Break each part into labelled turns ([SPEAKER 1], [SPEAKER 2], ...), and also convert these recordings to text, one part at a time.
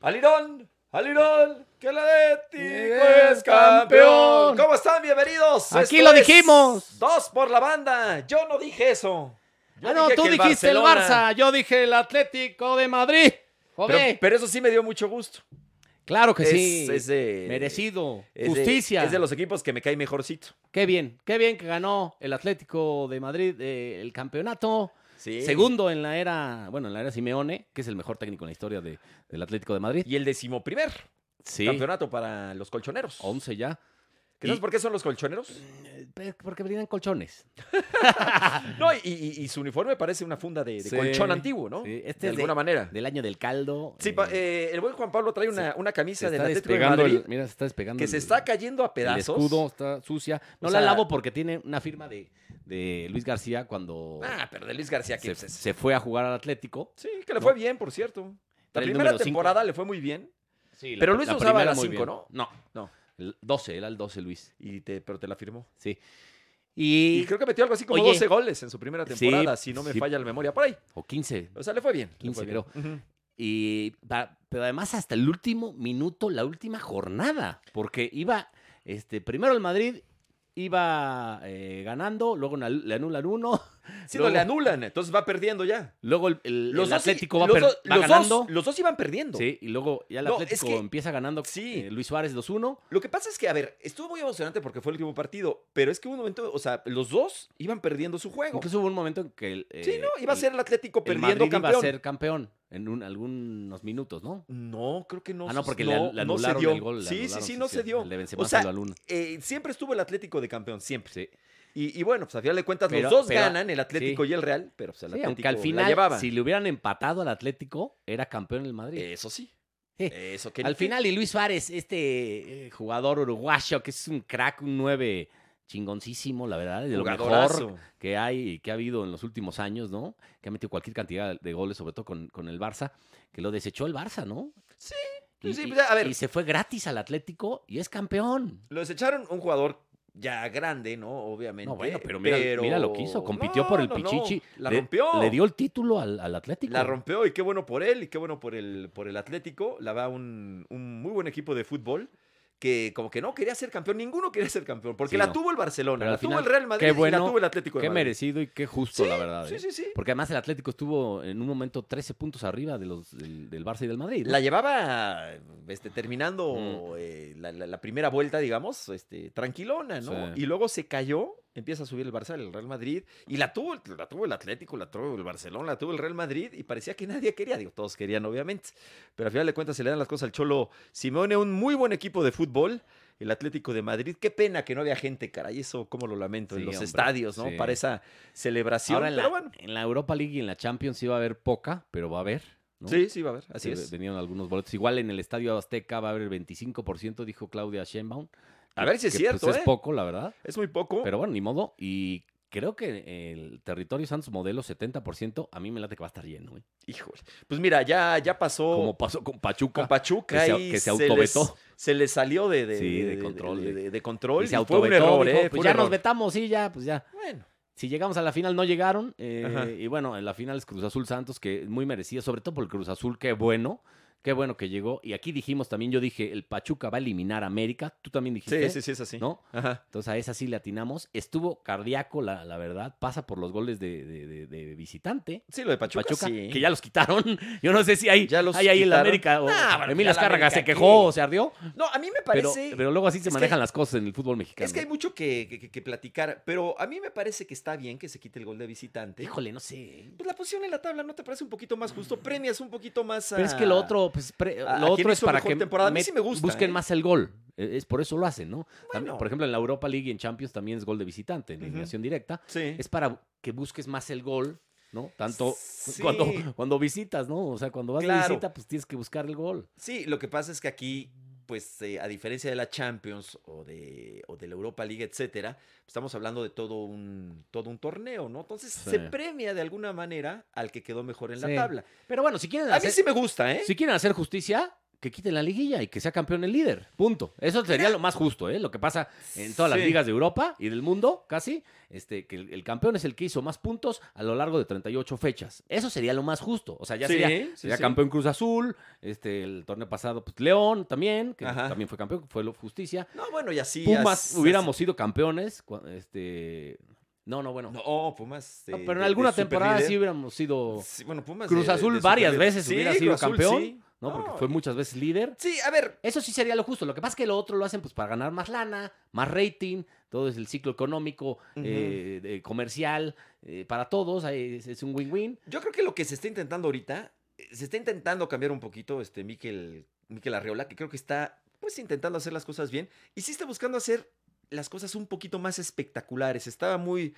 [SPEAKER 1] Alirón, Alirón, que el Atlético
[SPEAKER 2] Es
[SPEAKER 1] es campeón.
[SPEAKER 2] Eh, campeón.
[SPEAKER 1] ¿Cómo están? Bienvenidos.
[SPEAKER 2] Aquí lo
[SPEAKER 1] es
[SPEAKER 2] dijimos.
[SPEAKER 1] Dos por la banda. Yo no dije eso. Yo
[SPEAKER 2] ah, no,
[SPEAKER 1] dije
[SPEAKER 2] tú
[SPEAKER 1] que
[SPEAKER 2] dijiste el
[SPEAKER 1] Barcelona-
[SPEAKER 2] Barça, yo dije el Atlético de Madrid.
[SPEAKER 1] Pero,
[SPEAKER 2] Joder,
[SPEAKER 1] pero eso sí me dio mucho gusto.
[SPEAKER 2] claro que
[SPEAKER 1] es-
[SPEAKER 2] sí.
[SPEAKER 1] es de-
[SPEAKER 2] Merecido.
[SPEAKER 1] Es de-
[SPEAKER 2] Justicia.
[SPEAKER 1] es de los equipos que me cae mejorcito.
[SPEAKER 2] Qué bien, qué bien que ganó el Atlético de Madrid eh, el campeonato.
[SPEAKER 1] Sí.
[SPEAKER 2] Segundo en la era, bueno, en la era Simeone, que es el mejor técnico en la historia de- del Atlético de Madrid.
[SPEAKER 1] Y el decimoprimer
[SPEAKER 2] Sí.
[SPEAKER 1] campeonato para los colchoneros.
[SPEAKER 2] 11 ya.
[SPEAKER 1] ¿Que ¿Sabes
[SPEAKER 2] Y-
[SPEAKER 1] por qué son los colchoneros?
[SPEAKER 2] Eh, Porque venían colchones.
[SPEAKER 1] No, y, y- y su uniforme parece una funda de, de
[SPEAKER 2] Sí.
[SPEAKER 1] colchón antiguo, ¿no?
[SPEAKER 2] Sí, este es
[SPEAKER 1] de
[SPEAKER 2] de-
[SPEAKER 1] alguna manera.
[SPEAKER 2] Del año del caldo.
[SPEAKER 1] Sí,
[SPEAKER 2] eh,
[SPEAKER 1] pa- eh, el buen Juan Pablo trae una, una
[SPEAKER 2] se
[SPEAKER 1] camisa del
[SPEAKER 2] está
[SPEAKER 1] Atlético de
[SPEAKER 2] despegando el-
[SPEAKER 1] Madrid
[SPEAKER 2] mira, se está despegando.
[SPEAKER 1] que se
[SPEAKER 2] el-
[SPEAKER 1] está cayendo a
[SPEAKER 2] El
[SPEAKER 1] pedazos.
[SPEAKER 2] escudo está sucia. No
[SPEAKER 1] O
[SPEAKER 2] la
[SPEAKER 1] sea-
[SPEAKER 2] lavo porque tiene una firma de, de Luis García cuando
[SPEAKER 1] Ah, pero de Luis García que
[SPEAKER 2] se,
[SPEAKER 1] pues, es-
[SPEAKER 2] se fue a jugar al Atlético.
[SPEAKER 1] Sí, que le fue bien, por cierto. La
[SPEAKER 2] Trae el
[SPEAKER 1] primera
[SPEAKER 2] número cinco.
[SPEAKER 1] temporada le fue muy bien,
[SPEAKER 2] Sí,
[SPEAKER 1] Pero
[SPEAKER 2] pr-
[SPEAKER 1] Luis usaba
[SPEAKER 2] primera
[SPEAKER 1] la
[SPEAKER 2] muy
[SPEAKER 1] cinco,
[SPEAKER 2] bien.
[SPEAKER 1] ¿no?
[SPEAKER 2] No.
[SPEAKER 1] No.
[SPEAKER 2] El 12, era el 12 Luis.
[SPEAKER 1] y te, pero te la firmó.
[SPEAKER 2] Sí.
[SPEAKER 1] Y,
[SPEAKER 2] Y,
[SPEAKER 1] creo que metió algo así como
[SPEAKER 2] Oye.
[SPEAKER 1] 12 goles en su primera
[SPEAKER 2] Sí,
[SPEAKER 1] temporada, si no me
[SPEAKER 2] sí.
[SPEAKER 1] falla la memoria. Por ahí.
[SPEAKER 2] o 15.
[SPEAKER 1] O sea, le fue bien. le
[SPEAKER 2] 15
[SPEAKER 1] fue bien. Ujú.
[SPEAKER 2] Y pa- pero además hasta el último minuto, la última jornada, porque iba este primero el Madrid iba eh, ganando, luego na- le anulan uno,
[SPEAKER 1] Sí, no,
[SPEAKER 2] Luego-
[SPEAKER 1] le anulan, entonces va perdiendo ya.
[SPEAKER 2] luego el, el- el
[SPEAKER 1] dos-
[SPEAKER 2] Atlético va,
[SPEAKER 1] los
[SPEAKER 2] per-
[SPEAKER 1] dos-
[SPEAKER 2] va
[SPEAKER 1] los dos-
[SPEAKER 2] ganando.
[SPEAKER 1] los dos iban perdiendo.
[SPEAKER 2] Sí, y luego ya el
[SPEAKER 1] No,
[SPEAKER 2] Atlético
[SPEAKER 1] es que-
[SPEAKER 2] empieza ganando
[SPEAKER 1] Sí.
[SPEAKER 2] eh, Luis Suárez 2-1.
[SPEAKER 1] Lo que pasa es que, a ver, estuvo muy emocionante porque fue el último partido, pero es que hubo un momento, o sea, los dos iban perdiendo su juego.
[SPEAKER 2] Incluso hubo un momento en que el,
[SPEAKER 1] sí,
[SPEAKER 2] eh,
[SPEAKER 1] ¿no? Iba a
[SPEAKER 2] el-
[SPEAKER 1] ser el Atlético
[SPEAKER 2] el
[SPEAKER 1] perdiendo
[SPEAKER 2] Madrid
[SPEAKER 1] campeón.
[SPEAKER 2] iba a ser campeón en un- algunos minutos, ¿no?
[SPEAKER 1] No, creo que no.
[SPEAKER 2] ah, no,
[SPEAKER 1] se-
[SPEAKER 2] porque le, an- le
[SPEAKER 1] no se
[SPEAKER 2] anularon
[SPEAKER 1] dio.
[SPEAKER 2] el gol. le
[SPEAKER 1] Sí,
[SPEAKER 2] anularon,
[SPEAKER 1] sí, sí, no se dio.
[SPEAKER 2] el de Benzema
[SPEAKER 1] O sea,
[SPEAKER 2] se lo anulan.
[SPEAKER 1] eh, siempre estuvo el Atlético de campeón, siempre.
[SPEAKER 2] Sí.
[SPEAKER 1] Y, y bueno, pues a final de cuentas
[SPEAKER 2] Pero-
[SPEAKER 1] los dos
[SPEAKER 2] pero-
[SPEAKER 1] ganan, el Atlético
[SPEAKER 2] sí.
[SPEAKER 1] y el Real, pero pues el
[SPEAKER 2] Sí,
[SPEAKER 1] Atlético
[SPEAKER 2] aunque al
[SPEAKER 1] la llevaba.
[SPEAKER 2] final, si le hubieran empatado al Atlético, era campeón el Madrid.
[SPEAKER 1] Eso sí.
[SPEAKER 2] Sí.
[SPEAKER 1] Eso que
[SPEAKER 2] al final, y Luis Suárez, este eh, jugador uruguayo que es un crack, un 9 chingoncísimo, la verdad, de lo mejor
[SPEAKER 1] Jugadorazo.
[SPEAKER 2] que hay y que ha habido en los últimos años, ¿no? Que ha metido cualquier cantidad de goles, sobre todo con, con el Barça, que lo desechó el Barça, ¿no?
[SPEAKER 1] Sí,
[SPEAKER 2] Y,
[SPEAKER 1] sí,
[SPEAKER 2] y-
[SPEAKER 1] pues, a ver.
[SPEAKER 2] y se fue gratis al Atlético y es campeón.
[SPEAKER 1] Lo desecharon un jugador ya grande, ¿no? Obviamente.
[SPEAKER 2] No, bueno, pero mira, mira lo que hizo. Compitió
[SPEAKER 1] No,
[SPEAKER 2] por el
[SPEAKER 1] no, no,
[SPEAKER 2] Pichichi.
[SPEAKER 1] La
[SPEAKER 2] le,
[SPEAKER 1] rompió.
[SPEAKER 2] Le dio el título al, al Atlético.
[SPEAKER 1] La rompió y qué bueno por él y qué bueno por el, por el Atlético. La va un, un muy buen equipo de fútbol que como que no quería ser campeón. Ninguno quería ser campeón porque
[SPEAKER 2] Sí,
[SPEAKER 1] la
[SPEAKER 2] no.
[SPEAKER 1] tuvo el Barcelona,
[SPEAKER 2] Pero
[SPEAKER 1] la
[SPEAKER 2] al
[SPEAKER 1] tuvo
[SPEAKER 2] final,
[SPEAKER 1] el Real Madrid
[SPEAKER 2] qué
[SPEAKER 1] y la
[SPEAKER 2] bueno,
[SPEAKER 1] tuvo el Atlético de
[SPEAKER 2] Qué
[SPEAKER 1] Madrid.
[SPEAKER 2] merecido y qué justo,
[SPEAKER 1] Sí,
[SPEAKER 2] la verdad.
[SPEAKER 1] Sí,
[SPEAKER 2] ¿eh?
[SPEAKER 1] sí, sí.
[SPEAKER 2] Porque además el Atlético estuvo en un momento 13 puntos arriba de los, del, del Barça y del Madrid. ¿no?
[SPEAKER 1] La llevaba este, terminando eh, la, la- la primera vuelta, digamos, este, tranquilona, ¿no?
[SPEAKER 2] Sí.
[SPEAKER 1] Y luego se cayó, empieza a subir el Barça, el Real Madrid, y la tuvo, el- la tuvo el Atlético, la tuvo el Barcelona, la tuvo el Real Madrid, y parecía que nadie quería, digo, todos querían, obviamente. Pero al final de cuentas se le dan las cosas al Cholo Simeone, un muy buen equipo de fútbol. El Atlético de Madrid, qué pena que no había gente, caray, eso cómo lo lamento, en
[SPEAKER 2] Sí,
[SPEAKER 1] los
[SPEAKER 2] hombre,
[SPEAKER 1] estadios, ¿no?
[SPEAKER 2] sí.
[SPEAKER 1] Para esa celebración.
[SPEAKER 2] Ahora en la,
[SPEAKER 1] pero bueno,
[SPEAKER 2] en la Europa League y en la Champions iba a haber poca, pero va a haber. ¿no?
[SPEAKER 1] sí, sí, va a haber, así
[SPEAKER 2] Se
[SPEAKER 1] es.
[SPEAKER 2] Venían algunos boletos. Igual en el Estadio Azteca va a haber el 25%, dijo Claudia Sheinbaum.
[SPEAKER 1] A
[SPEAKER 2] que-
[SPEAKER 1] ver si es
[SPEAKER 2] que,
[SPEAKER 1] cierto,
[SPEAKER 2] pues,
[SPEAKER 1] ¿eh? Uh.
[SPEAKER 2] Es poco, la verdad.
[SPEAKER 1] Es muy poco.
[SPEAKER 2] Pero bueno, ni modo. Y creo que el territorio Santos modelo 70%, a mí me late que va a estar lleno. ¿eh?
[SPEAKER 1] Híjole. Pues mira, ya, ya pasó.
[SPEAKER 2] Como pasó con Pachuca.
[SPEAKER 1] Oh. con Pachuca
[SPEAKER 2] que se-
[SPEAKER 1] y
[SPEAKER 2] que se
[SPEAKER 1] les-
[SPEAKER 2] autovetó.
[SPEAKER 1] Se le salió de, de,
[SPEAKER 2] Sí,
[SPEAKER 1] de-
[SPEAKER 2] de control,
[SPEAKER 1] de,
[SPEAKER 2] de-
[SPEAKER 1] de- de control.
[SPEAKER 2] y
[SPEAKER 1] y
[SPEAKER 2] se
[SPEAKER 1] fue un
[SPEAKER 2] autovetó,
[SPEAKER 1] error,
[SPEAKER 2] dijo,
[SPEAKER 1] ¿eh?
[SPEAKER 2] Pues
[SPEAKER 1] Fue un
[SPEAKER 2] ya nos
[SPEAKER 1] error".
[SPEAKER 2] vetamos, sí, ya, pues ya.
[SPEAKER 1] Bueno,
[SPEAKER 2] Si llegamos a la final, no llegaron. eh,
[SPEAKER 1] Ajá.
[SPEAKER 2] y bueno, en la final es Cruz Azul Santos, que muy merecida, sobre todo por el Cruz Azul, qué bueno. Qué bueno que llegó. Y aquí dijimos también, yo dije, el Pachuca va a eliminar a América. Tú también
[SPEAKER 1] sí,
[SPEAKER 2] dijiste.
[SPEAKER 1] sí, sí, es así.
[SPEAKER 2] ¿No?
[SPEAKER 1] Ajá.
[SPEAKER 2] Entonces a esa sí le atinamos. Estuvo cardíaco, la, la verdad. Pasa por los goles de, de- de- de visitante.
[SPEAKER 1] Sí, lo de Pachuca,
[SPEAKER 2] Pachuca,
[SPEAKER 1] sí.
[SPEAKER 2] que ya los quitaron. Yo no sé si hay,
[SPEAKER 1] Ya los
[SPEAKER 2] hay ahí en la
[SPEAKER 1] quitaron.
[SPEAKER 2] América. O,
[SPEAKER 1] Nah, bueno, pues
[SPEAKER 2] Emilio
[SPEAKER 1] ya la
[SPEAKER 2] Azcárraga se
[SPEAKER 1] América,
[SPEAKER 2] quejó
[SPEAKER 1] ¿qué?
[SPEAKER 2] o se ardió.
[SPEAKER 1] No, a mí me
[SPEAKER 2] Pero,
[SPEAKER 1] parece...
[SPEAKER 2] pero luego así
[SPEAKER 1] es
[SPEAKER 2] se
[SPEAKER 1] que-
[SPEAKER 2] manejan las cosas en el fútbol mexicano.
[SPEAKER 1] es que hay mucho que, que- que- que platicar, pero a mí me parece que está bien que se quite el gol de visitante.
[SPEAKER 2] Híjole, no sé.
[SPEAKER 1] Pues la posición en la tabla no te parece un poquito más justo, premias un poquito más a...
[SPEAKER 2] Mm. Pero es que lo otro, pues, pre-
[SPEAKER 1] a- a
[SPEAKER 2] lo
[SPEAKER 1] quien
[SPEAKER 2] otro es
[SPEAKER 1] hizo
[SPEAKER 2] para
[SPEAKER 1] mejor
[SPEAKER 2] que
[SPEAKER 1] temporada. A mí
[SPEAKER 2] met-
[SPEAKER 1] sí me gusta,
[SPEAKER 2] busquen
[SPEAKER 1] ¿eh?
[SPEAKER 2] más el gol. Eh, Es por eso lo hacen, ¿no? También,
[SPEAKER 1] Bueno.
[SPEAKER 2] por ejemplo, en la Europa League y en Champions también es gol de visitante, en
[SPEAKER 1] Ujú.
[SPEAKER 2] eliminación directa.
[SPEAKER 1] Sí.
[SPEAKER 2] Es para que busques más el gol, ¿no? Tanto
[SPEAKER 1] Sí.
[SPEAKER 2] cuando, cuando visitas, ¿no? O sea, cuando vas de
[SPEAKER 1] Claro.
[SPEAKER 2] visita, pues tienes que buscar el gol.
[SPEAKER 1] Sí, lo que pasa es que aquí, pues, eh, a diferencia de la Champions o de, o de la Europa League, etcétera, estamos hablando de todo un, todo un torneo, ¿no? Entonces
[SPEAKER 2] Sí.
[SPEAKER 1] se premia de alguna manera al que quedó mejor en
[SPEAKER 2] Sí.
[SPEAKER 1] la tabla.
[SPEAKER 2] Pero bueno, si quieren
[SPEAKER 1] A mí
[SPEAKER 2] hacer,
[SPEAKER 1] sí me gusta, ¿eh?
[SPEAKER 2] si quieren hacer justicia, que quiten la liguilla y que sea campeón el líder. Punto. Eso sería lo más justo, ¿eh? Lo que pasa en todas
[SPEAKER 1] Sí.
[SPEAKER 2] las ligas de Europa y del mundo, casi, este, que el, el campeón es el que hizo más puntos a lo largo de 38 fechas. Eso sería lo más justo. O sea, ya
[SPEAKER 1] Sí,
[SPEAKER 2] sería,
[SPEAKER 1] sí,
[SPEAKER 2] sería
[SPEAKER 1] sí.
[SPEAKER 2] campeón Cruz Azul, este, el torneo pasado, pues, León también, que
[SPEAKER 1] Ajá.
[SPEAKER 2] también fue campeón, fue lo justicia.
[SPEAKER 1] No, bueno, y así.
[SPEAKER 2] Pumas
[SPEAKER 1] así-
[SPEAKER 2] hubiéramos sido campeones, cua- este... No, no, bueno.
[SPEAKER 1] No, oh, Pumas. de-
[SPEAKER 2] No, pero en
[SPEAKER 1] este, de-
[SPEAKER 2] alguna
[SPEAKER 1] de
[SPEAKER 2] temporada sí
[SPEAKER 1] superlíder.
[SPEAKER 2] hubiéramos sido...
[SPEAKER 1] Sí, bueno, Pumas.
[SPEAKER 2] Cruz
[SPEAKER 1] de- de
[SPEAKER 2] Azul varias
[SPEAKER 1] superlíder.
[SPEAKER 2] veces
[SPEAKER 1] Sí,
[SPEAKER 2] hubiera sido
[SPEAKER 1] Cruz Azul,
[SPEAKER 2] campeón,
[SPEAKER 1] sí.
[SPEAKER 2] ¿no? Porque
[SPEAKER 1] No,
[SPEAKER 2] fue muchas veces líder.
[SPEAKER 1] Sí, a ver.
[SPEAKER 2] Eso sí sería lo justo. Lo que pasa es que lo otro lo hacen pues para ganar más lana, más rating, todo es el ciclo económico, eh, de- comercial, eh, para todos, ahí es, es un win-win.
[SPEAKER 1] Yo creo que lo que se está intentando ahorita, eh, se está intentando cambiar un poquito este Miquel, Miquel Arreola, que creo que está pues intentando hacer las cosas bien y sí está buscando hacer las cosas un poquito más espectaculares. Estaba muy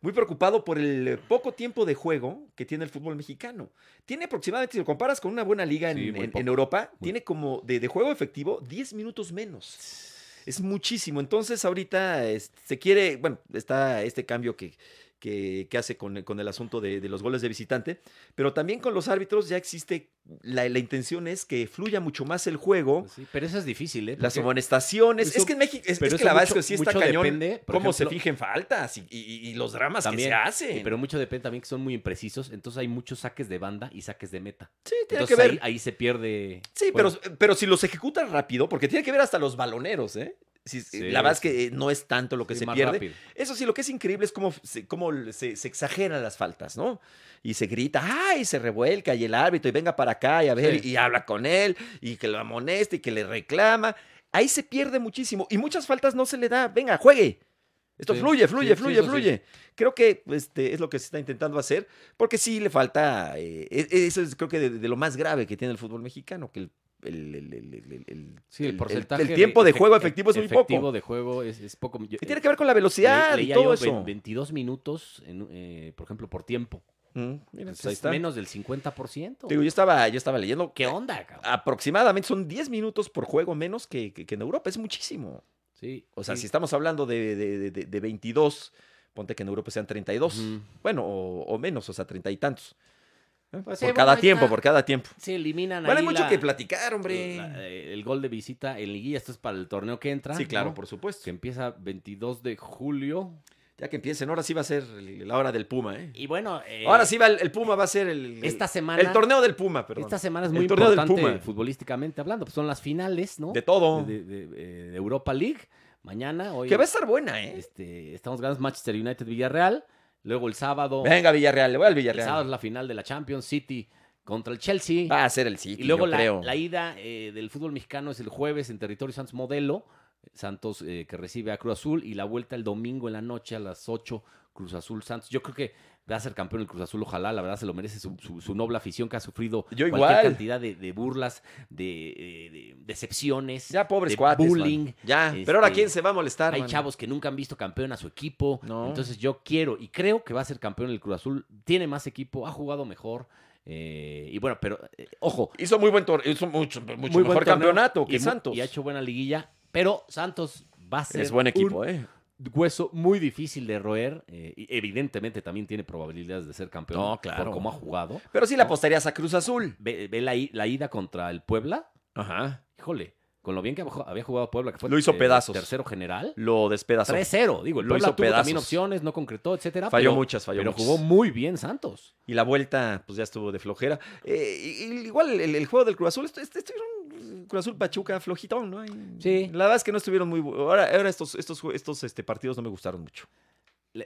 [SPEAKER 1] muy preocupado por el eh, poco tiempo de juego que tiene el fútbol mexicano. Tiene aproximadamente, si lo comparas con una buena liga en,
[SPEAKER 2] Sí, muy
[SPEAKER 1] en- en
[SPEAKER 2] poco.
[SPEAKER 1] Europa,
[SPEAKER 2] Muy-
[SPEAKER 1] tiene como de, de juego efectivo 10 minutos menos. Es muchísimo. Entonces, ahorita es- se quiere, bueno, está este cambio que, que, que hace con, con el asunto de, de los goles de visitante, pero también con los árbitros ya existe, la, la intención es que fluya mucho más el juego,
[SPEAKER 2] Pues sí, pero eso es difícil, ¿eh?
[SPEAKER 1] las
[SPEAKER 2] Porque-
[SPEAKER 1] amonestaciones.
[SPEAKER 2] eso-
[SPEAKER 1] es que en México, Oh. es,
[SPEAKER 2] pero
[SPEAKER 1] es que
[SPEAKER 2] eso
[SPEAKER 1] la verdad es
[SPEAKER 2] mucho-
[SPEAKER 1] que sí está
[SPEAKER 2] mucho
[SPEAKER 1] cañón
[SPEAKER 2] depende, por
[SPEAKER 1] cómo se
[SPEAKER 2] ejemplo-
[SPEAKER 1] fijen faltas y, y- y los dramas
[SPEAKER 2] También,
[SPEAKER 1] que se hacen.
[SPEAKER 2] Sí, pero mucho depende también que son muy imprecisos, entonces hay muchos saques de banda y saques de meta.
[SPEAKER 1] sí, tiene
[SPEAKER 2] Entonces
[SPEAKER 1] que ver.
[SPEAKER 2] ahí, ahí se pierde.
[SPEAKER 1] Sí,
[SPEAKER 2] bueno,
[SPEAKER 1] pero, pero si los ejecutan rápido, porque tiene que ver hasta los baloneros, ¿eh? Si-
[SPEAKER 2] Sí,
[SPEAKER 1] la verdad es
[SPEAKER 2] sí.
[SPEAKER 1] que eh, no es tanto lo que
[SPEAKER 2] sí,
[SPEAKER 1] se
[SPEAKER 2] más
[SPEAKER 1] pierde.
[SPEAKER 2] rápido.
[SPEAKER 1] Eso sí, lo que es increíble es cómo, se, cómo se, se exageran las faltas, ¿no? Y se grita, ¡ay! Se revuelca y el árbitro y venga para acá y a ver,
[SPEAKER 2] Sí.
[SPEAKER 1] y, habla con él y que lo amoneste y que le reclama. Ahí se pierde muchísimo y muchas faltas no se le da. Venga, juegue. Esto
[SPEAKER 2] Sí,
[SPEAKER 1] fluye,
[SPEAKER 2] sí,
[SPEAKER 1] fluye,
[SPEAKER 2] sí,
[SPEAKER 1] fluye,
[SPEAKER 2] eso sí.
[SPEAKER 1] fluye. Creo que este, es lo que se está intentando hacer, porque sí le falta. eh, e- e- eso es, creo que, de, de lo más grave que tiene el fútbol mexicano, que el. el- el- el- el- el- el-
[SPEAKER 2] Sí, el
[SPEAKER 1] el
[SPEAKER 2] porcentaje.
[SPEAKER 1] tiempo de
[SPEAKER 2] efe-
[SPEAKER 1] juego efectivo es muy poco.
[SPEAKER 2] Efectivo de juego es, es poco. Yo-
[SPEAKER 1] que
[SPEAKER 2] eh,
[SPEAKER 1] tiene que ver con la velocidad
[SPEAKER 2] le-
[SPEAKER 1] y
[SPEAKER 2] leía
[SPEAKER 1] todo
[SPEAKER 2] yo
[SPEAKER 1] eso.
[SPEAKER 2] ve- 22 minutos, en, eh, por ejemplo, por tiempo.
[SPEAKER 1] Mm, mira, pues
[SPEAKER 2] Entonces,
[SPEAKER 1] ahí
[SPEAKER 2] es
[SPEAKER 1] está.
[SPEAKER 2] menos del 50%.
[SPEAKER 1] Digo, yo estaba, yo estaba leyendo
[SPEAKER 2] ¿Qué
[SPEAKER 1] que
[SPEAKER 2] onda, cabrón?
[SPEAKER 1] aproximadamente son 10 minutos por juego menos que, que- que en Europa. Es muchísimo.
[SPEAKER 2] Sí,
[SPEAKER 1] O sea,
[SPEAKER 2] sí.
[SPEAKER 1] si estamos hablando de, de- de- de 22, ponte que en Europa sean 32.
[SPEAKER 2] Ujú.
[SPEAKER 1] Bueno, o, o menos, o sea, treinta y tantos. ¿Eh?
[SPEAKER 2] Pues sí,
[SPEAKER 1] por
[SPEAKER 2] bueno,
[SPEAKER 1] cada
[SPEAKER 2] ahí
[SPEAKER 1] tiempo,
[SPEAKER 2] está.
[SPEAKER 1] por cada tiempo.
[SPEAKER 2] Se eliminan
[SPEAKER 1] Vale
[SPEAKER 2] ahí
[SPEAKER 1] mucho
[SPEAKER 2] la-
[SPEAKER 1] que platicar, hombre.
[SPEAKER 2] la- el gol de visita en liguilla. Esto es para el torneo que entra.
[SPEAKER 1] sí, claro,
[SPEAKER 2] ¿no?
[SPEAKER 1] por supuesto.
[SPEAKER 2] Que empieza 22 de julio.
[SPEAKER 1] Ya que empiecen, ahora sí va a ser el- la hora del Puma, ¿eh?
[SPEAKER 2] Y bueno. eh,
[SPEAKER 1] ahora sí va el, el Puma, va a ser el, el-
[SPEAKER 2] Esta semana.
[SPEAKER 1] el torneo del Puma, perdón.
[SPEAKER 2] Esta semana es
[SPEAKER 1] El
[SPEAKER 2] muy
[SPEAKER 1] torneo del
[SPEAKER 2] importante
[SPEAKER 1] Puma.
[SPEAKER 2] futbolísticamente hablando. Pues son las finales, ¿no?
[SPEAKER 1] De todo.
[SPEAKER 2] De, de- de- eh, Europa League. Mañana, hoy.
[SPEAKER 1] que va a estar buena, ¿eh?
[SPEAKER 2] Este, estamos ganando Manchester United Villarreal. Luego el sábado,
[SPEAKER 1] Venga, Villarreal, le voy al
[SPEAKER 2] el sábado es
[SPEAKER 1] Villarreal.
[SPEAKER 2] la final de la Champions City contra el Chelsea.
[SPEAKER 1] Va a ser el
[SPEAKER 2] y
[SPEAKER 1] City,
[SPEAKER 2] luego
[SPEAKER 1] yo
[SPEAKER 2] la,
[SPEAKER 1] creo.
[SPEAKER 2] la ida eh, del fútbol mexicano es el jueves en territorio Santos Modelo. Santos eh, que recibe a Cruz Azul y la vuelta el domingo en la noche a las 8, Cruz Azul Santos. Yo creo que va a ser campeón el Cruz Azul, ojalá, la verdad se lo merece su, su- su noble afición que ha sufrido
[SPEAKER 1] Yo
[SPEAKER 2] cualquier
[SPEAKER 1] igual.
[SPEAKER 2] cantidad de, de burlas, de, de- de decepciones,
[SPEAKER 1] Ya, pobres
[SPEAKER 2] de
[SPEAKER 1] cuates. man.
[SPEAKER 2] bullying.
[SPEAKER 1] Ya, pero ahora
[SPEAKER 2] este,
[SPEAKER 1] quién se va a molestar.
[SPEAKER 2] Hay
[SPEAKER 1] man?
[SPEAKER 2] chavos que nunca han visto campeón a su equipo.
[SPEAKER 1] No.
[SPEAKER 2] Entonces yo quiero y creo que va a ser campeón el Cruz Azul. Tiene más equipo, ha jugado mejor. eh, y bueno, pero eh, ojo.
[SPEAKER 1] Hizo muy buen torneo, hizo mucho, mucho
[SPEAKER 2] muy buen
[SPEAKER 1] mejor
[SPEAKER 2] torneo
[SPEAKER 1] campeonato que
[SPEAKER 2] y mu-
[SPEAKER 1] Santos.
[SPEAKER 2] Y ha hecho buena liguilla. Pero Santos va a ser
[SPEAKER 1] es buen equipo,
[SPEAKER 2] un
[SPEAKER 1] ¿eh?
[SPEAKER 2] hueso muy difícil de roer. eh, y evidentemente también tiene probabilidades de ser campeón.
[SPEAKER 1] No, claro.
[SPEAKER 2] Por cómo ha jugado.
[SPEAKER 1] Pero sí la
[SPEAKER 2] ¿no?
[SPEAKER 1] apostarías a Cruz Azul.
[SPEAKER 2] Ve, ve la, i- la ida contra el Puebla.
[SPEAKER 1] Ajá.
[SPEAKER 2] Híjole, con lo bien que abajo- había jugado Puebla, que fue
[SPEAKER 1] Lo hizo
[SPEAKER 2] eh,
[SPEAKER 1] pedazos.
[SPEAKER 2] tercero general.
[SPEAKER 1] Lo despedazó.
[SPEAKER 2] 3-0, digo, el
[SPEAKER 1] Lo
[SPEAKER 2] Puebla
[SPEAKER 1] hizo
[SPEAKER 2] tuvo también
[SPEAKER 1] pedazos.
[SPEAKER 2] opciones, no concretó, etcétera.
[SPEAKER 1] Falló
[SPEAKER 2] pero-
[SPEAKER 1] muchas, falló
[SPEAKER 2] Pero
[SPEAKER 1] muchas.
[SPEAKER 2] jugó muy bien Santos.
[SPEAKER 1] Y la vuelta, pues ya estuvo de flojera. Eh, y- y igual el, el juego del Cruz Azul, este, este estuvieron Cruz Azul Pachuca flojitón, ¿no? Y
[SPEAKER 2] Sí.
[SPEAKER 1] La verdad es que no estuvieron muy. bu- Ahora, ahora estos, estos, jue- estos este, partidos no me gustaron mucho.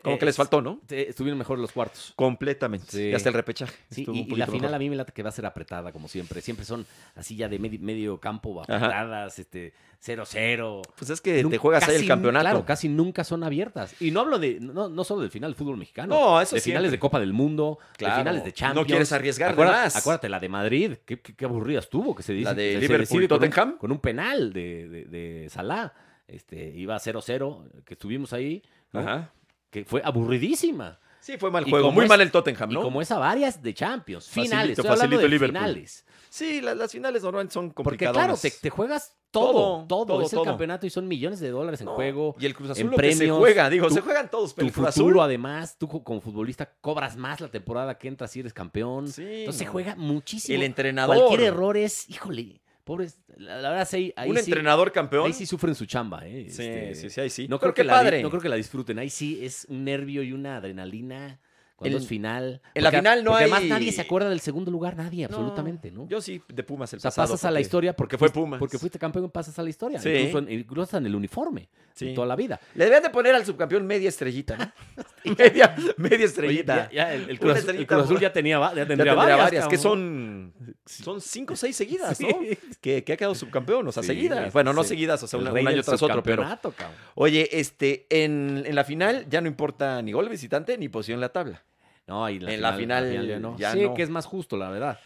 [SPEAKER 1] Como que les faltó, ¿no?
[SPEAKER 2] Estuvieron mejor los cuartos.
[SPEAKER 1] Completamente.
[SPEAKER 2] Sí.
[SPEAKER 1] Y hasta el repechaje.
[SPEAKER 2] Sí,
[SPEAKER 1] estuvo
[SPEAKER 2] y,
[SPEAKER 1] un
[SPEAKER 2] y la
[SPEAKER 1] poquito
[SPEAKER 2] final
[SPEAKER 1] mejor.
[SPEAKER 2] a mí me late que va a ser apretada, como siempre. Siempre son así ya de medi- medio campo,
[SPEAKER 1] Ajá.
[SPEAKER 2] apretadas, este, 0-0.
[SPEAKER 1] Pues es que te
[SPEAKER 2] Nunca-
[SPEAKER 1] juegas ahí
[SPEAKER 2] casi
[SPEAKER 1] el
[SPEAKER 2] nu-
[SPEAKER 1] campeonato.
[SPEAKER 2] Claro, casi nunca son abiertas. Y no hablo de, no, no solo del final del fútbol mexicano.
[SPEAKER 1] No, eso
[SPEAKER 2] de finales
[SPEAKER 1] siempre.
[SPEAKER 2] de Copa del Mundo,
[SPEAKER 1] Claro,
[SPEAKER 2] de finales de
[SPEAKER 1] no
[SPEAKER 2] Champions.
[SPEAKER 1] quieres arriesgar de
[SPEAKER 2] Acuérdate-
[SPEAKER 1] más.
[SPEAKER 2] Acuérdate, la de Madrid, qué, qué, qué aburrida estuvo, que se dice.
[SPEAKER 1] La de
[SPEAKER 2] se- se
[SPEAKER 1] Liverpool,
[SPEAKER 2] decide con un- Con
[SPEAKER 1] Tottenham.
[SPEAKER 2] un, penal de, de, de Salah. Este, iba 0-0, que estuvimos ahí, ¿no?
[SPEAKER 1] Ajá.
[SPEAKER 2] que fue aburridísima.
[SPEAKER 1] Sí, fue mal
[SPEAKER 2] Y
[SPEAKER 1] juego.
[SPEAKER 2] como
[SPEAKER 1] Muy
[SPEAKER 2] es-
[SPEAKER 1] mal el Tottenham,
[SPEAKER 2] Y
[SPEAKER 1] ¿no?
[SPEAKER 2] como esa, varias de Champions.
[SPEAKER 1] Facilito,
[SPEAKER 2] Finales, estoy hablando
[SPEAKER 1] facilito
[SPEAKER 2] de
[SPEAKER 1] Liverpool.
[SPEAKER 2] finales.
[SPEAKER 1] Sí, la- las finales normalmente son
[SPEAKER 2] Porque
[SPEAKER 1] complicadas.
[SPEAKER 2] claro, te, te juegas todo, todo,
[SPEAKER 1] Todo,
[SPEAKER 2] Es
[SPEAKER 1] todo,
[SPEAKER 2] el
[SPEAKER 1] todo.
[SPEAKER 2] campeonato y son millones de dólares en juego.
[SPEAKER 1] Y el Cruz
[SPEAKER 2] en
[SPEAKER 1] Azul lo que se
[SPEAKER 2] premios,
[SPEAKER 1] juega, digo,
[SPEAKER 2] tu-
[SPEAKER 1] se juegan todos, pero
[SPEAKER 2] tu
[SPEAKER 1] el Cruz
[SPEAKER 2] futuro,
[SPEAKER 1] Azul.
[SPEAKER 2] además, tú co- como futbolista cobras más la temporada que entras si eres campeón.
[SPEAKER 1] Sí,
[SPEAKER 2] Entonces se
[SPEAKER 1] no.
[SPEAKER 2] juega muchísimo.
[SPEAKER 1] El entrenador.
[SPEAKER 2] Cualquier error es, híjole, Pobres, la, la verdad, sí, ahí,
[SPEAKER 1] un
[SPEAKER 2] sí,
[SPEAKER 1] entrenador campeón.
[SPEAKER 2] ahí sí sufren su chamba, ¿eh?
[SPEAKER 1] Sí,
[SPEAKER 2] Este,
[SPEAKER 1] sí, sí, ahí sí.
[SPEAKER 2] No
[SPEAKER 1] Pero
[SPEAKER 2] creo, que
[SPEAKER 1] qué
[SPEAKER 2] la, di-
[SPEAKER 1] padre.
[SPEAKER 2] no creo que la disfruten. Ahí sí es un nervio y una adrenalina cuando
[SPEAKER 1] El-
[SPEAKER 2] es final.
[SPEAKER 1] en la
[SPEAKER 2] Porque a-
[SPEAKER 1] final no
[SPEAKER 2] porque
[SPEAKER 1] hay-
[SPEAKER 2] Además, nadie se acuerda del segundo lugar, nadie,
[SPEAKER 1] No,
[SPEAKER 2] absolutamente, ¿no?
[SPEAKER 1] Yo sí, de Pumas el
[SPEAKER 2] o sea,
[SPEAKER 1] pasado.
[SPEAKER 2] pasas a la
[SPEAKER 1] porque-
[SPEAKER 2] historia porque,
[SPEAKER 1] fue
[SPEAKER 2] fuiste-
[SPEAKER 1] Pumas.
[SPEAKER 2] Porque fuiste campeón, pasas a la historia.
[SPEAKER 1] Sí.
[SPEAKER 2] Incluso, en, incluso hasta en el uniforme.
[SPEAKER 1] Sí.
[SPEAKER 2] de toda la vida.
[SPEAKER 1] Le debían de poner al subcampeón media estrellita, ¿no? media, media
[SPEAKER 2] Oye,
[SPEAKER 1] estrellita.
[SPEAKER 2] ya- ya el, el
[SPEAKER 1] Una
[SPEAKER 2] Cruz Azul, el
[SPEAKER 1] estrellita
[SPEAKER 2] Cruz Azul
[SPEAKER 1] por-
[SPEAKER 2] ya tenía, va- ya
[SPEAKER 1] Ya
[SPEAKER 2] tendría
[SPEAKER 1] tendría
[SPEAKER 2] varias.
[SPEAKER 1] varias, que
[SPEAKER 2] cabrón.
[SPEAKER 1] son, son cinco o seis seguidas,
[SPEAKER 2] Sí.
[SPEAKER 1] ¿no? Que, que ha quedado subcampeón, o sea,
[SPEAKER 2] Sí,
[SPEAKER 1] seguidas. Bueno, no
[SPEAKER 2] sí.
[SPEAKER 1] seguidas, o sea,
[SPEAKER 2] El
[SPEAKER 1] un,
[SPEAKER 2] rey
[SPEAKER 1] un año
[SPEAKER 2] del
[SPEAKER 1] tras otro, pero
[SPEAKER 2] subcampeonato, cabrón.
[SPEAKER 1] Oye, este, en, en la final ya no importa ni gol visitante ni posición en la tabla.
[SPEAKER 2] No, y
[SPEAKER 1] En la final
[SPEAKER 2] ya no.
[SPEAKER 1] ya
[SPEAKER 2] sí,
[SPEAKER 1] no.
[SPEAKER 2] que es más justo, la verdad.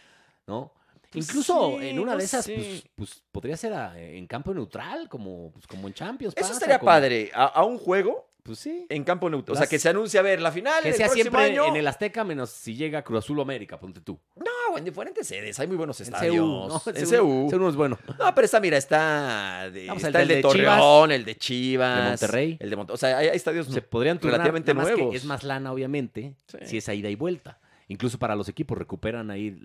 [SPEAKER 2] ¿No?
[SPEAKER 1] Pues
[SPEAKER 2] Incluso
[SPEAKER 1] sí,
[SPEAKER 2] en una
[SPEAKER 1] no
[SPEAKER 2] de esas,
[SPEAKER 1] sé.
[SPEAKER 2] pues, pues, podría ser a- en campo neutral, como, pues, como en Champions.
[SPEAKER 1] Eso
[SPEAKER 2] pasa,
[SPEAKER 1] estaría
[SPEAKER 2] como-
[SPEAKER 1] padre, a, a un juego
[SPEAKER 2] Pues sí.
[SPEAKER 1] en campo neutro. O sea,
[SPEAKER 2] Las-
[SPEAKER 1] que se anuncie, a ver, la final
[SPEAKER 2] Que
[SPEAKER 1] el
[SPEAKER 2] sea
[SPEAKER 1] próximo
[SPEAKER 2] siempre
[SPEAKER 1] año.
[SPEAKER 2] en el Azteca, menos si llega Cruz Azul o América, ponte tú.
[SPEAKER 1] No, Ah, en diferentes sedes, hay muy buenos
[SPEAKER 2] En
[SPEAKER 1] estadios.
[SPEAKER 2] CU, ¿no?
[SPEAKER 1] En CU.
[SPEAKER 2] CU no es bueno.
[SPEAKER 1] No, pero está, mira, está, de-
[SPEAKER 2] Ah, pues,
[SPEAKER 1] está
[SPEAKER 2] el
[SPEAKER 1] el,
[SPEAKER 2] del
[SPEAKER 1] de,
[SPEAKER 2] de
[SPEAKER 1] Torreón, el de Chivas.
[SPEAKER 2] de Monterrey.
[SPEAKER 1] El de Monterrey. O sea, hay, hay estadios
[SPEAKER 2] Se podrían turnar,
[SPEAKER 1] Relativamente
[SPEAKER 2] nada más que
[SPEAKER 1] nuevos.
[SPEAKER 2] Es más lana, obviamente,
[SPEAKER 1] Sí.
[SPEAKER 2] si es a ida y vuelta. Incluso para los equipos recuperan ahí.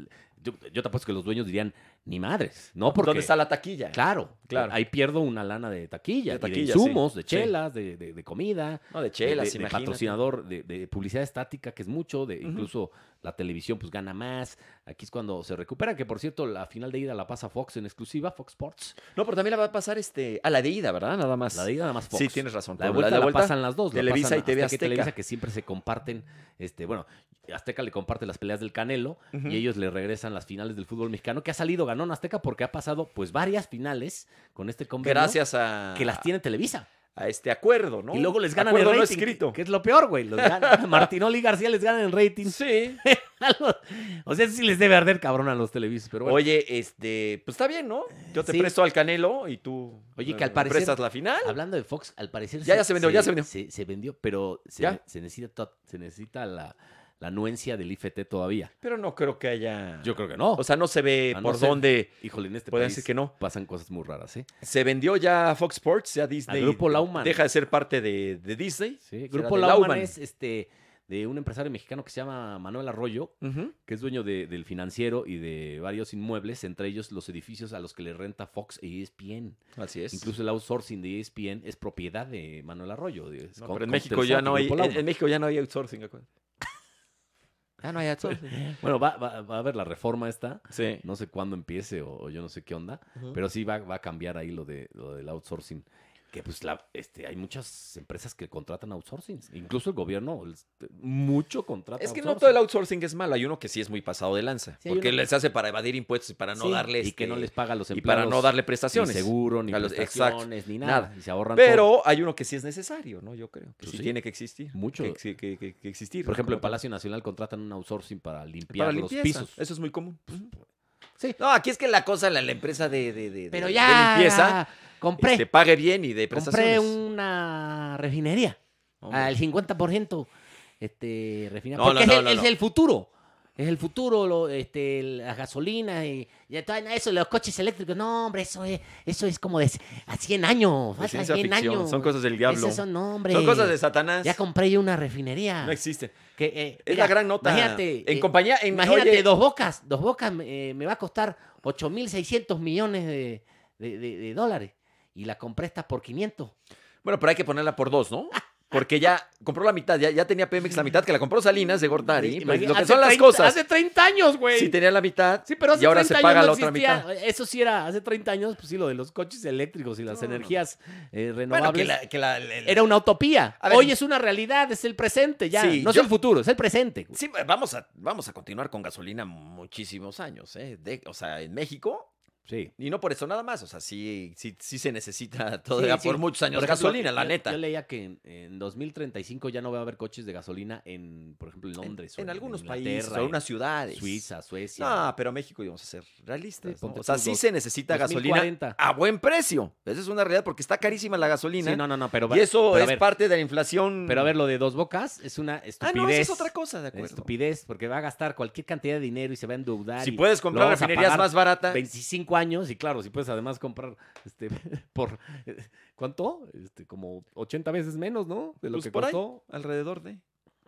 [SPEAKER 2] Yo, yo te apuesto que los dueños dirían, ni madres. No, porque.
[SPEAKER 1] donde está la taquilla.
[SPEAKER 2] Claro,
[SPEAKER 1] Claro.
[SPEAKER 2] Ahí pierdo una lana de taquilla,
[SPEAKER 1] De
[SPEAKER 2] y
[SPEAKER 1] taquilla,
[SPEAKER 2] de insumos,
[SPEAKER 1] sí.
[SPEAKER 2] de
[SPEAKER 1] Sí.
[SPEAKER 2] chelas, de, de- de comida,
[SPEAKER 1] No, de
[SPEAKER 2] de-
[SPEAKER 1] chelas,
[SPEAKER 2] de, de
[SPEAKER 1] imagínate.
[SPEAKER 2] patrocinador, de, de publicidad estática, que es mucho, de
[SPEAKER 1] Ujú.
[SPEAKER 2] incluso la televisión pues gana más. Aquí es cuando se recupera, que por cierto, la final de ida la pasa Fox en exclusiva, Fox Sports.
[SPEAKER 1] No, pero también la va a pasar este, a la de ida, ¿verdad? Nada más.
[SPEAKER 2] La de ida nada más Fox.
[SPEAKER 1] Sí, tienes razón.
[SPEAKER 2] La de
[SPEAKER 1] Pablo.
[SPEAKER 2] vuelta la,
[SPEAKER 1] de
[SPEAKER 2] pasan las dos. la
[SPEAKER 1] Televisa
[SPEAKER 2] pasan
[SPEAKER 1] y TV
[SPEAKER 2] y Televisa
[SPEAKER 1] Azteca.
[SPEAKER 2] que siempre se comparten, este, bueno, Azteca le comparte las peleas del Canelo
[SPEAKER 1] Ujú.
[SPEAKER 2] y ellos le regresan las finales del fútbol mexicano que ha salido ganón Azteca porque ha pasado pues varias finales con este convenio.
[SPEAKER 1] Gracias a,
[SPEAKER 2] Que las tiene Televisa.
[SPEAKER 1] a este acuerdo, ¿no?
[SPEAKER 2] Y luego les ganan el
[SPEAKER 1] acuerdo
[SPEAKER 2] rating.
[SPEAKER 1] no escrito.
[SPEAKER 2] Que es lo peor, güey. Los gana- Martinoli y García les ganan el rating.
[SPEAKER 1] Sí.
[SPEAKER 2] A los- o sea, sí les debe arder cabrón a los televisos, pero bueno.
[SPEAKER 1] Oye, este, pues está bien, ¿no? Yo te
[SPEAKER 2] Sí.
[SPEAKER 1] presto al Canelo y tú
[SPEAKER 2] Oye, que
[SPEAKER 1] eh,
[SPEAKER 2] al parecer- Ah.
[SPEAKER 1] prestas la final.
[SPEAKER 2] Hablando de Fox, al parecer
[SPEAKER 1] Ya, ya se vendió, ya se vendió.
[SPEAKER 2] Se, se vendió, pero se,
[SPEAKER 1] ¿Ya?
[SPEAKER 2] se necesita, to- se necesita la, la anuencia del IFT todavía.
[SPEAKER 1] Pero no creo que haya.
[SPEAKER 2] Yo creo que no.
[SPEAKER 1] O sea, no se ve
[SPEAKER 2] Ah, no
[SPEAKER 1] por
[SPEAKER 2] sé.
[SPEAKER 1] dónde.
[SPEAKER 2] Híjole, en este
[SPEAKER 1] Podrían
[SPEAKER 2] país
[SPEAKER 1] decir que no.
[SPEAKER 2] pasan cosas muy raras, ¿eh?
[SPEAKER 1] Se vendió ya a Fox Sports, ya Disney.
[SPEAKER 2] Al Grupo Lauman.
[SPEAKER 1] Deja de ser parte de, de Disney.
[SPEAKER 2] Sí,
[SPEAKER 1] Será
[SPEAKER 2] Grupo
[SPEAKER 1] de
[SPEAKER 2] Lauman,
[SPEAKER 1] Lauman.
[SPEAKER 2] es este, de un empresario mexicano que se llama Manuel Arroyo,
[SPEAKER 1] Ujú.
[SPEAKER 2] que es dueño de- del financiero y de varios inmuebles, entre ellos los edificios a los que le renta Fox e ESPN.
[SPEAKER 1] Así es.
[SPEAKER 2] Incluso el outsourcing de E ESPN es propiedad de Manuel Arroyo. de- es
[SPEAKER 1] No,
[SPEAKER 2] con-
[SPEAKER 1] pero en
[SPEAKER 2] con
[SPEAKER 1] México,
[SPEAKER 2] Telesat
[SPEAKER 1] ya
[SPEAKER 2] y
[SPEAKER 1] no hay,
[SPEAKER 2] Grupo
[SPEAKER 1] en,
[SPEAKER 2] Lauman.
[SPEAKER 1] en México ya no hay outsourcing. acuérdate. Ya no hay outsourcing.
[SPEAKER 2] Bueno, va, va- va a haber la reforma esta.
[SPEAKER 1] sí.
[SPEAKER 2] No sé cuándo empiece o, o yo no sé qué onda.
[SPEAKER 1] Ujú.
[SPEAKER 2] Pero sí va, va a cambiar ahí lo, de, lo del outsourcing. Que pues la, este, hay muchas empresas que contratan outsourcing. Incluso el gobierno el- mucho contrata
[SPEAKER 1] Es que no
[SPEAKER 2] outsourcing.
[SPEAKER 1] todo el outsourcing es malo. Hay uno que sí es muy pasado de lanza.
[SPEAKER 2] Sí, hay
[SPEAKER 1] porque
[SPEAKER 2] uno-
[SPEAKER 1] les hace para evadir impuestos y para no
[SPEAKER 2] Sí,
[SPEAKER 1] darle.
[SPEAKER 2] Y que no
[SPEAKER 1] este,
[SPEAKER 2] les paga a los
[SPEAKER 1] y
[SPEAKER 2] empleados.
[SPEAKER 1] para no darle prestaciones.
[SPEAKER 2] Ni seguro, ni
[SPEAKER 1] A los- exacto,
[SPEAKER 2] prestaciones, ni nada.
[SPEAKER 1] nada.
[SPEAKER 2] Y se ahorran todo.
[SPEAKER 1] Pero hay uno que sí es necesario, ¿no? Yo creo que
[SPEAKER 2] Pues
[SPEAKER 1] sí,
[SPEAKER 2] sí.
[SPEAKER 1] tiene que existir.
[SPEAKER 2] Mucho.
[SPEAKER 1] Que, exi- que- que- que existir.
[SPEAKER 2] Por ejemplo, en
[SPEAKER 1] Como tal.
[SPEAKER 2] Palacio Nacional contratan un outsourcing para limpiar
[SPEAKER 1] Para
[SPEAKER 2] los
[SPEAKER 1] limpieza.
[SPEAKER 2] pisos.
[SPEAKER 1] Eso es muy común. Ujú.
[SPEAKER 2] Sí.
[SPEAKER 1] No, aquí es que la cosa, la, la empresa de, de- de- de-
[SPEAKER 2] Pero
[SPEAKER 1] de
[SPEAKER 2] ya
[SPEAKER 1] limpieza
[SPEAKER 2] compré,
[SPEAKER 1] este, pague bien y de
[SPEAKER 2] compré
[SPEAKER 1] prestaciones.
[SPEAKER 2] una refinería
[SPEAKER 1] Hombre.
[SPEAKER 2] al 50% este refinería.
[SPEAKER 1] No,
[SPEAKER 2] Porque
[SPEAKER 1] no, no,
[SPEAKER 2] es, el,
[SPEAKER 1] no,
[SPEAKER 2] es
[SPEAKER 1] no.
[SPEAKER 2] el futuro. Es el futuro, lo- este, las gasolinas y, y todo eso, los coches eléctricos. No, hombre, eso es, eso es como de a 100
[SPEAKER 1] De
[SPEAKER 2] años. más a
[SPEAKER 1] pues ciencia
[SPEAKER 2] 100
[SPEAKER 1] ficción,
[SPEAKER 2] años.
[SPEAKER 1] Son cosas del diablo.
[SPEAKER 2] Esos son, no, hombre.
[SPEAKER 1] Son cosas de Satanás.
[SPEAKER 2] Ya compré yo una refinería.
[SPEAKER 1] No existen.
[SPEAKER 2] que, eh,
[SPEAKER 1] Es
[SPEAKER 2] mira,
[SPEAKER 1] la gran nota.
[SPEAKER 2] Imagínate,
[SPEAKER 1] En
[SPEAKER 2] eh,
[SPEAKER 1] compañía. En,
[SPEAKER 2] Imagínate,
[SPEAKER 1] oye,
[SPEAKER 2] dos bocas, dos bocas eh, me va a costar 8.600 millones de, de- de- de dólares. Y la compré esta por 500.
[SPEAKER 1] Bueno, pero hay que ponerla por dos, ¿no? Porque ya compró la mitad, ya, ya tenía Pemex la mitad, que la compró Salinas de Gortari.
[SPEAKER 2] Imagínate,
[SPEAKER 1] Pues, lo que
[SPEAKER 2] hace
[SPEAKER 1] son las
[SPEAKER 2] 30
[SPEAKER 1] cosas.
[SPEAKER 2] Hace 30 años, güey.
[SPEAKER 1] Sí tenía la mitad
[SPEAKER 2] Sí, pero hace
[SPEAKER 1] y ahora
[SPEAKER 2] 30
[SPEAKER 1] se paga
[SPEAKER 2] años
[SPEAKER 1] la
[SPEAKER 2] no
[SPEAKER 1] otra
[SPEAKER 2] existía.
[SPEAKER 1] mitad.
[SPEAKER 2] Eso sí era, hace 30 años, pues sí, lo de los coches eléctricos y las
[SPEAKER 1] No, no.
[SPEAKER 2] energías eh,
[SPEAKER 1] Bueno, que
[SPEAKER 2] renovables.
[SPEAKER 1] la- que la- la- la-
[SPEAKER 2] Era una utopía.
[SPEAKER 1] A ver.
[SPEAKER 2] Hoy es una realidad, es el presente ya.
[SPEAKER 1] Sí,
[SPEAKER 2] no es
[SPEAKER 1] yo-
[SPEAKER 2] el futuro, es el presente. güey.
[SPEAKER 1] Sí, vamos a, vamos a continuar con gasolina muchísimos años, ¿eh? De- o sea, en México,
[SPEAKER 2] sí.
[SPEAKER 1] y no por eso nada más, o sea, sí, sí, sí se necesita
[SPEAKER 2] Sí,
[SPEAKER 1] todavía
[SPEAKER 2] sí.
[SPEAKER 1] por muchos años
[SPEAKER 2] Por ejemplo,
[SPEAKER 1] gasolina, la
[SPEAKER 2] yo-
[SPEAKER 1] neta.
[SPEAKER 2] Yo leía que en, en 2035 ya no va a haber coches de gasolina en, por ejemplo, en
[SPEAKER 1] En-
[SPEAKER 2] Londres. o
[SPEAKER 1] en, algunos
[SPEAKER 2] Inglaterra,
[SPEAKER 1] países, en algunas ciudades.
[SPEAKER 2] Suiza, Suecia.
[SPEAKER 1] No, pero México íbamos a ser realistas.
[SPEAKER 2] Sí,
[SPEAKER 1] ¿no?
[SPEAKER 2] ponte
[SPEAKER 1] O sea,
[SPEAKER 2] tú
[SPEAKER 1] sí
[SPEAKER 2] dos-
[SPEAKER 1] se necesita gasolina
[SPEAKER 2] 2040.
[SPEAKER 1] a buen precio. Esa es una realidad porque está carísima la gasolina.
[SPEAKER 2] Sí, no, no, no, pero va-
[SPEAKER 1] y eso
[SPEAKER 2] pero a
[SPEAKER 1] es
[SPEAKER 2] ver,
[SPEAKER 1] parte de la inflación.
[SPEAKER 2] Pero a ver, lo de dos bocas es una
[SPEAKER 1] ah,
[SPEAKER 2] estupidez.
[SPEAKER 1] no, eso es otra cosa, de acuerdo.
[SPEAKER 2] Estupidez, porque va a gastar cualquier cantidad de dinero y se va a endeudar.
[SPEAKER 1] Si
[SPEAKER 2] y
[SPEAKER 1] puedes
[SPEAKER 2] lo
[SPEAKER 1] comprar
[SPEAKER 2] vamos a
[SPEAKER 1] refinerías
[SPEAKER 2] pagar
[SPEAKER 1] más baratas.
[SPEAKER 2] 25 años, y claro, si puedes además comprar este por ¿cuánto? Este, como 80 veces menos, ¿no? De lo
[SPEAKER 1] Pues
[SPEAKER 2] que
[SPEAKER 1] por ahí.
[SPEAKER 2] costó.
[SPEAKER 1] Alrededor de.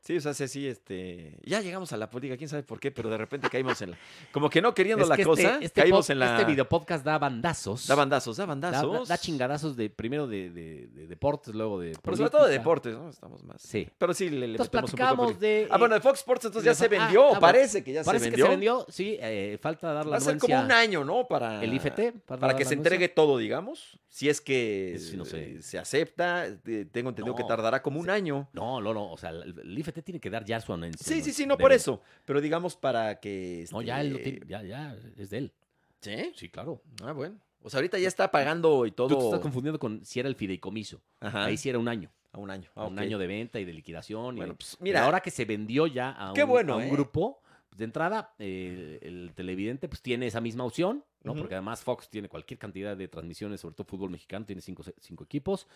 [SPEAKER 1] Sí, o sea, sí, sí, este. Ya llegamos a la política, quién sabe por qué, pero de repente caímos en la. Como que no queriendo
[SPEAKER 2] Es
[SPEAKER 1] la
[SPEAKER 2] que este-
[SPEAKER 1] cosa,
[SPEAKER 2] este,
[SPEAKER 1] caímos
[SPEAKER 2] pod-
[SPEAKER 1] en la.
[SPEAKER 2] Este video podcast da bandazos.
[SPEAKER 1] Da bandazos, da
[SPEAKER 2] Da- da-
[SPEAKER 1] bandazos.
[SPEAKER 2] da chingadazos de, primero de, de- de deportes, luego de.
[SPEAKER 1] Pero sobre todo de
[SPEAKER 2] política.
[SPEAKER 1] deportes, ¿no? Estamos más.
[SPEAKER 2] Sí.
[SPEAKER 1] Pero sí, le, le
[SPEAKER 2] Entonces
[SPEAKER 1] metemos un poco a
[SPEAKER 2] platicamos
[SPEAKER 1] política.
[SPEAKER 2] de.
[SPEAKER 1] Ah,
[SPEAKER 2] eh,
[SPEAKER 1] bueno, de Fox Sports entonces ya se
[SPEAKER 2] Ah,
[SPEAKER 1] vendió,
[SPEAKER 2] ah, bueno.
[SPEAKER 1] parece que ya
[SPEAKER 2] parece
[SPEAKER 1] se
[SPEAKER 2] que
[SPEAKER 1] vendió.
[SPEAKER 2] se vendió, sí. eh, falta dar la
[SPEAKER 1] Va a ser como
[SPEAKER 2] anuencia.
[SPEAKER 1] un año, ¿no? Para
[SPEAKER 2] El IFT. Para,
[SPEAKER 1] Para
[SPEAKER 2] dar
[SPEAKER 1] que
[SPEAKER 2] la
[SPEAKER 1] se
[SPEAKER 2] anuencia.
[SPEAKER 1] entregue todo, digamos. Si es que
[SPEAKER 2] Eso sí no sé.
[SPEAKER 1] eh, se acepta, eh, tengo entendido que
[SPEAKER 2] No,
[SPEAKER 1] tardará como un año.
[SPEAKER 2] No, no, no. O sea, el, el IFT tiene que dar ya su anuencia.
[SPEAKER 1] Sí, sí, sí, no por
[SPEAKER 2] Debe.
[SPEAKER 1] eso. Pero digamos para que.
[SPEAKER 2] No,
[SPEAKER 1] este,
[SPEAKER 2] ya él lo tiene. Ya, ya. Es de él.
[SPEAKER 1] ¿Sí?
[SPEAKER 2] Sí, claro.
[SPEAKER 1] Ah, bueno. O sea, ahorita ya está pagando y todo. Ah.
[SPEAKER 2] Tú te estás confundiendo con si era el fideicomiso.
[SPEAKER 1] Ajá.
[SPEAKER 2] Ahí sí era un año.
[SPEAKER 1] A un año. Ah,
[SPEAKER 2] un año de venta y de liquidación. y
[SPEAKER 1] Bueno,
[SPEAKER 2] de-
[SPEAKER 1] pues,
[SPEAKER 2] Mira,
[SPEAKER 1] mira.
[SPEAKER 2] ahora que se vendió ya a un,
[SPEAKER 1] Qué bueno,
[SPEAKER 2] a un
[SPEAKER 1] ¿eh?
[SPEAKER 2] grupo, pues, de entrada, eh, el televidente pues tiene esa misma opción, ¿no?
[SPEAKER 1] Ujú.
[SPEAKER 2] Porque además Fox tiene cualquier cantidad de transmisiones, sobre todo fútbol mexicano, tiene cinco, cinco equipos,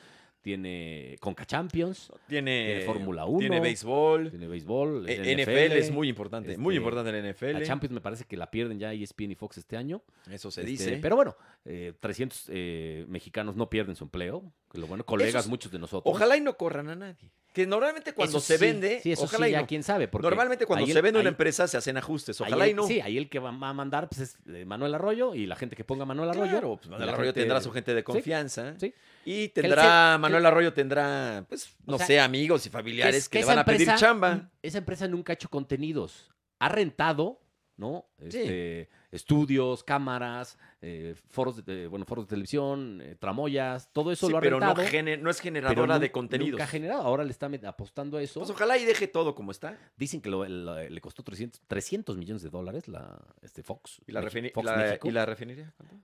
[SPEAKER 2] tiene Conca Champions,
[SPEAKER 1] Tiene
[SPEAKER 2] Tiene Fórmula Uno.
[SPEAKER 1] Tiene béisbol.
[SPEAKER 2] tiene béisbol,
[SPEAKER 1] eh, NFL, es muy importante. muy
[SPEAKER 2] este,
[SPEAKER 1] importante el NFL.
[SPEAKER 2] La Champions me parece que la pierden ya ESPN y Fox este año.
[SPEAKER 1] Eso se
[SPEAKER 2] Este,
[SPEAKER 1] dice.
[SPEAKER 2] Pero bueno, eh, 300 eh, mexicanos no pierden su empleo. Que lo bueno, colegas
[SPEAKER 1] Esos-
[SPEAKER 2] muchos de nosotros.
[SPEAKER 1] Ojalá y no corran a nadie. Que normalmente cuando
[SPEAKER 2] Eso
[SPEAKER 1] se
[SPEAKER 2] sí,
[SPEAKER 1] vende,
[SPEAKER 2] sí, eso
[SPEAKER 1] ojalá y
[SPEAKER 2] sí, ya
[SPEAKER 1] no.
[SPEAKER 2] quién sabe. porque
[SPEAKER 1] Normalmente cuando
[SPEAKER 2] ahí
[SPEAKER 1] se
[SPEAKER 2] el-
[SPEAKER 1] vende una
[SPEAKER 2] ahí-
[SPEAKER 1] empresa se hacen ajustes.
[SPEAKER 2] Ahí
[SPEAKER 1] Pues Ojalá
[SPEAKER 2] el-
[SPEAKER 1] y no.
[SPEAKER 2] Sí, ahí el que va va a mandar pues, es eh, Manuel Arroyo y la gente que ponga Manuel Arroyo.
[SPEAKER 1] Claro, pues,
[SPEAKER 2] y
[SPEAKER 1] Manuel
[SPEAKER 2] la
[SPEAKER 1] Arroyo
[SPEAKER 2] gente-
[SPEAKER 1] tendrá su gente de confianza.
[SPEAKER 2] sí.
[SPEAKER 1] Y
[SPEAKER 2] le
[SPEAKER 1] tendrá,
[SPEAKER 2] sea-
[SPEAKER 1] Manuel
[SPEAKER 2] que-
[SPEAKER 1] Arroyo tendrá, pues,
[SPEAKER 2] O
[SPEAKER 1] no
[SPEAKER 2] sea,
[SPEAKER 1] sé, amigos y familiares que,
[SPEAKER 2] es-
[SPEAKER 1] le
[SPEAKER 2] esa
[SPEAKER 1] van a pedir
[SPEAKER 2] empresa-
[SPEAKER 1] chamba.
[SPEAKER 2] Esa empresa nunca ha hecho contenidos. Ha rentado, ¿no? Este, Estudios, cámaras, eh, foros, de, bueno, foros de televisión, eh, tramoyas, todo eso
[SPEAKER 1] Sí,
[SPEAKER 2] lo ha
[SPEAKER 1] pero no,
[SPEAKER 2] rentado.
[SPEAKER 1] gene- no es
[SPEAKER 2] pero
[SPEAKER 1] generadora
[SPEAKER 2] nun-
[SPEAKER 1] de contenidos.
[SPEAKER 2] Nunca ha generado. Ahora le está met- apostando a eso.
[SPEAKER 1] Pues ojalá y deje todo como está.
[SPEAKER 2] Dicen que lo- la- le costó 300, 300 millones de dólares la este Fox.
[SPEAKER 1] ¿Y la,
[SPEAKER 2] Mex-
[SPEAKER 1] refini-
[SPEAKER 2] Fox
[SPEAKER 1] la-
[SPEAKER 2] México,
[SPEAKER 1] y la refinería? ¿Cuánto?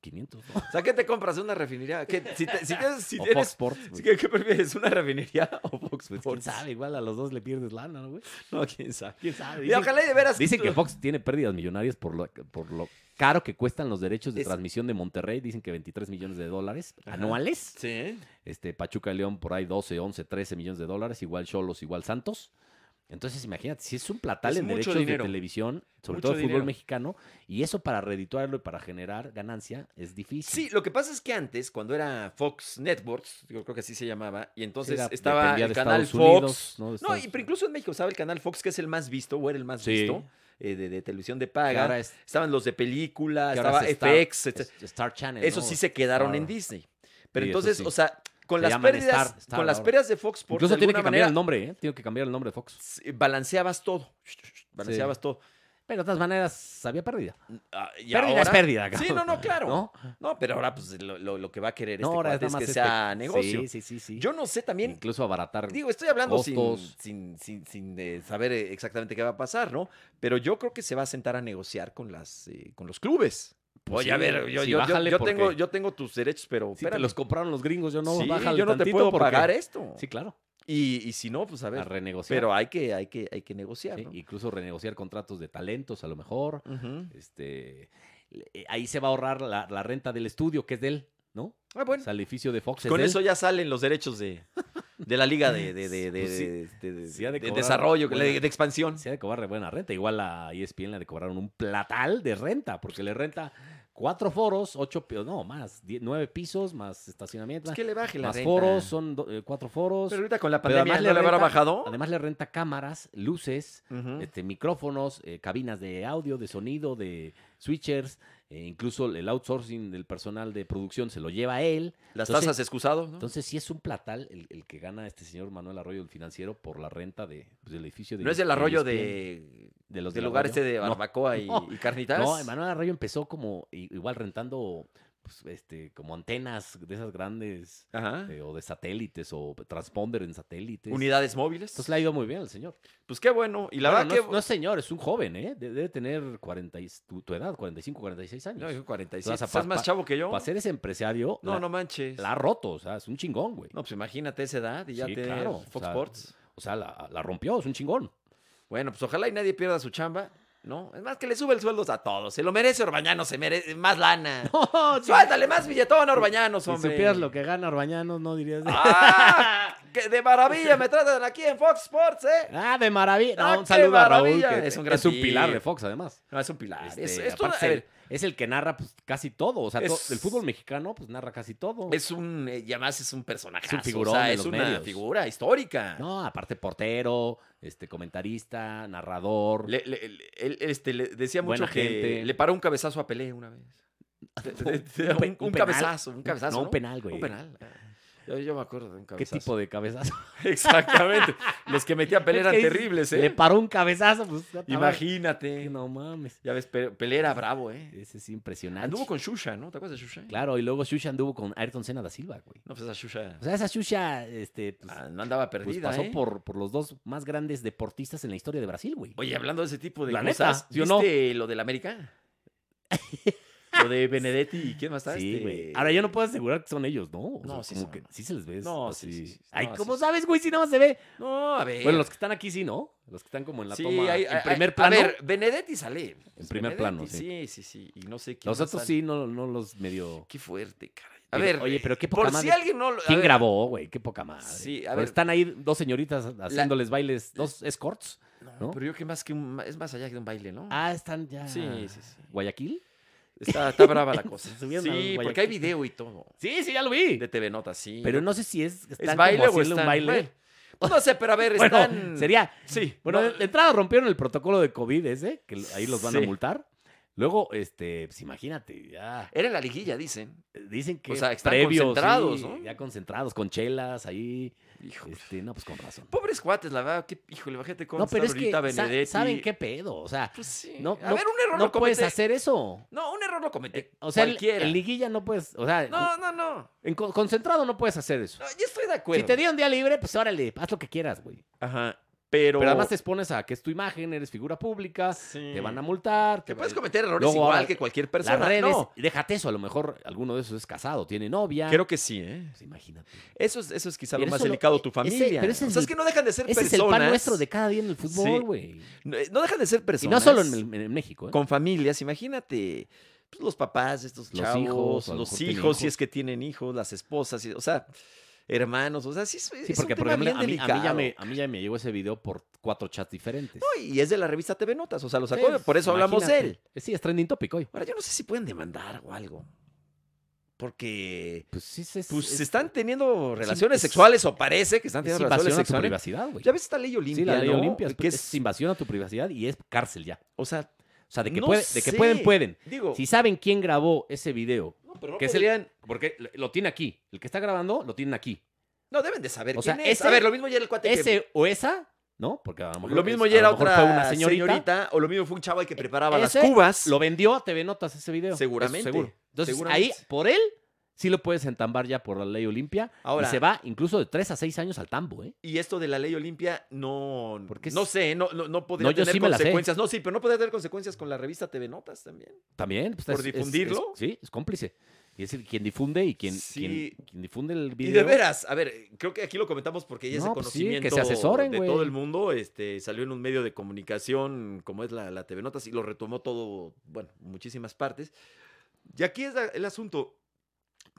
[SPEAKER 2] 500, ¿no?
[SPEAKER 1] O sea, ¿qué te compras? ¿Una refinería? ¿Qué- si te- si tienes- si
[SPEAKER 2] o
[SPEAKER 1] eres-
[SPEAKER 2] Fox Sports. güey.
[SPEAKER 1] ¿Qué, qué prefieres? ¿Una refinería o Fox
[SPEAKER 2] Pues quién
[SPEAKER 1] Sports?
[SPEAKER 2] sabe, igual a los dos le pierdes lana, ¿no, güey?
[SPEAKER 1] No, quién sabe.
[SPEAKER 2] ¿Quién sabe?
[SPEAKER 1] Y
[SPEAKER 2] Dicen,
[SPEAKER 1] ojalá y de veras.
[SPEAKER 2] dicen que Fox tiene pérdidas millonarias por lo, por lo caro que cuestan los derechos de
[SPEAKER 1] Es-
[SPEAKER 2] transmisión de Monterrey. Dicen que 23 millones de dólares
[SPEAKER 1] Ajá.
[SPEAKER 2] anuales.
[SPEAKER 1] Sí. ¿eh?
[SPEAKER 2] Este, Pachuca y León por ahí 12, 11, 13 millones de dólares. Igual Cholos, igual Santos. Entonces, imagínate, si es un platal
[SPEAKER 1] Es
[SPEAKER 2] en
[SPEAKER 1] mucho
[SPEAKER 2] derechos
[SPEAKER 1] dinero.
[SPEAKER 2] de televisión, sobre
[SPEAKER 1] Mucho
[SPEAKER 2] todo de fútbol
[SPEAKER 1] dinero.
[SPEAKER 2] mexicano, y eso para redituarlo y para generar ganancia es difícil.
[SPEAKER 1] Sí, lo que pasa es que antes, cuando era Fox Networks, yo creo que así se llamaba, y entonces
[SPEAKER 2] Era-
[SPEAKER 1] estaba
[SPEAKER 2] dependía
[SPEAKER 1] el
[SPEAKER 2] de
[SPEAKER 1] canal
[SPEAKER 2] Estados Unidos,
[SPEAKER 1] Fox.
[SPEAKER 2] ¿no?
[SPEAKER 1] no,
[SPEAKER 2] De Estados-
[SPEAKER 1] y, pero incluso en México estaba el canal Fox, que es el más visto, o era el más
[SPEAKER 2] Sí.
[SPEAKER 1] visto, eh, de, de televisión de
[SPEAKER 2] Que
[SPEAKER 1] paga.
[SPEAKER 2] ahora es-
[SPEAKER 1] Estaban los de película,
[SPEAKER 2] que ahora
[SPEAKER 1] estaba
[SPEAKER 2] es Star-
[SPEAKER 1] FX, etc.
[SPEAKER 2] es Star Channel.
[SPEAKER 1] este, Eso
[SPEAKER 2] ¿no?
[SPEAKER 1] sí se quedaron en
[SPEAKER 2] Star.
[SPEAKER 1] Disney. Pero
[SPEAKER 2] Sí, eso
[SPEAKER 1] entonces,
[SPEAKER 2] sí.
[SPEAKER 1] o sea, con
[SPEAKER 2] Se
[SPEAKER 1] las
[SPEAKER 2] llaman
[SPEAKER 1] pérdidas,
[SPEAKER 2] Star- Star
[SPEAKER 1] con las
[SPEAKER 2] ahora.
[SPEAKER 1] pérdidas de Fox Sports,
[SPEAKER 2] Incluso
[SPEAKER 1] de
[SPEAKER 2] tiene que
[SPEAKER 1] alguna
[SPEAKER 2] cambiar el
[SPEAKER 1] manera,
[SPEAKER 2] nombre, ¿eh? Tiene que cambiar el nombre de Fox.
[SPEAKER 1] s- balanceabas todo. Balanceabas todo.
[SPEAKER 2] Pero de todas maneras, había pérdida.
[SPEAKER 1] Ah, y
[SPEAKER 2] pérdida es
[SPEAKER 1] ahora-
[SPEAKER 2] pérdida,
[SPEAKER 1] Sí,
[SPEAKER 2] cabrón,
[SPEAKER 1] no, no, claro.
[SPEAKER 2] ¿no?
[SPEAKER 1] No, pero ahora pues lo, lo- lo que va a querer
[SPEAKER 2] No,
[SPEAKER 1] este
[SPEAKER 2] ahora
[SPEAKER 1] cuate
[SPEAKER 2] nada
[SPEAKER 1] es
[SPEAKER 2] más
[SPEAKER 1] que
[SPEAKER 2] este-
[SPEAKER 1] sea negocio.
[SPEAKER 2] Sí, sí, sí. sí.
[SPEAKER 1] Yo no sé también,
[SPEAKER 2] Incluso abaratar.
[SPEAKER 1] digo, estoy hablando sin,
[SPEAKER 2] costos.
[SPEAKER 1] sin, sin, sin, eh, saber eh, exactamente qué va a pasar, ¿no? Pero yo creo que se va a sentar a negociar con las eh, con los clubes.
[SPEAKER 2] Pues
[SPEAKER 1] Oye,
[SPEAKER 2] sí,
[SPEAKER 1] a ver, yo,
[SPEAKER 2] sí,
[SPEAKER 1] yo, yo-
[SPEAKER 2] bájale
[SPEAKER 1] yo
[SPEAKER 2] porque
[SPEAKER 1] tengo, yo tengo tus derechos, pero
[SPEAKER 2] si te
[SPEAKER 1] espérame.
[SPEAKER 2] los compraron los gringos, yo no.
[SPEAKER 1] Sí,
[SPEAKER 2] bájale
[SPEAKER 1] yo no te
[SPEAKER 2] tantito
[SPEAKER 1] puedo
[SPEAKER 2] porque-
[SPEAKER 1] pagar esto.
[SPEAKER 2] Sí, claro.
[SPEAKER 1] Y, y si no, pues a
[SPEAKER 2] A
[SPEAKER 1] ver.
[SPEAKER 2] renegociar.
[SPEAKER 1] pero hay que, hay que, hay que negociar,
[SPEAKER 2] Sí,
[SPEAKER 1] ¿no?
[SPEAKER 2] Incluso renegociar contratos de talentos, a lo mejor.
[SPEAKER 1] Ujú.
[SPEAKER 2] Este, eh, ahí se va a ahorrar la, la renta del estudio, que es de él, ¿no?
[SPEAKER 1] Ah, bueno.
[SPEAKER 2] O sea, el edificio de Fox es
[SPEAKER 1] Con
[SPEAKER 2] de él.
[SPEAKER 1] eso ya salen los derechos de, de la liga de, de, de, de,
[SPEAKER 2] Pues sí,
[SPEAKER 1] de- de- de-
[SPEAKER 2] sí ha de
[SPEAKER 1] de
[SPEAKER 2] cobrar
[SPEAKER 1] desarrollo,
[SPEAKER 2] buena-
[SPEAKER 1] de, de expansión.
[SPEAKER 2] Se ha de cobrar buena renta. Igual a E ESPN le cobraron un platal de renta, porque le renta cuatro foros, ocho, pi- no, más, die- nueve pisos, más estacionamiento.
[SPEAKER 1] Pues que le baje la
[SPEAKER 2] más
[SPEAKER 1] renta.
[SPEAKER 2] foros, son do- eh, cuatro foros.
[SPEAKER 1] Pues, Pero ahorita con la
[SPEAKER 2] Pero
[SPEAKER 1] pandemia
[SPEAKER 2] además
[SPEAKER 1] no le habrá
[SPEAKER 2] renta-
[SPEAKER 1] bajado. Mm.
[SPEAKER 2] Además le renta cámaras, luces,
[SPEAKER 1] Ujú.
[SPEAKER 2] este, micrófonos, eh, cabinas de audio, de sonido, de switchers, eh, incluso el outsourcing del personal de producción se lo lleva a él.
[SPEAKER 1] Las
[SPEAKER 2] entonces-
[SPEAKER 1] tasas de excusado. ¿no?
[SPEAKER 2] Entonces sí es un platal el, el que gana este señor Manuel Arroyo, el financiero, por la renta de, pues, del edificio. De, E
[SPEAKER 1] ¿No es el arroyo
[SPEAKER 2] ESPN,
[SPEAKER 1] de,
[SPEAKER 2] de los
[SPEAKER 1] del
[SPEAKER 2] del
[SPEAKER 1] lugar
[SPEAKER 2] Arroyo?
[SPEAKER 1] este de
[SPEAKER 2] No.
[SPEAKER 1] barbacoa y,
[SPEAKER 2] no,
[SPEAKER 1] y carnitas?
[SPEAKER 2] No, Manuel Arroyo empezó como i- igual rentando pues, este, como antenas de esas grandes
[SPEAKER 1] Ajá.
[SPEAKER 2] eh, o de satélites o transponder en satélites.
[SPEAKER 1] Unidades móviles.
[SPEAKER 2] Entonces le ha ido muy bien al señor.
[SPEAKER 1] Pues qué bueno. Y la
[SPEAKER 2] Bueno,
[SPEAKER 1] verdad
[SPEAKER 2] no, es,
[SPEAKER 1] que...
[SPEAKER 2] no es señor, es un joven, ¿eh? De- Debe tener 40 y- tu, tu edad, 45, 46
[SPEAKER 1] No,
[SPEAKER 2] años.
[SPEAKER 1] yo 46.
[SPEAKER 2] Vas a
[SPEAKER 1] ¿Estás
[SPEAKER 2] pa-
[SPEAKER 1] más
[SPEAKER 2] pa-
[SPEAKER 1] chavo que yo?
[SPEAKER 2] Para ser ese empresario,
[SPEAKER 1] No,
[SPEAKER 2] la,
[SPEAKER 1] no manches.
[SPEAKER 2] la ha roto, o sea, es un chingón, güey.
[SPEAKER 1] No, pues imagínate esa edad y ya
[SPEAKER 2] Sí,
[SPEAKER 1] tener
[SPEAKER 2] claro,
[SPEAKER 1] Fox
[SPEAKER 2] o sea,
[SPEAKER 1] Sports.
[SPEAKER 2] O sea, la, la rompió, es un chingón.
[SPEAKER 1] Bueno, pues ojalá y nadie pierda su chamba, ¿no? Es más, que le sube el sueldo a todos. Se lo merece Orbañano, se merece más lana. Suéltale más billetón a Orbañanos, hombre.
[SPEAKER 2] que gana Orbañanos, no dirías. Ah,
[SPEAKER 1] ¡Ah! que de maravilla me tratan aquí en Fox Sports, ¿eh?
[SPEAKER 2] de maravilla.
[SPEAKER 1] Ah,
[SPEAKER 2] No, un
[SPEAKER 1] qué
[SPEAKER 2] saludo a Raúl,
[SPEAKER 1] maravilla.
[SPEAKER 2] que
[SPEAKER 1] Es
[SPEAKER 2] es
[SPEAKER 1] un
[SPEAKER 2] un,
[SPEAKER 1] gran
[SPEAKER 2] pilar
[SPEAKER 1] tipo.
[SPEAKER 2] de Fox, además.
[SPEAKER 1] No, es un pilar.
[SPEAKER 2] Este,
[SPEAKER 1] es, es todo-
[SPEAKER 2] aparte,
[SPEAKER 1] a ver,
[SPEAKER 2] es es el que narra pues, casi todo. O sea, to-
[SPEAKER 1] Es-
[SPEAKER 2] el fútbol mexicano pues narra casi todo.
[SPEAKER 1] Es un, eh, y además es un personaje.
[SPEAKER 2] Es un figurón de
[SPEAKER 1] es
[SPEAKER 2] los
[SPEAKER 1] una
[SPEAKER 2] medios.
[SPEAKER 1] figura histórica.
[SPEAKER 2] No, aparte portero, este comentarista, narrador.
[SPEAKER 1] Le- le- le- él, este, le decía mucho
[SPEAKER 2] Buena
[SPEAKER 1] que
[SPEAKER 2] gente.
[SPEAKER 1] le paró un cabezazo a Pelé una vez.
[SPEAKER 2] pe-
[SPEAKER 1] un,
[SPEAKER 2] un
[SPEAKER 1] un
[SPEAKER 2] penal.
[SPEAKER 1] cabezazo, un cabezazo.
[SPEAKER 2] no,
[SPEAKER 1] ¿no?
[SPEAKER 2] un penal, güey.
[SPEAKER 1] Un penal. Yo, yo me acuerdo de un
[SPEAKER 2] ¿Qué
[SPEAKER 1] cabezazo.
[SPEAKER 2] tipo de cabezazo?
[SPEAKER 1] Exactamente. Los que metía Pelé
[SPEAKER 2] Es
[SPEAKER 1] eran
[SPEAKER 2] que dices,
[SPEAKER 1] terribles,
[SPEAKER 2] Le
[SPEAKER 1] ¿eh?
[SPEAKER 2] paró un cabezazo. Pues, ya estaba-
[SPEAKER 1] Imagínate.
[SPEAKER 2] No mames.
[SPEAKER 1] Ya ves, Pe- Pelé era bravo, ¿eh?
[SPEAKER 2] Ese es impresionante.
[SPEAKER 1] Anduvo con Shusha, ¿no? ¿Te acuerdas de Shusha?
[SPEAKER 2] Claro, y luego Xuxa anduvo con Ayrton Senna da Silva, güey.
[SPEAKER 1] No, pues esa Shusha
[SPEAKER 2] O sea, esa Xuxa, este, pues,
[SPEAKER 1] ah, no andaba
[SPEAKER 2] pues,
[SPEAKER 1] perdida,
[SPEAKER 2] pasó
[SPEAKER 1] ¿eh?
[SPEAKER 2] por, por los dos más grandes deportistas en la historia de Brasil, güey.
[SPEAKER 1] Oye, hablando de ese tipo de
[SPEAKER 2] La
[SPEAKER 1] cosas,
[SPEAKER 2] neta, ¿sí o no?
[SPEAKER 1] ¿viste lo del América? lo de Benedetti y quién más está.
[SPEAKER 2] Sí,
[SPEAKER 1] Este-
[SPEAKER 2] güey. Ahora yo no puedo asegurar que son ellos, ¿no? O
[SPEAKER 1] No, sí
[SPEAKER 2] sea, como
[SPEAKER 1] son.
[SPEAKER 2] que sí se les ve.
[SPEAKER 1] No, sí, sí,
[SPEAKER 2] así.
[SPEAKER 1] sí.
[SPEAKER 2] Ay,
[SPEAKER 1] No,
[SPEAKER 2] ¿cómo
[SPEAKER 1] sí.
[SPEAKER 2] sabes, güey? Si nada más se ve.
[SPEAKER 1] No, a ver.
[SPEAKER 2] Bueno, los que están aquí sí, ¿no? Los que están como en la
[SPEAKER 1] Sí,
[SPEAKER 2] toma
[SPEAKER 1] hay- hay-
[SPEAKER 2] en primer
[SPEAKER 1] a
[SPEAKER 2] plano.
[SPEAKER 1] ver, Benedetti sale. Pues,
[SPEAKER 2] primer
[SPEAKER 1] Benedetti,
[SPEAKER 2] plano,
[SPEAKER 1] sí. Sí, sí, Y no sé quién
[SPEAKER 2] los
[SPEAKER 1] más
[SPEAKER 2] otros
[SPEAKER 1] sale.
[SPEAKER 2] sí, no, no los medio.
[SPEAKER 1] Qué fuerte, caray. A
[SPEAKER 2] Pero,
[SPEAKER 1] ver. eh,
[SPEAKER 2] oye, pero qué poca
[SPEAKER 1] Por si
[SPEAKER 2] madre.
[SPEAKER 1] alguien no lo. a
[SPEAKER 2] ¿Quién
[SPEAKER 1] ver,
[SPEAKER 2] grabó, güey? Qué poca madre.
[SPEAKER 1] Sí, a
[SPEAKER 2] Pero
[SPEAKER 1] ver.
[SPEAKER 2] Están ahí dos señoritas haciéndoles bailes, dos escorts.
[SPEAKER 1] No,
[SPEAKER 2] ¿no?
[SPEAKER 1] pero yo que más que un- es más allá que un baile, ¿no?
[SPEAKER 2] Ah, están ya.
[SPEAKER 1] Sí, sí, sí.
[SPEAKER 2] ¿Guayaquil?
[SPEAKER 1] Está, está brava la cosa.
[SPEAKER 2] Se subieron al
[SPEAKER 1] sí, porque
[SPEAKER 2] Guayaquil.
[SPEAKER 1] hay video y todo.
[SPEAKER 2] Sí, sí, ya lo vi.
[SPEAKER 1] De TV Notas, sí.
[SPEAKER 2] Pero no sé si es. Están
[SPEAKER 1] ¿Es baile
[SPEAKER 2] como
[SPEAKER 1] o
[SPEAKER 2] haciendo
[SPEAKER 1] están?
[SPEAKER 2] un baile.
[SPEAKER 1] Bueno, no sé, pero a ver,
[SPEAKER 2] Bueno,
[SPEAKER 1] están.
[SPEAKER 2] sería.
[SPEAKER 1] Sí.
[SPEAKER 2] Bueno,
[SPEAKER 1] no,
[SPEAKER 2] de entrada rompieron el protocolo de COVID ese, que ahí los van a
[SPEAKER 1] Sí.
[SPEAKER 2] multar. Luego, este, pues imagínate, ya.
[SPEAKER 1] Era en la liguilla, dicen.
[SPEAKER 2] Dicen que
[SPEAKER 1] O sea, están concentrados, ¿no?
[SPEAKER 2] Ya concentrados, con chelas ahí.
[SPEAKER 1] Híjole.
[SPEAKER 2] Este, no, pues con razón.
[SPEAKER 1] Pobres cuates, la verdad. Qué, híjole, bájate con
[SPEAKER 2] No, pero es que
[SPEAKER 1] ahorita
[SPEAKER 2] sa-
[SPEAKER 1] Benedetti.
[SPEAKER 2] saben qué pedo. O sea,
[SPEAKER 1] Pues sí.
[SPEAKER 2] No,
[SPEAKER 1] a
[SPEAKER 2] no-
[SPEAKER 1] ver, un error
[SPEAKER 2] no
[SPEAKER 1] lo
[SPEAKER 2] puedes
[SPEAKER 1] comete.
[SPEAKER 2] hacer eso.
[SPEAKER 1] No, un error lo comete.
[SPEAKER 2] Eh, O sea, en-
[SPEAKER 1] cualquiera.
[SPEAKER 2] en liguilla no puedes. O sea,
[SPEAKER 1] No, no, no.
[SPEAKER 2] en co- concentrado no puedes hacer eso.
[SPEAKER 1] No, yo estoy de acuerdo.
[SPEAKER 2] Si te dieron día libre, pues órale, haz lo que quieras, güey.
[SPEAKER 1] Ajá. Pero.
[SPEAKER 2] Pero además te expones a que es tu imagen, eres figura pública,
[SPEAKER 1] Sí.
[SPEAKER 2] te van a multar.
[SPEAKER 1] Que
[SPEAKER 2] te-
[SPEAKER 1] puedes cometer errores
[SPEAKER 2] Luego,
[SPEAKER 1] igual
[SPEAKER 2] ahora,
[SPEAKER 1] que cualquier
[SPEAKER 2] Las
[SPEAKER 1] persona.
[SPEAKER 2] redes,
[SPEAKER 1] No,
[SPEAKER 2] déjate eso, a lo mejor alguno de esos es casado, tiene novia.
[SPEAKER 1] creo que sí, ¿eh?
[SPEAKER 2] Pues imagínate.
[SPEAKER 1] Eso es, eso es quizá lo
[SPEAKER 2] Pero
[SPEAKER 1] más
[SPEAKER 2] eso lo-
[SPEAKER 1] delicado, tu
[SPEAKER 2] ese-
[SPEAKER 1] familia.
[SPEAKER 2] pero ese
[SPEAKER 1] o
[SPEAKER 2] es
[SPEAKER 1] sea, es
[SPEAKER 2] el-
[SPEAKER 1] que no dejan de ser
[SPEAKER 2] Ese
[SPEAKER 1] personas.
[SPEAKER 2] es el pan nuestro de cada día en el fútbol,
[SPEAKER 1] Sí.
[SPEAKER 2] güey.
[SPEAKER 1] No, eh, no dejan de ser
[SPEAKER 2] Y
[SPEAKER 1] personas.
[SPEAKER 2] no solo en, el- en México, ¿eh?
[SPEAKER 1] Con familias, imagínate. pues, los papás, de estos
[SPEAKER 2] Los
[SPEAKER 1] chavos,
[SPEAKER 2] hijos, o a lo mejor
[SPEAKER 1] los
[SPEAKER 2] tienen
[SPEAKER 1] hijos,
[SPEAKER 2] hijos.
[SPEAKER 1] si es que tienen hijos, las esposas, y- o sea, hermanos, o sea, sí, es,
[SPEAKER 2] Sí,
[SPEAKER 1] es
[SPEAKER 2] porque
[SPEAKER 1] un
[SPEAKER 2] por
[SPEAKER 1] tema
[SPEAKER 2] ejemplo,
[SPEAKER 1] bien
[SPEAKER 2] a mí, a mí ya
[SPEAKER 1] delicado.
[SPEAKER 2] me, a mí ya me llegó ese video por cuatro chats diferentes.
[SPEAKER 1] No, y es de la revista TV Notas, o sea, lo sacó,
[SPEAKER 2] Sí,
[SPEAKER 1] por eso hablamos de
[SPEAKER 2] imagínate.
[SPEAKER 1] él.
[SPEAKER 2] Eh, Sí, es trending topic hoy.
[SPEAKER 1] Ahora, yo no sé si pueden demandar o algo. Porque
[SPEAKER 2] Pues sí, es,
[SPEAKER 1] pues
[SPEAKER 2] es-
[SPEAKER 1] están teniendo relaciones
[SPEAKER 2] es-
[SPEAKER 1] sexuales o parece que están
[SPEAKER 2] es
[SPEAKER 1] teniendo
[SPEAKER 2] invasión
[SPEAKER 1] relaciones
[SPEAKER 2] a tu
[SPEAKER 1] sexuales.
[SPEAKER 2] privacidad, güey.
[SPEAKER 1] Ya ves esta ley
[SPEAKER 2] Sí,
[SPEAKER 1] Olimpia,
[SPEAKER 2] la ley
[SPEAKER 1] ¿no?
[SPEAKER 2] Olimpia es,
[SPEAKER 1] que es,
[SPEAKER 2] es Oh, invasión a tu privacidad y es cárcel ya.
[SPEAKER 1] o sea,
[SPEAKER 2] O sea, de que,
[SPEAKER 1] no
[SPEAKER 2] puede- de que
[SPEAKER 1] sé.
[SPEAKER 2] pueden, pueden.
[SPEAKER 1] Digo,
[SPEAKER 2] Si saben quién grabó ese video,
[SPEAKER 1] no, pero no
[SPEAKER 2] que es el-
[SPEAKER 1] podrían-
[SPEAKER 2] porque lo- lo tiene aquí. El que está grabando lo tienen aquí.
[SPEAKER 1] no deben de saber
[SPEAKER 2] O sea,
[SPEAKER 1] quién es.
[SPEAKER 2] ese-
[SPEAKER 1] a ver, lo mismo ya era el cuate que
[SPEAKER 2] Ese o esa, ¿no? Porque a lo mejor,
[SPEAKER 1] lo mismo
[SPEAKER 2] es-
[SPEAKER 1] ya
[SPEAKER 2] a
[SPEAKER 1] era
[SPEAKER 2] lo mejor
[SPEAKER 1] otra
[SPEAKER 2] fue una señorita, E-,
[SPEAKER 1] o lo mismo fue un chavo el que preparaba las
[SPEAKER 2] Ese
[SPEAKER 1] cubas.
[SPEAKER 2] Lo vendió a TV Notas ese video. eso
[SPEAKER 1] Seguramente,
[SPEAKER 2] seguro. Entonces
[SPEAKER 1] seguramente.
[SPEAKER 2] ahí, por él, sí lo puedes entambar ya por la ley Olimpia.
[SPEAKER 1] Ahora-
[SPEAKER 2] y se va incluso de 3 a 6 años al tambo, ¿eh?
[SPEAKER 1] Y esto de la ley Olimpia no
[SPEAKER 2] Porque es-
[SPEAKER 1] no sé, no no, no podría
[SPEAKER 2] No, yo
[SPEAKER 1] tener
[SPEAKER 2] sí me la sé.
[SPEAKER 1] consecuencias. No, sí, pero no podría tener consecuencias con la revista TV Notas también.
[SPEAKER 2] También. pues,
[SPEAKER 1] ¿Por
[SPEAKER 2] es- es-
[SPEAKER 1] difundirlo?
[SPEAKER 2] es- sí, es cómplice. Y es decir, quien difunde y quien,
[SPEAKER 1] Sí.
[SPEAKER 2] quien, quien difunde el video.
[SPEAKER 1] Y de veras, a ver, creo que aquí lo comentamos porque ya es de
[SPEAKER 2] No, pues sí,
[SPEAKER 1] conocimiento
[SPEAKER 2] que se asesoren,
[SPEAKER 1] de
[SPEAKER 2] güey.
[SPEAKER 1] todo el mundo. Este, salió en un medio de comunicación como es la, la TV Notas y lo retomó todo, bueno, muchísimas partes. Y aquí es la- el asunto.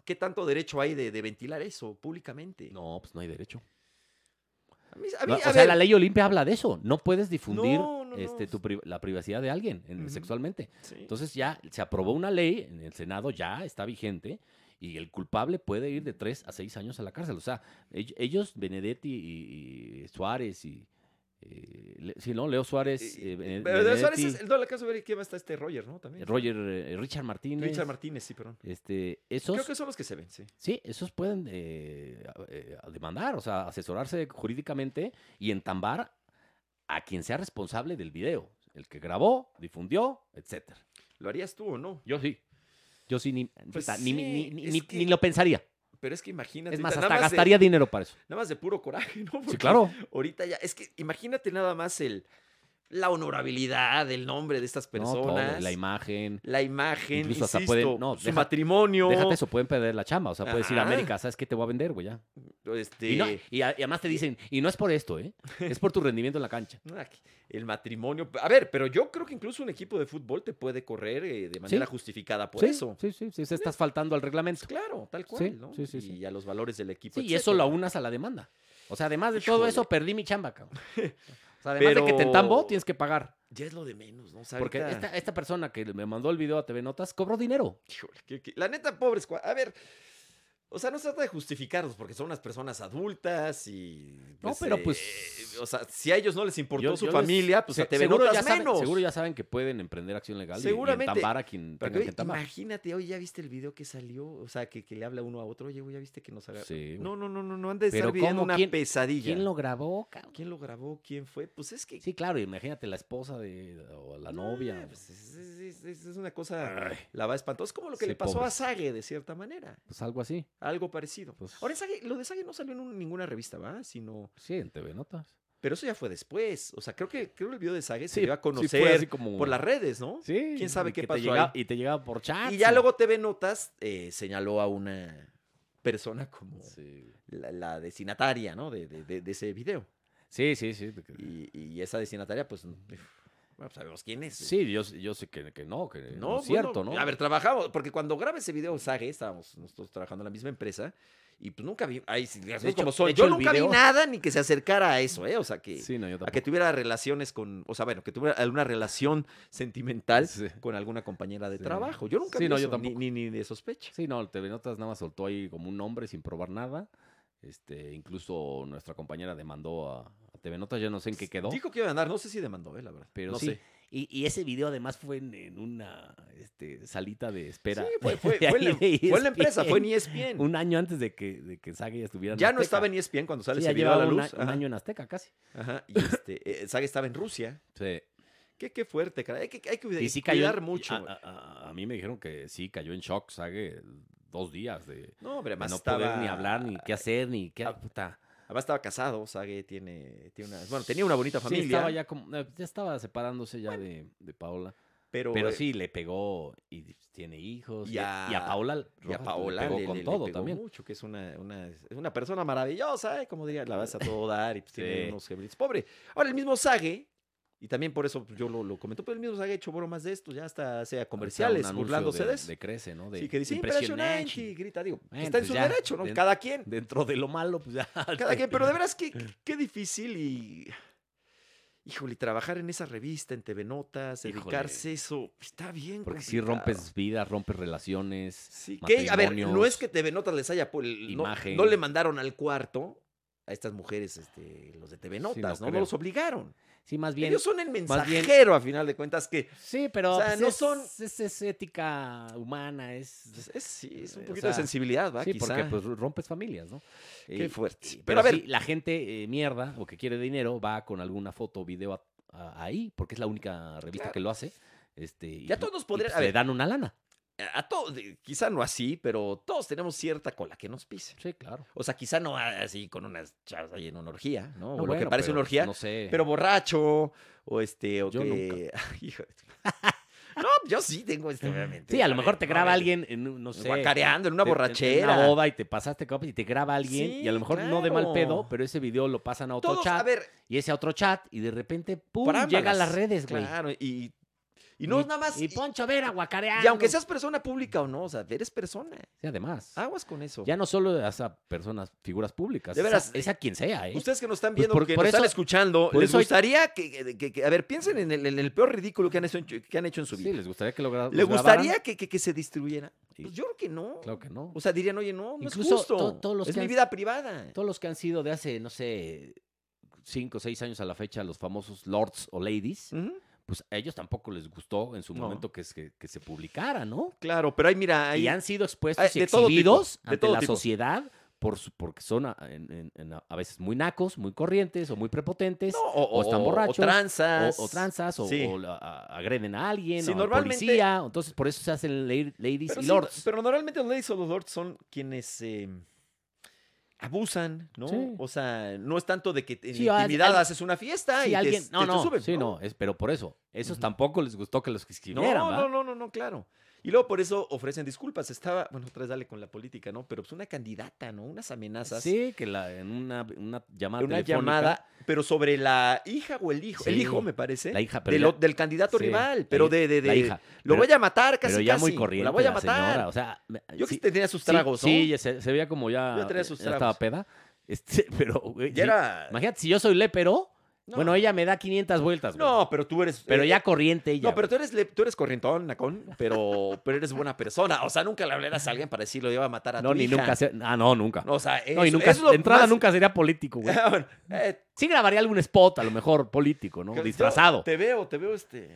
[SPEAKER 1] ¿Qué tanto derecho hay de, de ventilar eso públicamente?
[SPEAKER 2] No, pues no hay derecho.
[SPEAKER 1] A mí- a
[SPEAKER 2] No,
[SPEAKER 1] mí-
[SPEAKER 2] o
[SPEAKER 1] a
[SPEAKER 2] sea,
[SPEAKER 1] ver,
[SPEAKER 2] la ley Olimpia habla de eso. No puedes difundir
[SPEAKER 1] No, no, no.
[SPEAKER 2] este, tu pri- la privacidad de alguien en-
[SPEAKER 1] Ujú.
[SPEAKER 2] sexualmente.
[SPEAKER 1] sí.
[SPEAKER 2] Entonces ya se aprobó una ley en el Senado, ya está vigente, y el culpable puede ir de 3 a 6 años a la cárcel. O sea, ell- ellos, Benedetti y, y Suárez y... eh, Le- sí, ¿no? Leo Suárez,
[SPEAKER 1] Y-
[SPEAKER 2] eh, Bene-
[SPEAKER 1] pero de Suárez
[SPEAKER 2] Benedetti,
[SPEAKER 1] es- no, el caso de ver quién va a estar este Roger, ¿no? También.
[SPEAKER 2] Roger, eh, Richard Martínez.
[SPEAKER 1] Richard Martínez, sí, perdón.
[SPEAKER 2] Este, esos,
[SPEAKER 1] Creo que son los que se ven, sí.
[SPEAKER 2] sí, esos pueden eh, a- eh, a demandar, o sea, asesorarse jurídicamente y entambar a quien sea responsable del video, el que grabó, difundió, etcétera.
[SPEAKER 1] ¿Lo harías tú o no?
[SPEAKER 2] Yo sí. Yo sí, ni,
[SPEAKER 1] Pues
[SPEAKER 2] puta, ni-
[SPEAKER 1] sí,
[SPEAKER 2] ni- ni-
[SPEAKER 1] es
[SPEAKER 2] ni-
[SPEAKER 1] que-
[SPEAKER 2] ni lo pensaría.
[SPEAKER 1] Pero es que imagínate.
[SPEAKER 2] Es más,
[SPEAKER 1] ahorita
[SPEAKER 2] hasta
[SPEAKER 1] nada de-
[SPEAKER 2] gastaría dinero para eso.
[SPEAKER 1] Nada más de puro coraje, ¿no?
[SPEAKER 2] Sí,
[SPEAKER 1] Porque
[SPEAKER 2] claro.
[SPEAKER 1] Ahorita ya, es que imagínate nada más el, la honorabilidad, el nombre de estas
[SPEAKER 2] No,
[SPEAKER 1] personas,
[SPEAKER 2] todo, la
[SPEAKER 1] la,
[SPEAKER 2] imagen.
[SPEAKER 1] imagen,
[SPEAKER 2] Incluso hasta
[SPEAKER 1] insisto,
[SPEAKER 2] pueden- no,
[SPEAKER 1] su
[SPEAKER 2] deja-
[SPEAKER 1] matrimonio.
[SPEAKER 2] Déjate eso, pueden perder la chamba. O sea, puedes ir a
[SPEAKER 1] Ajá.
[SPEAKER 2] América, ¿sabes qué te voy a vender, güey? ya.
[SPEAKER 1] Este,
[SPEAKER 2] Y, no- y a- y además te dicen, y no es por esto, ¿eh? Es por tu rendimiento en la cancha.
[SPEAKER 1] ah, el matrimonio. A ver, pero yo creo que incluso un equipo de fútbol te puede correr eh, de manera justificada por
[SPEAKER 2] sí,
[SPEAKER 1] eso.
[SPEAKER 2] Sí, sí, sí. Se estás faltando al reglamento.
[SPEAKER 1] Pues claro, tal cual,
[SPEAKER 2] Sí,
[SPEAKER 1] ¿no?
[SPEAKER 2] sí, sí,
[SPEAKER 1] y
[SPEAKER 2] sí.
[SPEAKER 1] a los valores del equipo.
[SPEAKER 2] Sí, y eso lo
[SPEAKER 1] etcétera.
[SPEAKER 2] aunas a la demanda. O sea, además de todo
[SPEAKER 1] Híjole.
[SPEAKER 2] eso, perdí mi chamba, cabrón. O O sea, además de que
[SPEAKER 1] Pero-
[SPEAKER 2] te entambo, tienes que pagar.
[SPEAKER 1] Ya es lo de menos, ¿no? O sea,
[SPEAKER 2] Porque
[SPEAKER 1] ahorita-
[SPEAKER 2] esta, esta persona que me mandó el video a TV Notas cobró dinero.
[SPEAKER 1] Híjole, qué- qué- la neta, pobres. cua- A ver, o sea, no se trata de justificarlos porque son unas personas adultas y. eh,
[SPEAKER 2] No, pero, pues,
[SPEAKER 1] o sea, si a ellos no les importó
[SPEAKER 2] Yo-
[SPEAKER 1] su
[SPEAKER 2] yo les-
[SPEAKER 1] familia, pues
[SPEAKER 2] se-
[SPEAKER 1] a TV
[SPEAKER 2] seguro
[SPEAKER 1] Notas
[SPEAKER 2] ya saben-
[SPEAKER 1] menos.
[SPEAKER 2] seguro ya saben que pueden emprender acción legal y-
[SPEAKER 1] Seguramente.
[SPEAKER 2] y entambar a
[SPEAKER 1] Pero
[SPEAKER 2] quien tenga que
[SPEAKER 1] oye,
[SPEAKER 2] entambar.
[SPEAKER 1] imagínate, hoy ya viste el video que salió, o sea, que, que le habla uno a otro, oye, güey, ya viste que nos agarró.
[SPEAKER 2] Sí, güey.
[SPEAKER 1] no, no, no, no, no han de
[SPEAKER 2] Pero
[SPEAKER 1] estar viviendo
[SPEAKER 2] ¿cómo?
[SPEAKER 1] una
[SPEAKER 2] ¿Quién-
[SPEAKER 1] pesadilla.
[SPEAKER 2] ¿Quién lo grabó, cabrón?
[SPEAKER 1] ¿Quién lo grabó? ¿Quién fue? Pues es que.
[SPEAKER 2] Sí, claro, imagínate la esposa de, o la
[SPEAKER 1] No,
[SPEAKER 2] novia.
[SPEAKER 1] pues es, es- es- es una cosa.
[SPEAKER 2] Ay.
[SPEAKER 1] La va espantosa. Es como lo que
[SPEAKER 2] Sí,
[SPEAKER 1] le pasó a
[SPEAKER 2] pobres.
[SPEAKER 1] Sage, de cierta manera.
[SPEAKER 2] Pues algo así.
[SPEAKER 1] Algo parecido.
[SPEAKER 2] Pues-
[SPEAKER 1] Ahora, Sage- lo de Sage no salió en un- ninguna revista, ¿va? Sino.
[SPEAKER 2] Sí, en TV Notas.
[SPEAKER 1] Pero eso ya fue después. O sea, creo que, creo que el video de Sage se
[SPEAKER 2] Sí,
[SPEAKER 1] dio a
[SPEAKER 2] sí fue
[SPEAKER 1] conocer
[SPEAKER 2] así como-
[SPEAKER 1] por las redes, ¿no?
[SPEAKER 2] Sí. Ah,
[SPEAKER 1] ¿Quién sabe
[SPEAKER 2] y
[SPEAKER 1] qué
[SPEAKER 2] que te
[SPEAKER 1] pasó
[SPEAKER 2] llegaba-
[SPEAKER 1] ahí?
[SPEAKER 2] Y te llegaba por chat.
[SPEAKER 1] Y ya luego TV Notas eh, señaló a una persona como
[SPEAKER 2] Sí, güey.
[SPEAKER 1] la, la destinataria, ¿no? De, de- de- de ese video.
[SPEAKER 2] sí, sí. Sí, de que-
[SPEAKER 1] Y, y esa destinataria, pues, no- bueno, sabemos quién es.
[SPEAKER 2] sí yo, yo sé que, que no, que Eh, no,
[SPEAKER 1] No,
[SPEAKER 2] es cierto,
[SPEAKER 1] bueno,
[SPEAKER 2] ¿no?
[SPEAKER 1] A ver, trabajamos, porque cuando grabé ese video, Sage, estábamos nosotros trabajando en la misma empresa, y pues nunca vi, ay, sí, las cosas
[SPEAKER 2] De hecho-
[SPEAKER 1] como son.
[SPEAKER 2] de hecho,
[SPEAKER 1] Yo
[SPEAKER 2] el
[SPEAKER 1] nunca
[SPEAKER 2] video-
[SPEAKER 1] vi nada ni que se acercara a eso, ¿eh? O sea, que,
[SPEAKER 2] sí, no, yo
[SPEAKER 1] a que
[SPEAKER 2] tampoco.
[SPEAKER 1] tuviera relaciones con, o sea, bueno, que tuviera alguna relación sentimental
[SPEAKER 2] Sí.
[SPEAKER 1] con alguna compañera de
[SPEAKER 2] Sí.
[SPEAKER 1] trabajo. Yo nunca
[SPEAKER 2] Sí,
[SPEAKER 1] vi
[SPEAKER 2] no,
[SPEAKER 1] eso,
[SPEAKER 2] yo
[SPEAKER 1] ni,
[SPEAKER 2] tampoco.
[SPEAKER 1] ni, ni de sospecha.
[SPEAKER 2] Sí, no, el TV Notas nada más soltó ahí como un nombre sin probar nada. Este, incluso nuestra compañera demandó a, a TV Notas, yo no sé en qué quedó.
[SPEAKER 1] Dijo que iba a andar, no sé si demandó, ¿eh? La verdad.
[SPEAKER 2] Pero
[SPEAKER 1] no
[SPEAKER 2] sí.
[SPEAKER 1] sé.
[SPEAKER 2] Y, y ese video además fue en, en una este, salita de espera.
[SPEAKER 1] Sí, fue, fue-
[SPEAKER 2] de
[SPEAKER 1] fue en
[SPEAKER 2] ahí
[SPEAKER 1] la,
[SPEAKER 2] de
[SPEAKER 1] fue en la
[SPEAKER 2] ESPN,
[SPEAKER 1] empresa, fue en E ESPN.
[SPEAKER 2] Un año antes de que, de que Saga ya estuviera en
[SPEAKER 1] ya no
[SPEAKER 2] Azteca.
[SPEAKER 1] estaba en E ESPN cuando sale
[SPEAKER 2] Sí, ya
[SPEAKER 1] ese video a la
[SPEAKER 2] llevaba un
[SPEAKER 1] luz.
[SPEAKER 2] a- un,
[SPEAKER 1] Ajá,
[SPEAKER 2] año en Azteca casi.
[SPEAKER 1] ajá, y este, eh, Sage estaba en Rusia.
[SPEAKER 2] Sí.
[SPEAKER 1] Qué, qué fuerte, cara. Hay que, hay que cuida-
[SPEAKER 2] Y sí cayó.
[SPEAKER 1] cuidar
[SPEAKER 2] en-
[SPEAKER 1] mucho.
[SPEAKER 2] A, a- a- a mí me dijeron que sí cayó en shock, Sague, dos días de, de
[SPEAKER 1] no, hombre, además
[SPEAKER 2] no
[SPEAKER 1] estaba,
[SPEAKER 2] poder ni hablar, ni qué hacer, ni qué.
[SPEAKER 1] Ah,
[SPEAKER 2] puta.
[SPEAKER 1] Además estaba casado, Sage tiene, tiene una... Bueno, tenía una bonita
[SPEAKER 2] Sí,
[SPEAKER 1] familia.
[SPEAKER 2] estaba ya como. eh, Ya estaba separándose ya de, de Paola.
[SPEAKER 1] pero,
[SPEAKER 2] Pero
[SPEAKER 1] eh,
[SPEAKER 2] sí, le pegó y tiene hijos.
[SPEAKER 1] Y
[SPEAKER 2] Y, a, y a
[SPEAKER 1] a-
[SPEAKER 2] Paola.
[SPEAKER 1] Y a
[SPEAKER 2] Rojas
[SPEAKER 1] Paola
[SPEAKER 2] Le pegó
[SPEAKER 1] le-
[SPEAKER 2] con
[SPEAKER 1] le- le
[SPEAKER 2] todo
[SPEAKER 1] pegó
[SPEAKER 2] también.
[SPEAKER 1] mucho, que es una, una, es una persona maravillosa, ¿eh? como diría, la vas a todo dar y pues tiene
[SPEAKER 2] Sí.
[SPEAKER 1] unos gemelitos. Pobre. Ahora, el mismo Sage, y también por eso yo lo, lo comento, pero el mismo Sage ha hecho bromas de esto, ya hasta hacía
[SPEAKER 2] Ahorita
[SPEAKER 1] comerciales,
[SPEAKER 2] un anuncio
[SPEAKER 1] burlándose de, eso.
[SPEAKER 2] De crece, ¿no? De,
[SPEAKER 1] sí, que dice impresionante y grita, digo,
[SPEAKER 2] Bueno,
[SPEAKER 1] está en
[SPEAKER 2] pues
[SPEAKER 1] su
[SPEAKER 2] ya,
[SPEAKER 1] derecho, ¿no?
[SPEAKER 2] de-
[SPEAKER 1] Cada quien.
[SPEAKER 2] Dentro de lo malo, pues ya.
[SPEAKER 1] Cada quien, pero de veras qué, qué- qué difícil y... Híjole, trabajar en esa revista, en TV Notas,
[SPEAKER 2] Híjole.
[SPEAKER 1] dedicarse a eso, está bien
[SPEAKER 2] Porque si
[SPEAKER 1] complicado.
[SPEAKER 2] rompes vidas, rompes relaciones.
[SPEAKER 1] Sí, que, a ver, no
[SPEAKER 2] matrimonios.
[SPEAKER 1] es que TV Notas les haya... pu- el- No,
[SPEAKER 2] Imagen.
[SPEAKER 1] no le mandaron al cuarto a estas mujeres, este, los de TV Notas, ¿no?
[SPEAKER 2] no
[SPEAKER 1] No
[SPEAKER 2] creo.
[SPEAKER 1] los obligaron.
[SPEAKER 2] Sí, más bien.
[SPEAKER 1] Ellos son el
[SPEAKER 2] más bien-
[SPEAKER 1] mensajero, a final de cuentas, que...
[SPEAKER 2] Sí, pero
[SPEAKER 1] O sea,
[SPEAKER 2] pues,
[SPEAKER 1] no
[SPEAKER 2] es,
[SPEAKER 1] son-
[SPEAKER 2] es, es ética humana, es...
[SPEAKER 1] pues, es, sí, es un
[SPEAKER 2] Eh, O
[SPEAKER 1] poquito de
[SPEAKER 2] sea,
[SPEAKER 1] sensibilidad, ¿va?
[SPEAKER 2] sí,
[SPEAKER 1] Quizá.
[SPEAKER 2] porque pues rompes familias, ¿no?
[SPEAKER 1] Qué
[SPEAKER 2] Y-
[SPEAKER 1] fuerte.
[SPEAKER 2] y-
[SPEAKER 1] Pero
[SPEAKER 2] pero
[SPEAKER 1] a ver-
[SPEAKER 2] sí, la gente eh, mierda o que quiere dinero va con alguna foto o video a- a- ahí, porque es la única revista
[SPEAKER 1] Claro.
[SPEAKER 2] que lo hace. Este, y,
[SPEAKER 1] Ya todos nos
[SPEAKER 2] y,
[SPEAKER 1] podrían-
[SPEAKER 2] pues,
[SPEAKER 1] a
[SPEAKER 2] le
[SPEAKER 1] ver.
[SPEAKER 2] dan una lana.
[SPEAKER 1] A todos, eh, quizá no así, pero todos tenemos cierta cola que nos pisen.
[SPEAKER 2] Sí, claro.
[SPEAKER 1] O sea, quizá no así con unas chavas ahí en una orgía, ¿no? o
[SPEAKER 2] No,
[SPEAKER 1] lo que
[SPEAKER 2] bueno,
[SPEAKER 1] parece
[SPEAKER 2] pero, pues,
[SPEAKER 1] una orgía,
[SPEAKER 2] No sé.
[SPEAKER 1] pero borracho, o este, o
[SPEAKER 2] Yo
[SPEAKER 1] que... Hijo de tu- no, yo sí tengo este, obviamente.
[SPEAKER 2] Mm, sí, a lo
[SPEAKER 1] ver,
[SPEAKER 2] mejor te
[SPEAKER 1] no,
[SPEAKER 2] graba
[SPEAKER 1] ver,
[SPEAKER 2] alguien, en, un- no sé.
[SPEAKER 1] Guacareando en
[SPEAKER 2] en-
[SPEAKER 1] una
[SPEAKER 2] en
[SPEAKER 1] borrachera.
[SPEAKER 2] una boda y te pasaste copas y te graba alguien y a lo
[SPEAKER 1] Sí,
[SPEAKER 2] mejor no de mal
[SPEAKER 1] claro.
[SPEAKER 2] pedo, pero ese video lo pasan a otro
[SPEAKER 1] Todos,
[SPEAKER 2] chat
[SPEAKER 1] a ver,
[SPEAKER 2] y ese a otro chat y de repente pum,
[SPEAKER 1] por
[SPEAKER 2] llega a
[SPEAKER 1] ámbalas,
[SPEAKER 2] las redes, güey.
[SPEAKER 1] Claro, y, y no es nada más... Y,
[SPEAKER 2] Y Poncho Vera guacareando.
[SPEAKER 1] y aunque seas persona pública o no, o sea, eres persona.
[SPEAKER 2] Sí, además.
[SPEAKER 1] Aguas con eso.
[SPEAKER 2] Ya no solo es a personas, figuras públicas.
[SPEAKER 1] De
[SPEAKER 2] es a-
[SPEAKER 1] veras,
[SPEAKER 2] Es a, quien sea, ¿eh?
[SPEAKER 1] Ustedes que nos están
[SPEAKER 2] Pues
[SPEAKER 1] viendo,
[SPEAKER 2] por-
[SPEAKER 1] que
[SPEAKER 2] por
[SPEAKER 1] nos están
[SPEAKER 2] eso-
[SPEAKER 1] escuchando,
[SPEAKER 2] por
[SPEAKER 1] les
[SPEAKER 2] eso hay-
[SPEAKER 1] gustaría que, que- que- a ver, piensen en el, en el peor ridículo que han hecho, en- que han hecho en su vida.
[SPEAKER 2] Sí, les gustaría que lo gra-
[SPEAKER 1] ¿Le gustaría
[SPEAKER 2] los Pues grabaran?
[SPEAKER 1] que, que- que se distribuyera?
[SPEAKER 2] Sí.
[SPEAKER 1] Pues yo creo que no.
[SPEAKER 2] Claro que no.
[SPEAKER 1] O sea, dirían, oye, no, no
[SPEAKER 2] Incluso
[SPEAKER 1] es justo.
[SPEAKER 2] to- todos los
[SPEAKER 1] es
[SPEAKER 2] que
[SPEAKER 1] mi
[SPEAKER 2] han-
[SPEAKER 1] vida privada.
[SPEAKER 2] Todos los que han sido de hace, no sé, cinco o seis años a la fecha, los famosos lords o ladies,
[SPEAKER 1] Ujú.
[SPEAKER 2] pues a ellos tampoco les gustó en su
[SPEAKER 1] No.
[SPEAKER 2] momento que, es- que, que se publicara, ¿no?
[SPEAKER 1] Claro, pero ahí mira, ahí
[SPEAKER 2] Y han sido expuestos
[SPEAKER 1] Ah,
[SPEAKER 2] y
[SPEAKER 1] de todo tipo,
[SPEAKER 2] exhibidos
[SPEAKER 1] de
[SPEAKER 2] ante
[SPEAKER 1] todo
[SPEAKER 2] la
[SPEAKER 1] tipo.
[SPEAKER 2] sociedad por su- porque son a, en- en- en a- a veces muy nacos, muy corrientes o muy prepotentes.
[SPEAKER 1] No, o,
[SPEAKER 2] o están borrachos,
[SPEAKER 1] O tranzas.
[SPEAKER 2] o, o tranzas, o,
[SPEAKER 1] Sí.
[SPEAKER 2] o la- a- agreden a alguien,
[SPEAKER 1] Sí,
[SPEAKER 2] o al
[SPEAKER 1] normalmente-
[SPEAKER 2] policía. Entonces, por eso se hacen la- ladies
[SPEAKER 1] pero,
[SPEAKER 2] y
[SPEAKER 1] sí, pues,
[SPEAKER 2] lords.
[SPEAKER 1] pero normalmente los ladies o los lords son quienes eh, abusan, ¿no?
[SPEAKER 2] Sí.
[SPEAKER 1] O sea, no es tanto de que en
[SPEAKER 2] Sí,
[SPEAKER 1] la
[SPEAKER 2] al-
[SPEAKER 1] intimidad
[SPEAKER 2] al-
[SPEAKER 1] haces una fiesta
[SPEAKER 2] Sí,
[SPEAKER 1] y te-
[SPEAKER 2] alguien,
[SPEAKER 1] te,
[SPEAKER 2] no,
[SPEAKER 1] te
[SPEAKER 2] no,
[SPEAKER 1] suben,
[SPEAKER 2] sí, no, es, pero por eso, esos
[SPEAKER 1] Ujú.
[SPEAKER 2] tampoco les gustó que los
[SPEAKER 1] No,
[SPEAKER 2] escribieran, ¿va?
[SPEAKER 1] no, no, no, no, claro. Y luego por eso ofrecen disculpas. Estaba, bueno, otra vez dale con la política, ¿no? Pero pues una candidata, ¿no? Unas amenazas.
[SPEAKER 2] Sí, que la, en una, una llamada
[SPEAKER 1] una
[SPEAKER 2] telefónica,
[SPEAKER 1] llamada, pero sobre la hija o el hijo. El
[SPEAKER 2] Sí.
[SPEAKER 1] hijo, me parece.
[SPEAKER 2] la hija, pero
[SPEAKER 1] del,
[SPEAKER 2] ya-
[SPEAKER 1] o- del candidato
[SPEAKER 2] sí,
[SPEAKER 1] rival,
[SPEAKER 2] la
[SPEAKER 1] pero
[SPEAKER 2] hi-
[SPEAKER 1] de, de, de-
[SPEAKER 2] la hija,
[SPEAKER 1] lo
[SPEAKER 2] pero-
[SPEAKER 1] voy a matar casi
[SPEAKER 2] pero ya
[SPEAKER 1] casi,
[SPEAKER 2] muy corriente
[SPEAKER 1] la voy a
[SPEAKER 2] la
[SPEAKER 1] matar.
[SPEAKER 2] señora, o sea, me-
[SPEAKER 1] Yo
[SPEAKER 2] sí,
[SPEAKER 1] que tenía sus
[SPEAKER 2] sí,
[SPEAKER 1] tragos, ¿no?
[SPEAKER 2] sí, ya se, se veía como ya,
[SPEAKER 1] Ya traía sus
[SPEAKER 2] ya estaba
[SPEAKER 1] tragos.
[SPEAKER 2] peda, este, pero, güey,
[SPEAKER 1] ya
[SPEAKER 2] sí,
[SPEAKER 1] era
[SPEAKER 2] imagínate, si yo soy lépero,
[SPEAKER 1] No.
[SPEAKER 2] Bueno, ella me da 500 vueltas, güey.
[SPEAKER 1] No, pero tú eres.
[SPEAKER 2] Pero
[SPEAKER 1] eh,
[SPEAKER 2] ya corriente ella.
[SPEAKER 1] No, pero
[SPEAKER 2] güey.
[SPEAKER 1] tú eres, le- tú eres corrientón, Nacón, pero, pero eres buena persona. O sea, nunca le hablarás a alguien para decirlo, iba a matar a
[SPEAKER 2] No,
[SPEAKER 1] tu
[SPEAKER 2] ni
[SPEAKER 1] hija.
[SPEAKER 2] nunca. se- Ah, no, nunca.
[SPEAKER 1] O sea, eso,
[SPEAKER 2] no, y nunca.
[SPEAKER 1] eso es lo
[SPEAKER 2] de entrada
[SPEAKER 1] más-
[SPEAKER 2] nunca sería político, güey.
[SPEAKER 1] Ah, bueno, eh,
[SPEAKER 2] Sí grabaría algún spot, a lo mejor político, ¿no?
[SPEAKER 1] que-
[SPEAKER 2] Disfrazado.
[SPEAKER 1] Te veo, te veo este.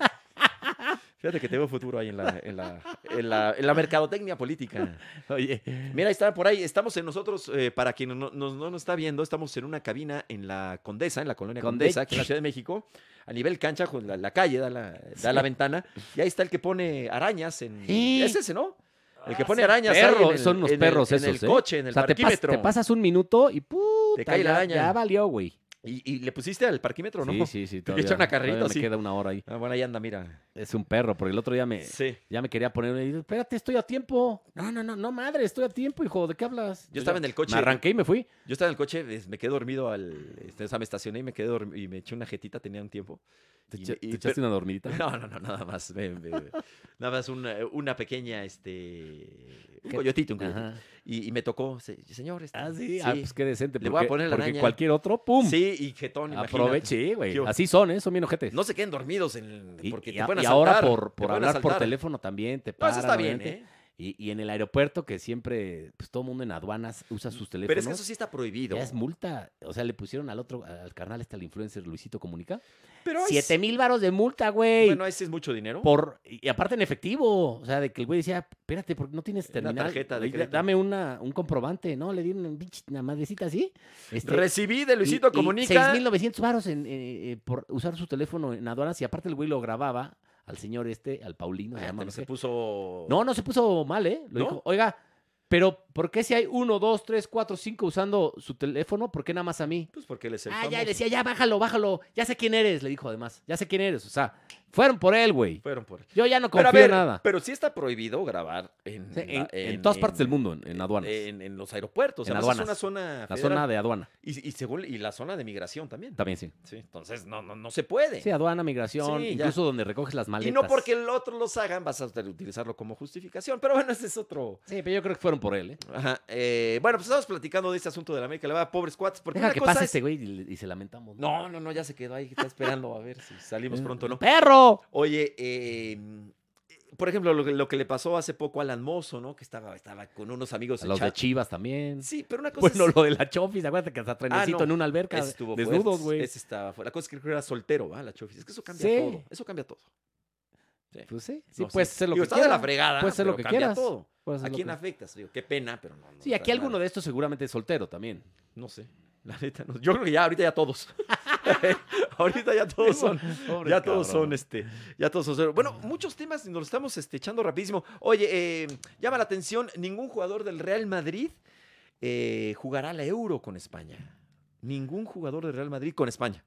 [SPEAKER 1] Fíjate que te veo futuro ahí en la, en la, en la, en la mercadotecnia política.
[SPEAKER 2] Oye,
[SPEAKER 1] Mira, ahí está por ahí. Estamos en nosotros, eh, para quien no, no- no nos está viendo, estamos en una cabina en la Condesa, en la colonia Condesa,
[SPEAKER 2] Conde-
[SPEAKER 1] aquí en la Ciudad de México, a nivel cancha, con la, la calle, da la, da
[SPEAKER 2] Sí.
[SPEAKER 1] la ventana. Y ahí está el que pone arañas en.
[SPEAKER 2] Sí. Ah,
[SPEAKER 1] Es ese, ¿no? El que pone arañas. ahí
[SPEAKER 2] perros,
[SPEAKER 1] en el-
[SPEAKER 2] son unos
[SPEAKER 1] en el-
[SPEAKER 2] perros
[SPEAKER 1] en
[SPEAKER 2] esos,
[SPEAKER 1] el
[SPEAKER 2] ¿eh?
[SPEAKER 1] coche, en
[SPEAKER 2] o
[SPEAKER 1] el
[SPEAKER 2] sea, te, pas-
[SPEAKER 1] parquímetro.
[SPEAKER 2] te pasas un minuto y puta,
[SPEAKER 1] Te cae la
[SPEAKER 2] ya,
[SPEAKER 1] araña.
[SPEAKER 2] ya valió, güey.
[SPEAKER 1] Y, y le pusiste al parquímetro, ¿no?
[SPEAKER 2] Sí, sí, sí.
[SPEAKER 1] Te
[SPEAKER 2] todavía-
[SPEAKER 1] echa una carrerita
[SPEAKER 2] todavía
[SPEAKER 1] así.
[SPEAKER 2] Me queda una hora ahí.
[SPEAKER 1] Ah, bueno, ahí anda, mira.
[SPEAKER 2] Es un perro, porque el otro día me,
[SPEAKER 1] Sí.
[SPEAKER 2] ya me quería poner. y, Espérate, estoy a tiempo. No, no, no, no, madre, estoy a tiempo, hijo. ¿De qué hablas?
[SPEAKER 1] Yo estaba
[SPEAKER 2] ya
[SPEAKER 1] en el coche.
[SPEAKER 2] Me arranqué y me fui.
[SPEAKER 1] Yo estaba en el coche, es- me quedé dormido al. este, O sea, me estacioné y me quedé dormido y me eché una jetita, tenía un tiempo.
[SPEAKER 2] Te,
[SPEAKER 1] Y
[SPEAKER 2] echa-
[SPEAKER 1] me- y-
[SPEAKER 2] te echaste una dormidita.
[SPEAKER 1] No, no, no, nada más. me- me- nada más una, una pequeña, este. Un
[SPEAKER 2] ¿Qué?
[SPEAKER 1] coyotito, un coyotito.
[SPEAKER 2] Ajá.
[SPEAKER 1] Y, y me tocó, se- señor. este,
[SPEAKER 2] Ah, sí. Ah, pues qué decente.
[SPEAKER 1] Le
[SPEAKER 2] Porque,
[SPEAKER 1] voy a poner la
[SPEAKER 2] porque
[SPEAKER 1] araña.
[SPEAKER 2] cualquier otro, ¡pum!
[SPEAKER 1] Sí, y jetón, imagínate.
[SPEAKER 2] Aproveche, güey.
[SPEAKER 1] ¿Qué hubo?
[SPEAKER 2] Así son, ¿eh? Son bien ojetes.
[SPEAKER 1] No se queden dormidos en el-
[SPEAKER 2] Y-
[SPEAKER 1] porque
[SPEAKER 2] y,
[SPEAKER 1] te
[SPEAKER 2] a-
[SPEAKER 1] pueden
[SPEAKER 2] y
[SPEAKER 1] asaltar,
[SPEAKER 2] ahora por,
[SPEAKER 1] te
[SPEAKER 2] por
[SPEAKER 1] pueden
[SPEAKER 2] hablar por
[SPEAKER 1] asaltar.
[SPEAKER 2] teléfono también te
[SPEAKER 1] No,
[SPEAKER 2] paran.
[SPEAKER 1] eso está bien,
[SPEAKER 2] obviamente.
[SPEAKER 1] ¿eh?
[SPEAKER 2] Y, y en el aeropuerto que siempre pues, todo el mundo en aduanas usa sus teléfonos.
[SPEAKER 1] Pero es que eso sí está prohibido.
[SPEAKER 2] ya es multa. O sea, le pusieron al otro, al carnal este, al influencer Luisito Comunica.
[SPEAKER 1] Pero ahí
[SPEAKER 2] Siete
[SPEAKER 1] sí-
[SPEAKER 2] mil varos de multa, güey.
[SPEAKER 1] Bueno, ahí sí es mucho dinero.
[SPEAKER 2] por, y aparte en efectivo. O sea, de que el güey decía, espérate, porque no tienes terminal.
[SPEAKER 1] Eh, tarjeta de
[SPEAKER 2] Oye,
[SPEAKER 1] crédito.
[SPEAKER 2] Dame una, un comprobante, ¿no? Le di una, pinche- una madrecita así. Este,
[SPEAKER 1] Recibí de Luisito
[SPEAKER 2] y- y
[SPEAKER 1] Comunica.
[SPEAKER 2] 6.900 varos en, eh, eh, por usar su teléfono en aduanas y aparte el güey lo grababa al señor este, al Paulino. se
[SPEAKER 1] Ah,
[SPEAKER 2] llama,
[SPEAKER 1] te-
[SPEAKER 2] no,
[SPEAKER 1] se
[SPEAKER 2] sé.
[SPEAKER 1] puso.
[SPEAKER 2] no, no se puso mal, ¿eh? Lo
[SPEAKER 1] ¿No?
[SPEAKER 2] dijo, oiga, pero ¿por qué si hay uno, dos, tres, cuatro, cinco usando su teléfono, por qué nada más a mí?
[SPEAKER 1] Pues porque les
[SPEAKER 2] ah, ya, y decía, ya, bájalo, bájalo, ya sé quién eres, le dijo además, ya sé quién eres, o sea, fueron por él, güey.
[SPEAKER 1] Fueron por
[SPEAKER 2] Yo ya no
[SPEAKER 1] Pero
[SPEAKER 2] confío
[SPEAKER 1] a ver,
[SPEAKER 2] en nada.
[SPEAKER 1] Pero sí está prohibido grabar en,
[SPEAKER 2] O sea, en,
[SPEAKER 1] la-
[SPEAKER 2] en todas partes del mundo, en, en
[SPEAKER 1] en-
[SPEAKER 2] aduanas.
[SPEAKER 1] En, en los aeropuertos.
[SPEAKER 2] En
[SPEAKER 1] además
[SPEAKER 2] aduanas.
[SPEAKER 1] Es una zona.
[SPEAKER 2] la
[SPEAKER 1] federal.
[SPEAKER 2] zona de aduana,
[SPEAKER 1] Y, y según, y la zona de migración también.
[SPEAKER 2] también sí.
[SPEAKER 1] Sí, entonces no, no, no se puede.
[SPEAKER 2] Sí, aduana, migración,
[SPEAKER 1] Sí, ya.
[SPEAKER 2] incluso donde recoges las maletas.
[SPEAKER 1] y no porque el otro los hagan, vas a utilizarlo como justificación. Pero bueno, ese es otro.
[SPEAKER 2] Sí, pero yo creo que fueron por él, ¿eh?
[SPEAKER 1] Ajá, eh, bueno, pues estamos platicando de este asunto de la América Latina, pobres cuates. Porque
[SPEAKER 2] Deja
[SPEAKER 1] una
[SPEAKER 2] que
[SPEAKER 1] cosa
[SPEAKER 2] pase
[SPEAKER 1] es-
[SPEAKER 2] este güey y, le- y se lamentamos.
[SPEAKER 1] No, no, no, ya se quedó ahí, está esperando a ver si
[SPEAKER 2] Eh,
[SPEAKER 1] salimos pronto o no.
[SPEAKER 2] ¡Perro!
[SPEAKER 1] Oye, eh, por ejemplo, lo, que- lo que le pasó hace poco a Alan Mozo, ¿no? Que estaba, estaba con unos amigos
[SPEAKER 2] A
[SPEAKER 1] en
[SPEAKER 2] los de
[SPEAKER 1] chat.
[SPEAKER 2] Chivas también.
[SPEAKER 1] Sí, pero una cosa
[SPEAKER 2] bueno,
[SPEAKER 1] es...
[SPEAKER 2] lo de la Chofis, acuérdate que hasta trenecito
[SPEAKER 1] no.
[SPEAKER 2] en una alberca.
[SPEAKER 1] Ese estuvo
[SPEAKER 2] desnudos,
[SPEAKER 1] fuerte,
[SPEAKER 2] güey.
[SPEAKER 1] ese estaba fuerte. La cosa es que creo que era soltero, ¿va? La chofis. Es que eso cambia
[SPEAKER 2] Sí.
[SPEAKER 1] todo. Eso cambia todo.
[SPEAKER 2] Pues sí, sí,
[SPEAKER 1] No,
[SPEAKER 2] puedes hacer lo
[SPEAKER 1] Digo,
[SPEAKER 2] que
[SPEAKER 1] está
[SPEAKER 2] quieras.
[SPEAKER 1] de la fregada,
[SPEAKER 2] Puedes hacer
[SPEAKER 1] pero
[SPEAKER 2] lo que
[SPEAKER 1] cambia
[SPEAKER 2] quieras.
[SPEAKER 1] todo.
[SPEAKER 2] Puedes
[SPEAKER 1] ¿A
[SPEAKER 2] hacer lo
[SPEAKER 1] quién
[SPEAKER 2] que-
[SPEAKER 1] afectas? Digo, qué pena, pero no. no
[SPEAKER 2] Sí, aquí
[SPEAKER 1] está
[SPEAKER 2] alguno
[SPEAKER 1] mal.
[SPEAKER 2] de estos seguramente es soltero también.
[SPEAKER 1] No sé. La neta, no. Yo creo que ya, ahorita ya todos. ahorita ya todos son.
[SPEAKER 2] Pobre
[SPEAKER 1] Ya todos
[SPEAKER 2] cabrón.
[SPEAKER 1] son, este, ya todos son. cero. Bueno, muchos temas nos los estamos este, echando rapidísimo. Oye, eh, llama la atención, ningún jugador del Real Madrid eh, jugará la Euro con España. Ningún jugador del Real Madrid con España.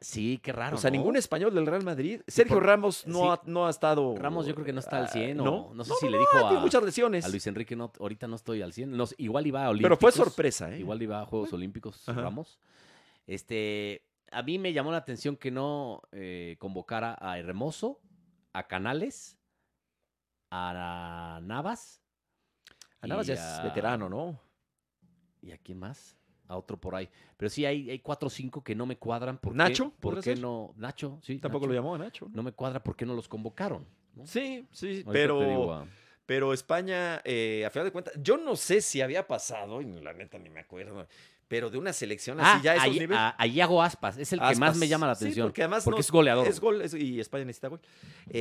[SPEAKER 2] Sí, qué raro.
[SPEAKER 1] o sea,
[SPEAKER 2] Ah, ¿no?
[SPEAKER 1] ningún español del Real Madrid. Sergio
[SPEAKER 2] por-
[SPEAKER 1] Ramos no,
[SPEAKER 2] sí.
[SPEAKER 1] ha, no ha estado.
[SPEAKER 2] Ramos yo creo que no está al
[SPEAKER 1] ah,
[SPEAKER 2] 100 o
[SPEAKER 1] No,
[SPEAKER 2] no, sé si le dijo
[SPEAKER 1] tiene
[SPEAKER 2] a,
[SPEAKER 1] muchas lesiones.
[SPEAKER 2] a Luis Enrique, no, ahorita no estoy al 100. No sé, igual iba
[SPEAKER 1] pero
[SPEAKER 2] a Olímpicos.
[SPEAKER 1] fue sorpresa, ¿eh?
[SPEAKER 2] Igual iba a Juegos Olímpicos,
[SPEAKER 1] Ajá.
[SPEAKER 2] Ramos. Este, a mí me llamó la atención que no eh, convocara a Hermoso, a Canales, a Navas
[SPEAKER 1] A Navas ya
[SPEAKER 2] y
[SPEAKER 1] es
[SPEAKER 2] a-
[SPEAKER 1] veterano, ¿no?
[SPEAKER 2] y a quién más, a otro por ahí. Pero sí hay, hay cuatro o cinco que no me cuadran. ¿Por qué-
[SPEAKER 1] ¿Nacho?
[SPEAKER 2] ¿Por
[SPEAKER 1] podrá
[SPEAKER 2] qué
[SPEAKER 1] ser?
[SPEAKER 2] no? Nacho, sí.
[SPEAKER 1] Tampoco lo
[SPEAKER 2] Nacho.
[SPEAKER 1] llamó a Nacho. ¿no?
[SPEAKER 2] No me cuadra por qué no los convocaron. ¿no?
[SPEAKER 1] Sí, sí,
[SPEAKER 2] Ahorita
[SPEAKER 1] pero.
[SPEAKER 2] te digo, ah,
[SPEAKER 1] Pero España, eh, a final de cuentas, yo no sé si había pasado, y la neta ni me acuerdo, pero de una selección
[SPEAKER 2] Ah,
[SPEAKER 1] así ya a esos
[SPEAKER 2] ahí-
[SPEAKER 1] niveles.
[SPEAKER 2] a, a Iago Aspas, es el que más
[SPEAKER 1] Aspas.
[SPEAKER 2] me llama la
[SPEAKER 1] Sí,
[SPEAKER 2] atención.
[SPEAKER 1] porque además no-
[SPEAKER 2] es goleador.
[SPEAKER 1] Es gol, es- y España necesita gol.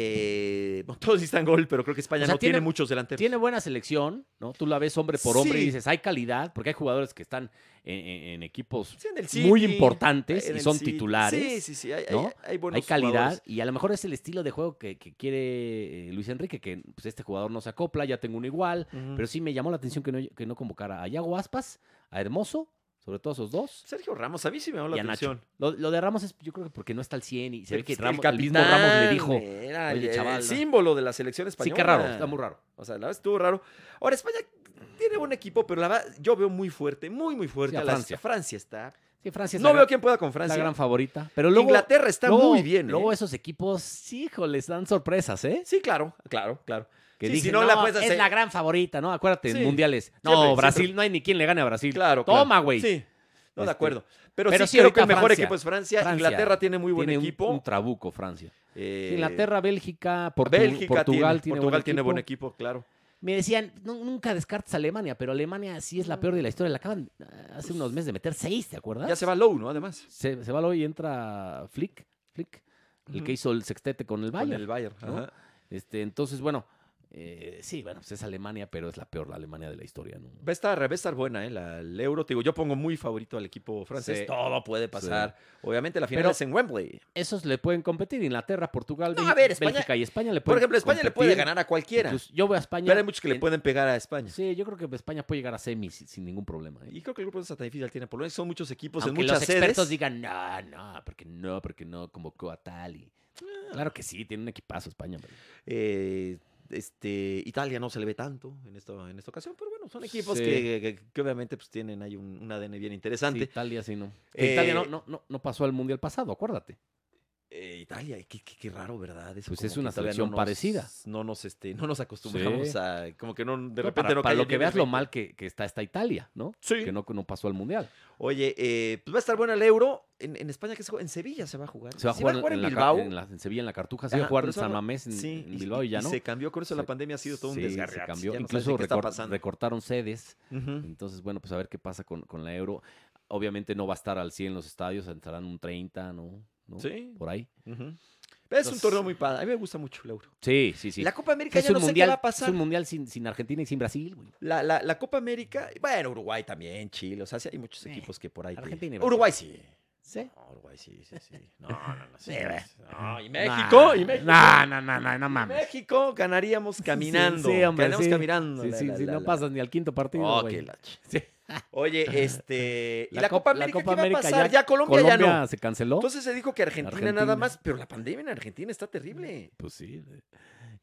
[SPEAKER 1] Eh, bueno, todos necesitan gol, pero creo que España
[SPEAKER 2] O sea,
[SPEAKER 1] no tiene,
[SPEAKER 2] tiene-
[SPEAKER 1] muchos delanteros.
[SPEAKER 2] Tiene buena selección, ¿no? Tú la ves hombre por hombre
[SPEAKER 1] Sí.
[SPEAKER 2] y dices, hay calidad, porque hay jugadores que están en, en- en equipos
[SPEAKER 1] Sí, en el
[SPEAKER 2] muy
[SPEAKER 1] City,
[SPEAKER 2] importantes
[SPEAKER 1] eh, en
[SPEAKER 2] y
[SPEAKER 1] el
[SPEAKER 2] son
[SPEAKER 1] City.
[SPEAKER 2] titulares.
[SPEAKER 1] Sí, sí, sí, hay, hay-
[SPEAKER 2] ¿no?
[SPEAKER 1] hay buenos
[SPEAKER 2] hay calidad
[SPEAKER 1] jugadores.
[SPEAKER 2] y a lo mejor es el estilo de juego que, que quiere eh, Luis Enrique, que pues, este jugador no se acopla, ya tengo uno igual,
[SPEAKER 1] Ujú.
[SPEAKER 2] pero sí me llamó la atención que no, que no convocara a Yago Aspas, a Hermoso, sobre todo a esos dos.
[SPEAKER 1] Sergio Ramos, a mí sí me llamó
[SPEAKER 2] Y
[SPEAKER 1] la
[SPEAKER 2] a Nacho.
[SPEAKER 1] atención.
[SPEAKER 2] Lo, lo de Ramos es, yo creo que porque no está al 100 y se ve
[SPEAKER 1] Pero
[SPEAKER 2] que
[SPEAKER 1] es el
[SPEAKER 2] Ramos- el, mismo Ramos le
[SPEAKER 1] capitán
[SPEAKER 2] dijo.
[SPEAKER 1] Era el,
[SPEAKER 2] "Oye,
[SPEAKER 1] el
[SPEAKER 2] chaval, ¿no?".
[SPEAKER 1] símbolo de la selección
[SPEAKER 2] Sí,
[SPEAKER 1] española.
[SPEAKER 2] qué raro, está muy raro.
[SPEAKER 1] O sea, la verdad estuvo raro. Ahora, España tiene buen equipo, pero la verdad yo veo muy fuerte, muy, muy fuerte.
[SPEAKER 2] Sí, a
[SPEAKER 1] a la-
[SPEAKER 2] Francia.
[SPEAKER 1] Francia está.
[SPEAKER 2] Sí, Francia es
[SPEAKER 1] no
[SPEAKER 2] la
[SPEAKER 1] veo
[SPEAKER 2] gran-
[SPEAKER 1] quién pueda con
[SPEAKER 2] la
[SPEAKER 1] Francia.
[SPEAKER 2] gran favorita. Pero luego,
[SPEAKER 1] Inglaterra está
[SPEAKER 2] Luego-
[SPEAKER 1] muy bien. ¿eh?
[SPEAKER 2] Luego esos equipos, sí, híjole, les dan sorpresas, ¿eh?
[SPEAKER 1] Sí, claro, claro, claro.
[SPEAKER 2] Que
[SPEAKER 1] Sí,
[SPEAKER 2] dicen, pues,
[SPEAKER 1] si
[SPEAKER 2] eh".
[SPEAKER 1] no la puedes hacer-
[SPEAKER 2] es la gran favorita, ¿no? Acuérdate, en
[SPEAKER 1] Sí.
[SPEAKER 2] mundiales. No,
[SPEAKER 1] Siempre,
[SPEAKER 2] Brasil,
[SPEAKER 1] siempre.
[SPEAKER 2] no hay ni quien le gane a Brasil.
[SPEAKER 1] Claro, claro.
[SPEAKER 2] Toma, güey.
[SPEAKER 1] Sí. No, de
[SPEAKER 2] Este,
[SPEAKER 1] acuerdo. Pero,
[SPEAKER 2] pero
[SPEAKER 1] sí,
[SPEAKER 2] sí,
[SPEAKER 1] creo que el
[SPEAKER 2] ahorita
[SPEAKER 1] mejor
[SPEAKER 2] Francia.
[SPEAKER 1] equipo es Francia.
[SPEAKER 2] Francia
[SPEAKER 1] Inglaterra tiene muy buen
[SPEAKER 2] tiene un-
[SPEAKER 1] equipo.
[SPEAKER 2] Un, trabuco, Francia.
[SPEAKER 1] Eh,
[SPEAKER 2] Inglaterra, Bélgica, Portu-
[SPEAKER 1] Bélgica tiene,
[SPEAKER 2] Portugal tiene,
[SPEAKER 1] Portugal
[SPEAKER 2] buen,
[SPEAKER 1] tiene
[SPEAKER 2] equipo.
[SPEAKER 1] buen equipo, claro.
[SPEAKER 2] Me decían, "Nu- nunca descartes a Alemania, pero Alemania sí es la peor de la historia. La acaban eh, hace unos meses de meter seis, ¿te acuerdas?
[SPEAKER 1] Ya se va Low, ¿no? Además.
[SPEAKER 2] se, se va Lowe y entra Flick, Flick, el que
[SPEAKER 1] Ujú.
[SPEAKER 2] hizo el sextete con el
[SPEAKER 1] Con
[SPEAKER 2] Bayern.
[SPEAKER 1] el Bayern.
[SPEAKER 2] ¿no?
[SPEAKER 1] ajá.
[SPEAKER 2] Este, entonces, bueno, eh, sí, bueno, pues es Alemania, pero es la peor la Alemania de la historia, ¿no?
[SPEAKER 1] Va a estar, va a estar buena, ¿eh? La, el euro. Te digo, yo pongo muy favorito al equipo francés.
[SPEAKER 2] Sí.
[SPEAKER 1] Todo puede pasar. Obviamente la final
[SPEAKER 2] Pero-
[SPEAKER 1] es en Wembley.
[SPEAKER 2] Esos le pueden competir, Inglaterra, Portugal,
[SPEAKER 1] No,
[SPEAKER 2] Bélgica-
[SPEAKER 1] a ver, España-
[SPEAKER 2] Bélgica y España le
[SPEAKER 1] Por
[SPEAKER 2] pueden
[SPEAKER 1] ejemplo, España le puede
[SPEAKER 2] competir.
[SPEAKER 1] ganar a cualquiera.
[SPEAKER 2] Entonces, yo veo a España.
[SPEAKER 1] pero hay muchos que le
[SPEAKER 2] en-
[SPEAKER 1] pueden pegar a España.
[SPEAKER 2] Sí, yo creo que España puede llegar a semis sin ningún problema. ¿eh?
[SPEAKER 1] Y creo que el grupo no está tan difícil. Tiene Polonia. Son muchos equipos
[SPEAKER 2] Aunque
[SPEAKER 1] en muchas
[SPEAKER 2] los expertos
[SPEAKER 1] sedes.
[SPEAKER 2] digan, no, no, porque no, porque no convocó a tal y...
[SPEAKER 1] Ah.
[SPEAKER 2] Claro que sí, tiene un equipazo España. hombre.
[SPEAKER 1] Eh, este, Italia no se le ve tanto en, esto, en esta ocasión, pero bueno, son equipos
[SPEAKER 2] Sí.
[SPEAKER 1] que, que- que obviamente pues, tienen ahí un, un ADN bien
[SPEAKER 2] Sí,
[SPEAKER 1] interesante.
[SPEAKER 2] Italia sí no.
[SPEAKER 1] Eh,
[SPEAKER 2] Italia no, no, no, no pasó al Mundial pasado, acuérdate.
[SPEAKER 1] Eh, Italia, qué, qué- qué raro, ¿verdad? Eso
[SPEAKER 2] Pues
[SPEAKER 1] como
[SPEAKER 2] es
[SPEAKER 1] que
[SPEAKER 2] una
[SPEAKER 1] todavía
[SPEAKER 2] selección
[SPEAKER 1] nos-
[SPEAKER 2] parecida.
[SPEAKER 1] No nos, este, no nos acostumbramos
[SPEAKER 2] Sí.
[SPEAKER 1] a. Como que no, de
[SPEAKER 2] No,
[SPEAKER 1] repente
[SPEAKER 2] para,
[SPEAKER 1] no
[SPEAKER 2] para
[SPEAKER 1] cae
[SPEAKER 2] lo
[SPEAKER 1] el
[SPEAKER 2] que
[SPEAKER 1] nivel
[SPEAKER 2] veas lo
[SPEAKER 1] 20.
[SPEAKER 2] mal que, que está esta Italia, ¿no?
[SPEAKER 1] Sí.
[SPEAKER 2] Que no, no pasó al Mundial.
[SPEAKER 1] Oye, eh, pues va a estar bueno el euro. En, en España, que se juega? En Sevilla se va a jugar.
[SPEAKER 2] Se va a
[SPEAKER 1] Sí
[SPEAKER 2] jugar, en,
[SPEAKER 1] en
[SPEAKER 2] la,
[SPEAKER 1] Bilbao.
[SPEAKER 2] en la- en Sevilla, en la Cartuja. Se va a
[SPEAKER 1] Ajá,
[SPEAKER 2] jugar
[SPEAKER 1] pero
[SPEAKER 2] en
[SPEAKER 1] eso
[SPEAKER 2] San
[SPEAKER 1] no-
[SPEAKER 2] Mamés, en,
[SPEAKER 1] sí,
[SPEAKER 2] en Bilbao y ya no.
[SPEAKER 1] Se cambió, con eso la
[SPEAKER 2] Se-
[SPEAKER 1] pandemia ha sido todo un
[SPEAKER 2] Sí,
[SPEAKER 1] desgarre.
[SPEAKER 2] Se
[SPEAKER 1] ya
[SPEAKER 2] cambió.
[SPEAKER 1] no sabes
[SPEAKER 2] Incluso
[SPEAKER 1] de qué está
[SPEAKER 2] recor-
[SPEAKER 1] pasando.
[SPEAKER 2] recortaron sedes.
[SPEAKER 1] Ujú.
[SPEAKER 2] Entonces, bueno, pues a ver qué pasa con, con la Euro. Obviamente no va a estar al 100 en los estadios, entrarán un 30, ¿no? ¿No?
[SPEAKER 1] Sí.
[SPEAKER 2] Por ahí.
[SPEAKER 1] Ujú. Es un
[SPEAKER 2] Entonces-
[SPEAKER 1] torneo muy padre. A mí me gusta mucho el euro.
[SPEAKER 2] Sí, sí, sí.
[SPEAKER 1] La Copa
[SPEAKER 2] O
[SPEAKER 1] América
[SPEAKER 2] sea, es,
[SPEAKER 1] ya
[SPEAKER 2] un
[SPEAKER 1] no sé
[SPEAKER 2] mundial,
[SPEAKER 1] qué va a
[SPEAKER 2] es
[SPEAKER 1] pasar.
[SPEAKER 2] un mundial sin, sin Argentina y sin Brasil, güey.
[SPEAKER 1] La, la- la Copa América, bueno, Uruguay también, Chile, o sea, sí hay muchos
[SPEAKER 2] Eh,
[SPEAKER 1] equipos que por ahí. te-
[SPEAKER 2] Argentina y Brasil.
[SPEAKER 1] Uruguay sí.
[SPEAKER 2] ¿Sí?
[SPEAKER 1] No, Oh, Uruguay sí, sí, sí. No, no, no. sí,
[SPEAKER 2] Sí, ve.
[SPEAKER 1] no, y México, y México.
[SPEAKER 2] No, no, no, no, no
[SPEAKER 1] y
[SPEAKER 2] mames.
[SPEAKER 1] México ganaríamos caminando.
[SPEAKER 2] Sí, sí, hombre,
[SPEAKER 1] ganaríamos
[SPEAKER 2] sí.
[SPEAKER 1] caminando.
[SPEAKER 2] Sí,
[SPEAKER 1] la,
[SPEAKER 2] sí,
[SPEAKER 1] la,
[SPEAKER 2] sí,
[SPEAKER 1] la,
[SPEAKER 2] no
[SPEAKER 1] la.
[SPEAKER 2] pasas ni al quinto partido,
[SPEAKER 1] Oh,
[SPEAKER 2] güey.
[SPEAKER 1] qué la ch-
[SPEAKER 2] Sí.
[SPEAKER 1] Oye, este. ¿Y la,
[SPEAKER 2] La Cop-
[SPEAKER 1] Copa
[SPEAKER 2] la
[SPEAKER 1] América
[SPEAKER 2] Copa
[SPEAKER 1] qué
[SPEAKER 2] América
[SPEAKER 1] va a pasar?
[SPEAKER 2] ya-
[SPEAKER 1] Ya, Colombia, ya no. Pues
[SPEAKER 2] se canceló.
[SPEAKER 1] Entonces se dijo que Argentina, nada
[SPEAKER 2] Argentina.
[SPEAKER 1] más, pero la pandemia en Argentina está terrible.
[SPEAKER 2] pues sí.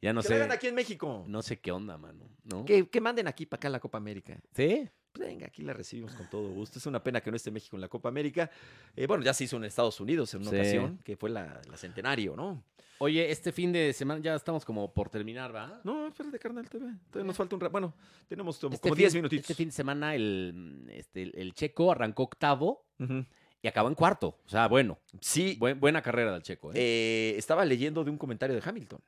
[SPEAKER 2] Ya no
[SPEAKER 1] que
[SPEAKER 2] sé.
[SPEAKER 1] vengan aquí en México.
[SPEAKER 2] No sé qué onda, mano. ¿no?
[SPEAKER 1] Que, que manden aquí para acá la Copa América.
[SPEAKER 2] ¿Sí?
[SPEAKER 1] Pues venga, aquí la recibimos con todo gusto. Es una pena que no esté México en la Copa América. Eh, bueno, ya se hizo en Estados Unidos en una
[SPEAKER 2] Sí.
[SPEAKER 1] ocasión, que fue la, la centenario, ¿no?
[SPEAKER 2] Oye, este fin de semana ya estamos como por terminar, ¿va?
[SPEAKER 1] No, espérate, carnal, TV. Todavía nos falta un rato. Bueno, tenemos como
[SPEAKER 2] Este
[SPEAKER 1] como
[SPEAKER 2] fin-
[SPEAKER 1] 10 minutitos.
[SPEAKER 2] Este fin de semana el, este, el- el Checo arrancó octavo
[SPEAKER 1] Ujú.
[SPEAKER 2] y acabó en cuarto. O sea, bueno,
[SPEAKER 1] Sí,
[SPEAKER 2] buen- buena carrera del Checo. ¿eh?
[SPEAKER 1] eh, estaba leyendo de un comentario de Hamilton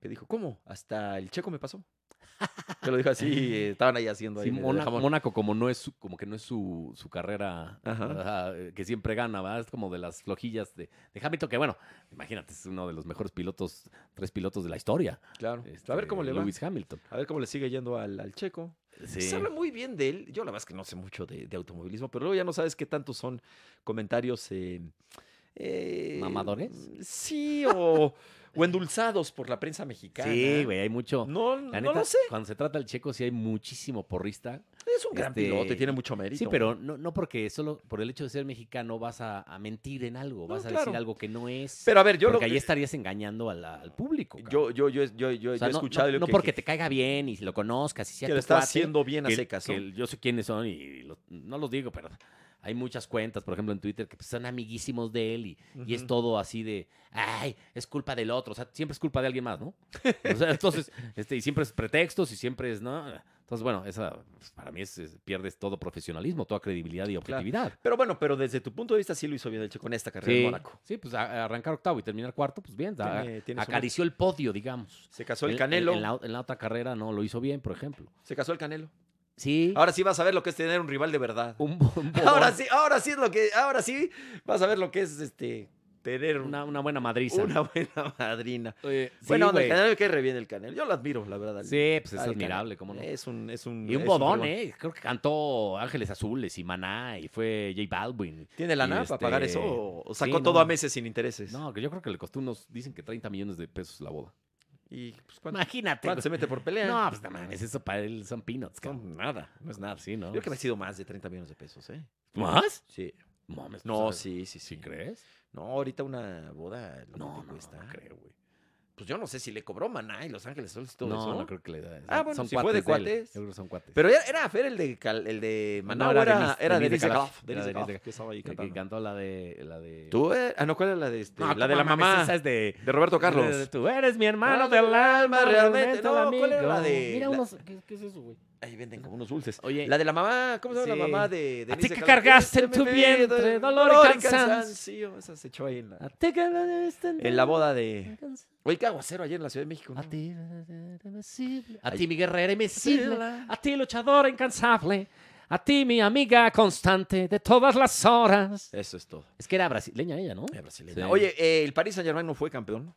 [SPEAKER 1] que dijo, ¿cómo? Hasta el checo me pasó. Que lo dijo así, eh, estaban ahí haciendo ahí.
[SPEAKER 2] Sí,
[SPEAKER 1] el- el
[SPEAKER 2] Mónaco,
[SPEAKER 1] jamón.
[SPEAKER 2] Mónaco como no es su, como que no es su, su carrera
[SPEAKER 1] Ajá.
[SPEAKER 2] ¿verdad? Eh, que siempre gana, ¿verdad? Es como de las flojillas de, de Hamilton, que bueno, imagínate, es uno de los mejores pilotos, tres pilotos de la historia.
[SPEAKER 1] Claro.
[SPEAKER 2] Este,
[SPEAKER 1] a ver cómo le va.
[SPEAKER 2] Lewis Hamilton.
[SPEAKER 1] A ver cómo le sigue yendo al, al checo.
[SPEAKER 2] Sí.
[SPEAKER 1] Se habla muy bien de él. Yo la verdad es que no sé mucho de, de automovilismo, pero luego ya no sabes qué tanto son comentarios... eh, eh,
[SPEAKER 2] ¿Mamadores?
[SPEAKER 1] Sí, o, o endulzados por la prensa mexicana.
[SPEAKER 2] Sí, güey, hay mucho.
[SPEAKER 1] No,
[SPEAKER 2] La
[SPEAKER 1] no
[SPEAKER 2] neta,
[SPEAKER 1] lo sé.
[SPEAKER 2] Cuando se trata del checo, sí hay muchísimo porrista.
[SPEAKER 1] Es un gran
[SPEAKER 2] Este,
[SPEAKER 1] piloto y tiene mucho mérito.
[SPEAKER 2] Sí, pero no, no porque solo por el hecho de ser mexicano vas a, a mentir en algo, vas a decir
[SPEAKER 1] claro.
[SPEAKER 2] algo que no es.
[SPEAKER 1] Pero a ver, yo
[SPEAKER 2] porque
[SPEAKER 1] lo
[SPEAKER 2] ahí estarías engañando a la- al público. cabrón.
[SPEAKER 1] yo, yo, yo, yo, yo,
[SPEAKER 2] O sea,
[SPEAKER 1] yo he
[SPEAKER 2] no,
[SPEAKER 1] escuchado
[SPEAKER 2] no-
[SPEAKER 1] yo
[SPEAKER 2] no
[SPEAKER 1] que-
[SPEAKER 2] porque
[SPEAKER 1] que-
[SPEAKER 2] te caiga bien y lo conozcas y sea
[SPEAKER 1] que
[SPEAKER 2] tu
[SPEAKER 1] lo está
[SPEAKER 2] cuate,
[SPEAKER 1] haciendo bien a
[SPEAKER 2] que-
[SPEAKER 1] secas.
[SPEAKER 2] que
[SPEAKER 1] ¿no?
[SPEAKER 2] yo sé quiénes son y lo- no los digo, pero hay muchas cuentas, por ejemplo, en Twitter que pues, son amiguísimos de él y, y es
[SPEAKER 1] Ujú.
[SPEAKER 2] todo así de, ay, es culpa del otro, o sea, siempre es culpa de alguien más, ¿no? O sea, entonces, este, y siempre es pretextos y siempre es, ¿no? Entonces, bueno, esa pues, para mí es, es- pierdes todo profesionalismo, toda credibilidad y objetividad.
[SPEAKER 1] Pero bueno, pero desde tu punto de vista sí lo hizo bien el Checo en esta carrera en
[SPEAKER 2] Sí,
[SPEAKER 1] Mónaco.
[SPEAKER 2] sí, pues a- arrancar octavo y terminar cuarto, pues bien, da-
[SPEAKER 1] Tiene- tiene su
[SPEAKER 2] acarició el podio, digamos.
[SPEAKER 1] Se casó el
[SPEAKER 2] En- en-
[SPEAKER 1] Canelo.
[SPEAKER 2] En, la, en la otra carrera no lo hizo bien, por ejemplo.
[SPEAKER 1] Se casó el Canelo.
[SPEAKER 2] Sí.
[SPEAKER 1] Ahora sí vas a ver lo que es tener un rival de verdad.
[SPEAKER 2] un bo- un bobón,
[SPEAKER 1] Ahora sí, ahora sí es lo que, ahora sí vas a ver lo que es este tener
[SPEAKER 2] Una,
[SPEAKER 1] una,
[SPEAKER 2] una buena madriza.
[SPEAKER 1] una buena madrina.
[SPEAKER 2] Eh, sí,
[SPEAKER 1] bueno, el
[SPEAKER 2] güey.
[SPEAKER 1] Canelo que re bien el Canelo. Yo lo admiro, la verdad. al-
[SPEAKER 2] Sí, pues es
[SPEAKER 1] al
[SPEAKER 2] admirable,
[SPEAKER 1] Canelo.
[SPEAKER 2] cómo no.
[SPEAKER 1] Es un, es un.
[SPEAKER 2] Y un
[SPEAKER 1] es
[SPEAKER 2] bodón,
[SPEAKER 1] fregón.
[SPEAKER 2] ¿eh? Creo que cantó Ángeles Azules y Maná y fue J Baldwin.
[SPEAKER 1] ¿Tiene la
[SPEAKER 2] Y
[SPEAKER 1] napa para pagar
[SPEAKER 2] este-
[SPEAKER 1] eso? ¿O o sacó
[SPEAKER 2] sí,
[SPEAKER 1] todo
[SPEAKER 2] no.
[SPEAKER 1] a meses sin intereses?
[SPEAKER 2] No, que yo creo que le costó unos, dicen que 30 millones de pesos la boda.
[SPEAKER 1] ¿Y pues, cuánto,
[SPEAKER 2] Imagínate.
[SPEAKER 1] cuánto se mete por pelea?
[SPEAKER 2] No, pues no mames, eso para él son peanuts, cabrón.
[SPEAKER 1] No, nada, no es nada.
[SPEAKER 2] Sí, ¿no?
[SPEAKER 1] Yo creo que me ha sido más de 30 millones de pesos, ¿eh?
[SPEAKER 2] ¿Más?
[SPEAKER 1] Sí.
[SPEAKER 2] Mames,
[SPEAKER 1] No,
[SPEAKER 2] pues,
[SPEAKER 1] sí, sí, sí.
[SPEAKER 2] ¿Sí crees?
[SPEAKER 1] No, ahorita una boda lo
[SPEAKER 2] No,
[SPEAKER 1] que
[SPEAKER 2] no,
[SPEAKER 1] te
[SPEAKER 2] no,
[SPEAKER 1] cuesta.
[SPEAKER 2] creo, güey.
[SPEAKER 1] Pues yo no sé si le cobró Maná y Los Ángeles Soles y todo
[SPEAKER 2] no,
[SPEAKER 1] eso.
[SPEAKER 2] no creo que le da.
[SPEAKER 1] Ah, bueno, si fue de
[SPEAKER 2] cuates él.
[SPEAKER 1] cuates.
[SPEAKER 2] Yo creo que son cuates.
[SPEAKER 1] Pero era, era Fer el de, Cal- el de Maná,
[SPEAKER 2] No,
[SPEAKER 1] era,
[SPEAKER 2] era
[SPEAKER 1] era,
[SPEAKER 2] Denise- Denise
[SPEAKER 1] Denise
[SPEAKER 2] de
[SPEAKER 1] de
[SPEAKER 2] Calaf.
[SPEAKER 1] Calaf. Denise
[SPEAKER 2] Era
[SPEAKER 1] de
[SPEAKER 2] Denise
[SPEAKER 1] Calaf,
[SPEAKER 2] de
[SPEAKER 1] que estaba ahí
[SPEAKER 2] El que
[SPEAKER 1] cantando.
[SPEAKER 2] cantó la de... La de...
[SPEAKER 1] ¿Tú? eh? Ah, no, ¿cuál era la de, este,
[SPEAKER 2] No,
[SPEAKER 1] la de
[SPEAKER 2] ¿cómo
[SPEAKER 1] la
[SPEAKER 2] mames?
[SPEAKER 1] mamá?
[SPEAKER 2] Esa es de...
[SPEAKER 1] De Roberto Carlos.
[SPEAKER 2] Tú eres mi hermano
[SPEAKER 1] Madre
[SPEAKER 2] del alma,
[SPEAKER 1] alma,
[SPEAKER 2] Ah,
[SPEAKER 1] realmente.
[SPEAKER 2] realmente.
[SPEAKER 1] No,
[SPEAKER 2] amigo.
[SPEAKER 1] ¿cuál era la de-
[SPEAKER 2] Mira
[SPEAKER 1] la-
[SPEAKER 2] unos. ¿Qué, qué es eso, güey?
[SPEAKER 1] Ahí venden como unos dulces.
[SPEAKER 2] Oye.
[SPEAKER 1] La de la mamá, ¿cómo se llama la
[SPEAKER 2] Eh, Sí.
[SPEAKER 1] mamá de
[SPEAKER 2] A ti
[SPEAKER 1] Denise de
[SPEAKER 2] que
[SPEAKER 1] Cal-
[SPEAKER 2] cargaste en
[SPEAKER 1] Este
[SPEAKER 2] tu
[SPEAKER 1] mi
[SPEAKER 2] vientre,
[SPEAKER 1] vida,
[SPEAKER 2] dolor y cansancio.
[SPEAKER 1] cansancio. Esa se echó ahí en la,
[SPEAKER 2] este
[SPEAKER 1] en la boda de... Oye, qué aguacero ayer en la Ciudad de México.
[SPEAKER 2] A
[SPEAKER 1] ¿no?
[SPEAKER 2] ti, irreversible. a
[SPEAKER 1] Ay.
[SPEAKER 2] ti mi guerrera invencible,
[SPEAKER 1] Síguela.
[SPEAKER 2] a ti luchadora incansable, a ti mi amiga constante de todas las horas.
[SPEAKER 1] Eso es todo.
[SPEAKER 2] Es que era brasileña ella, ¿no?
[SPEAKER 1] Eh, brasileña.
[SPEAKER 2] Sí.
[SPEAKER 1] Oye, eh, el Paris Saint Germain no fue campeón.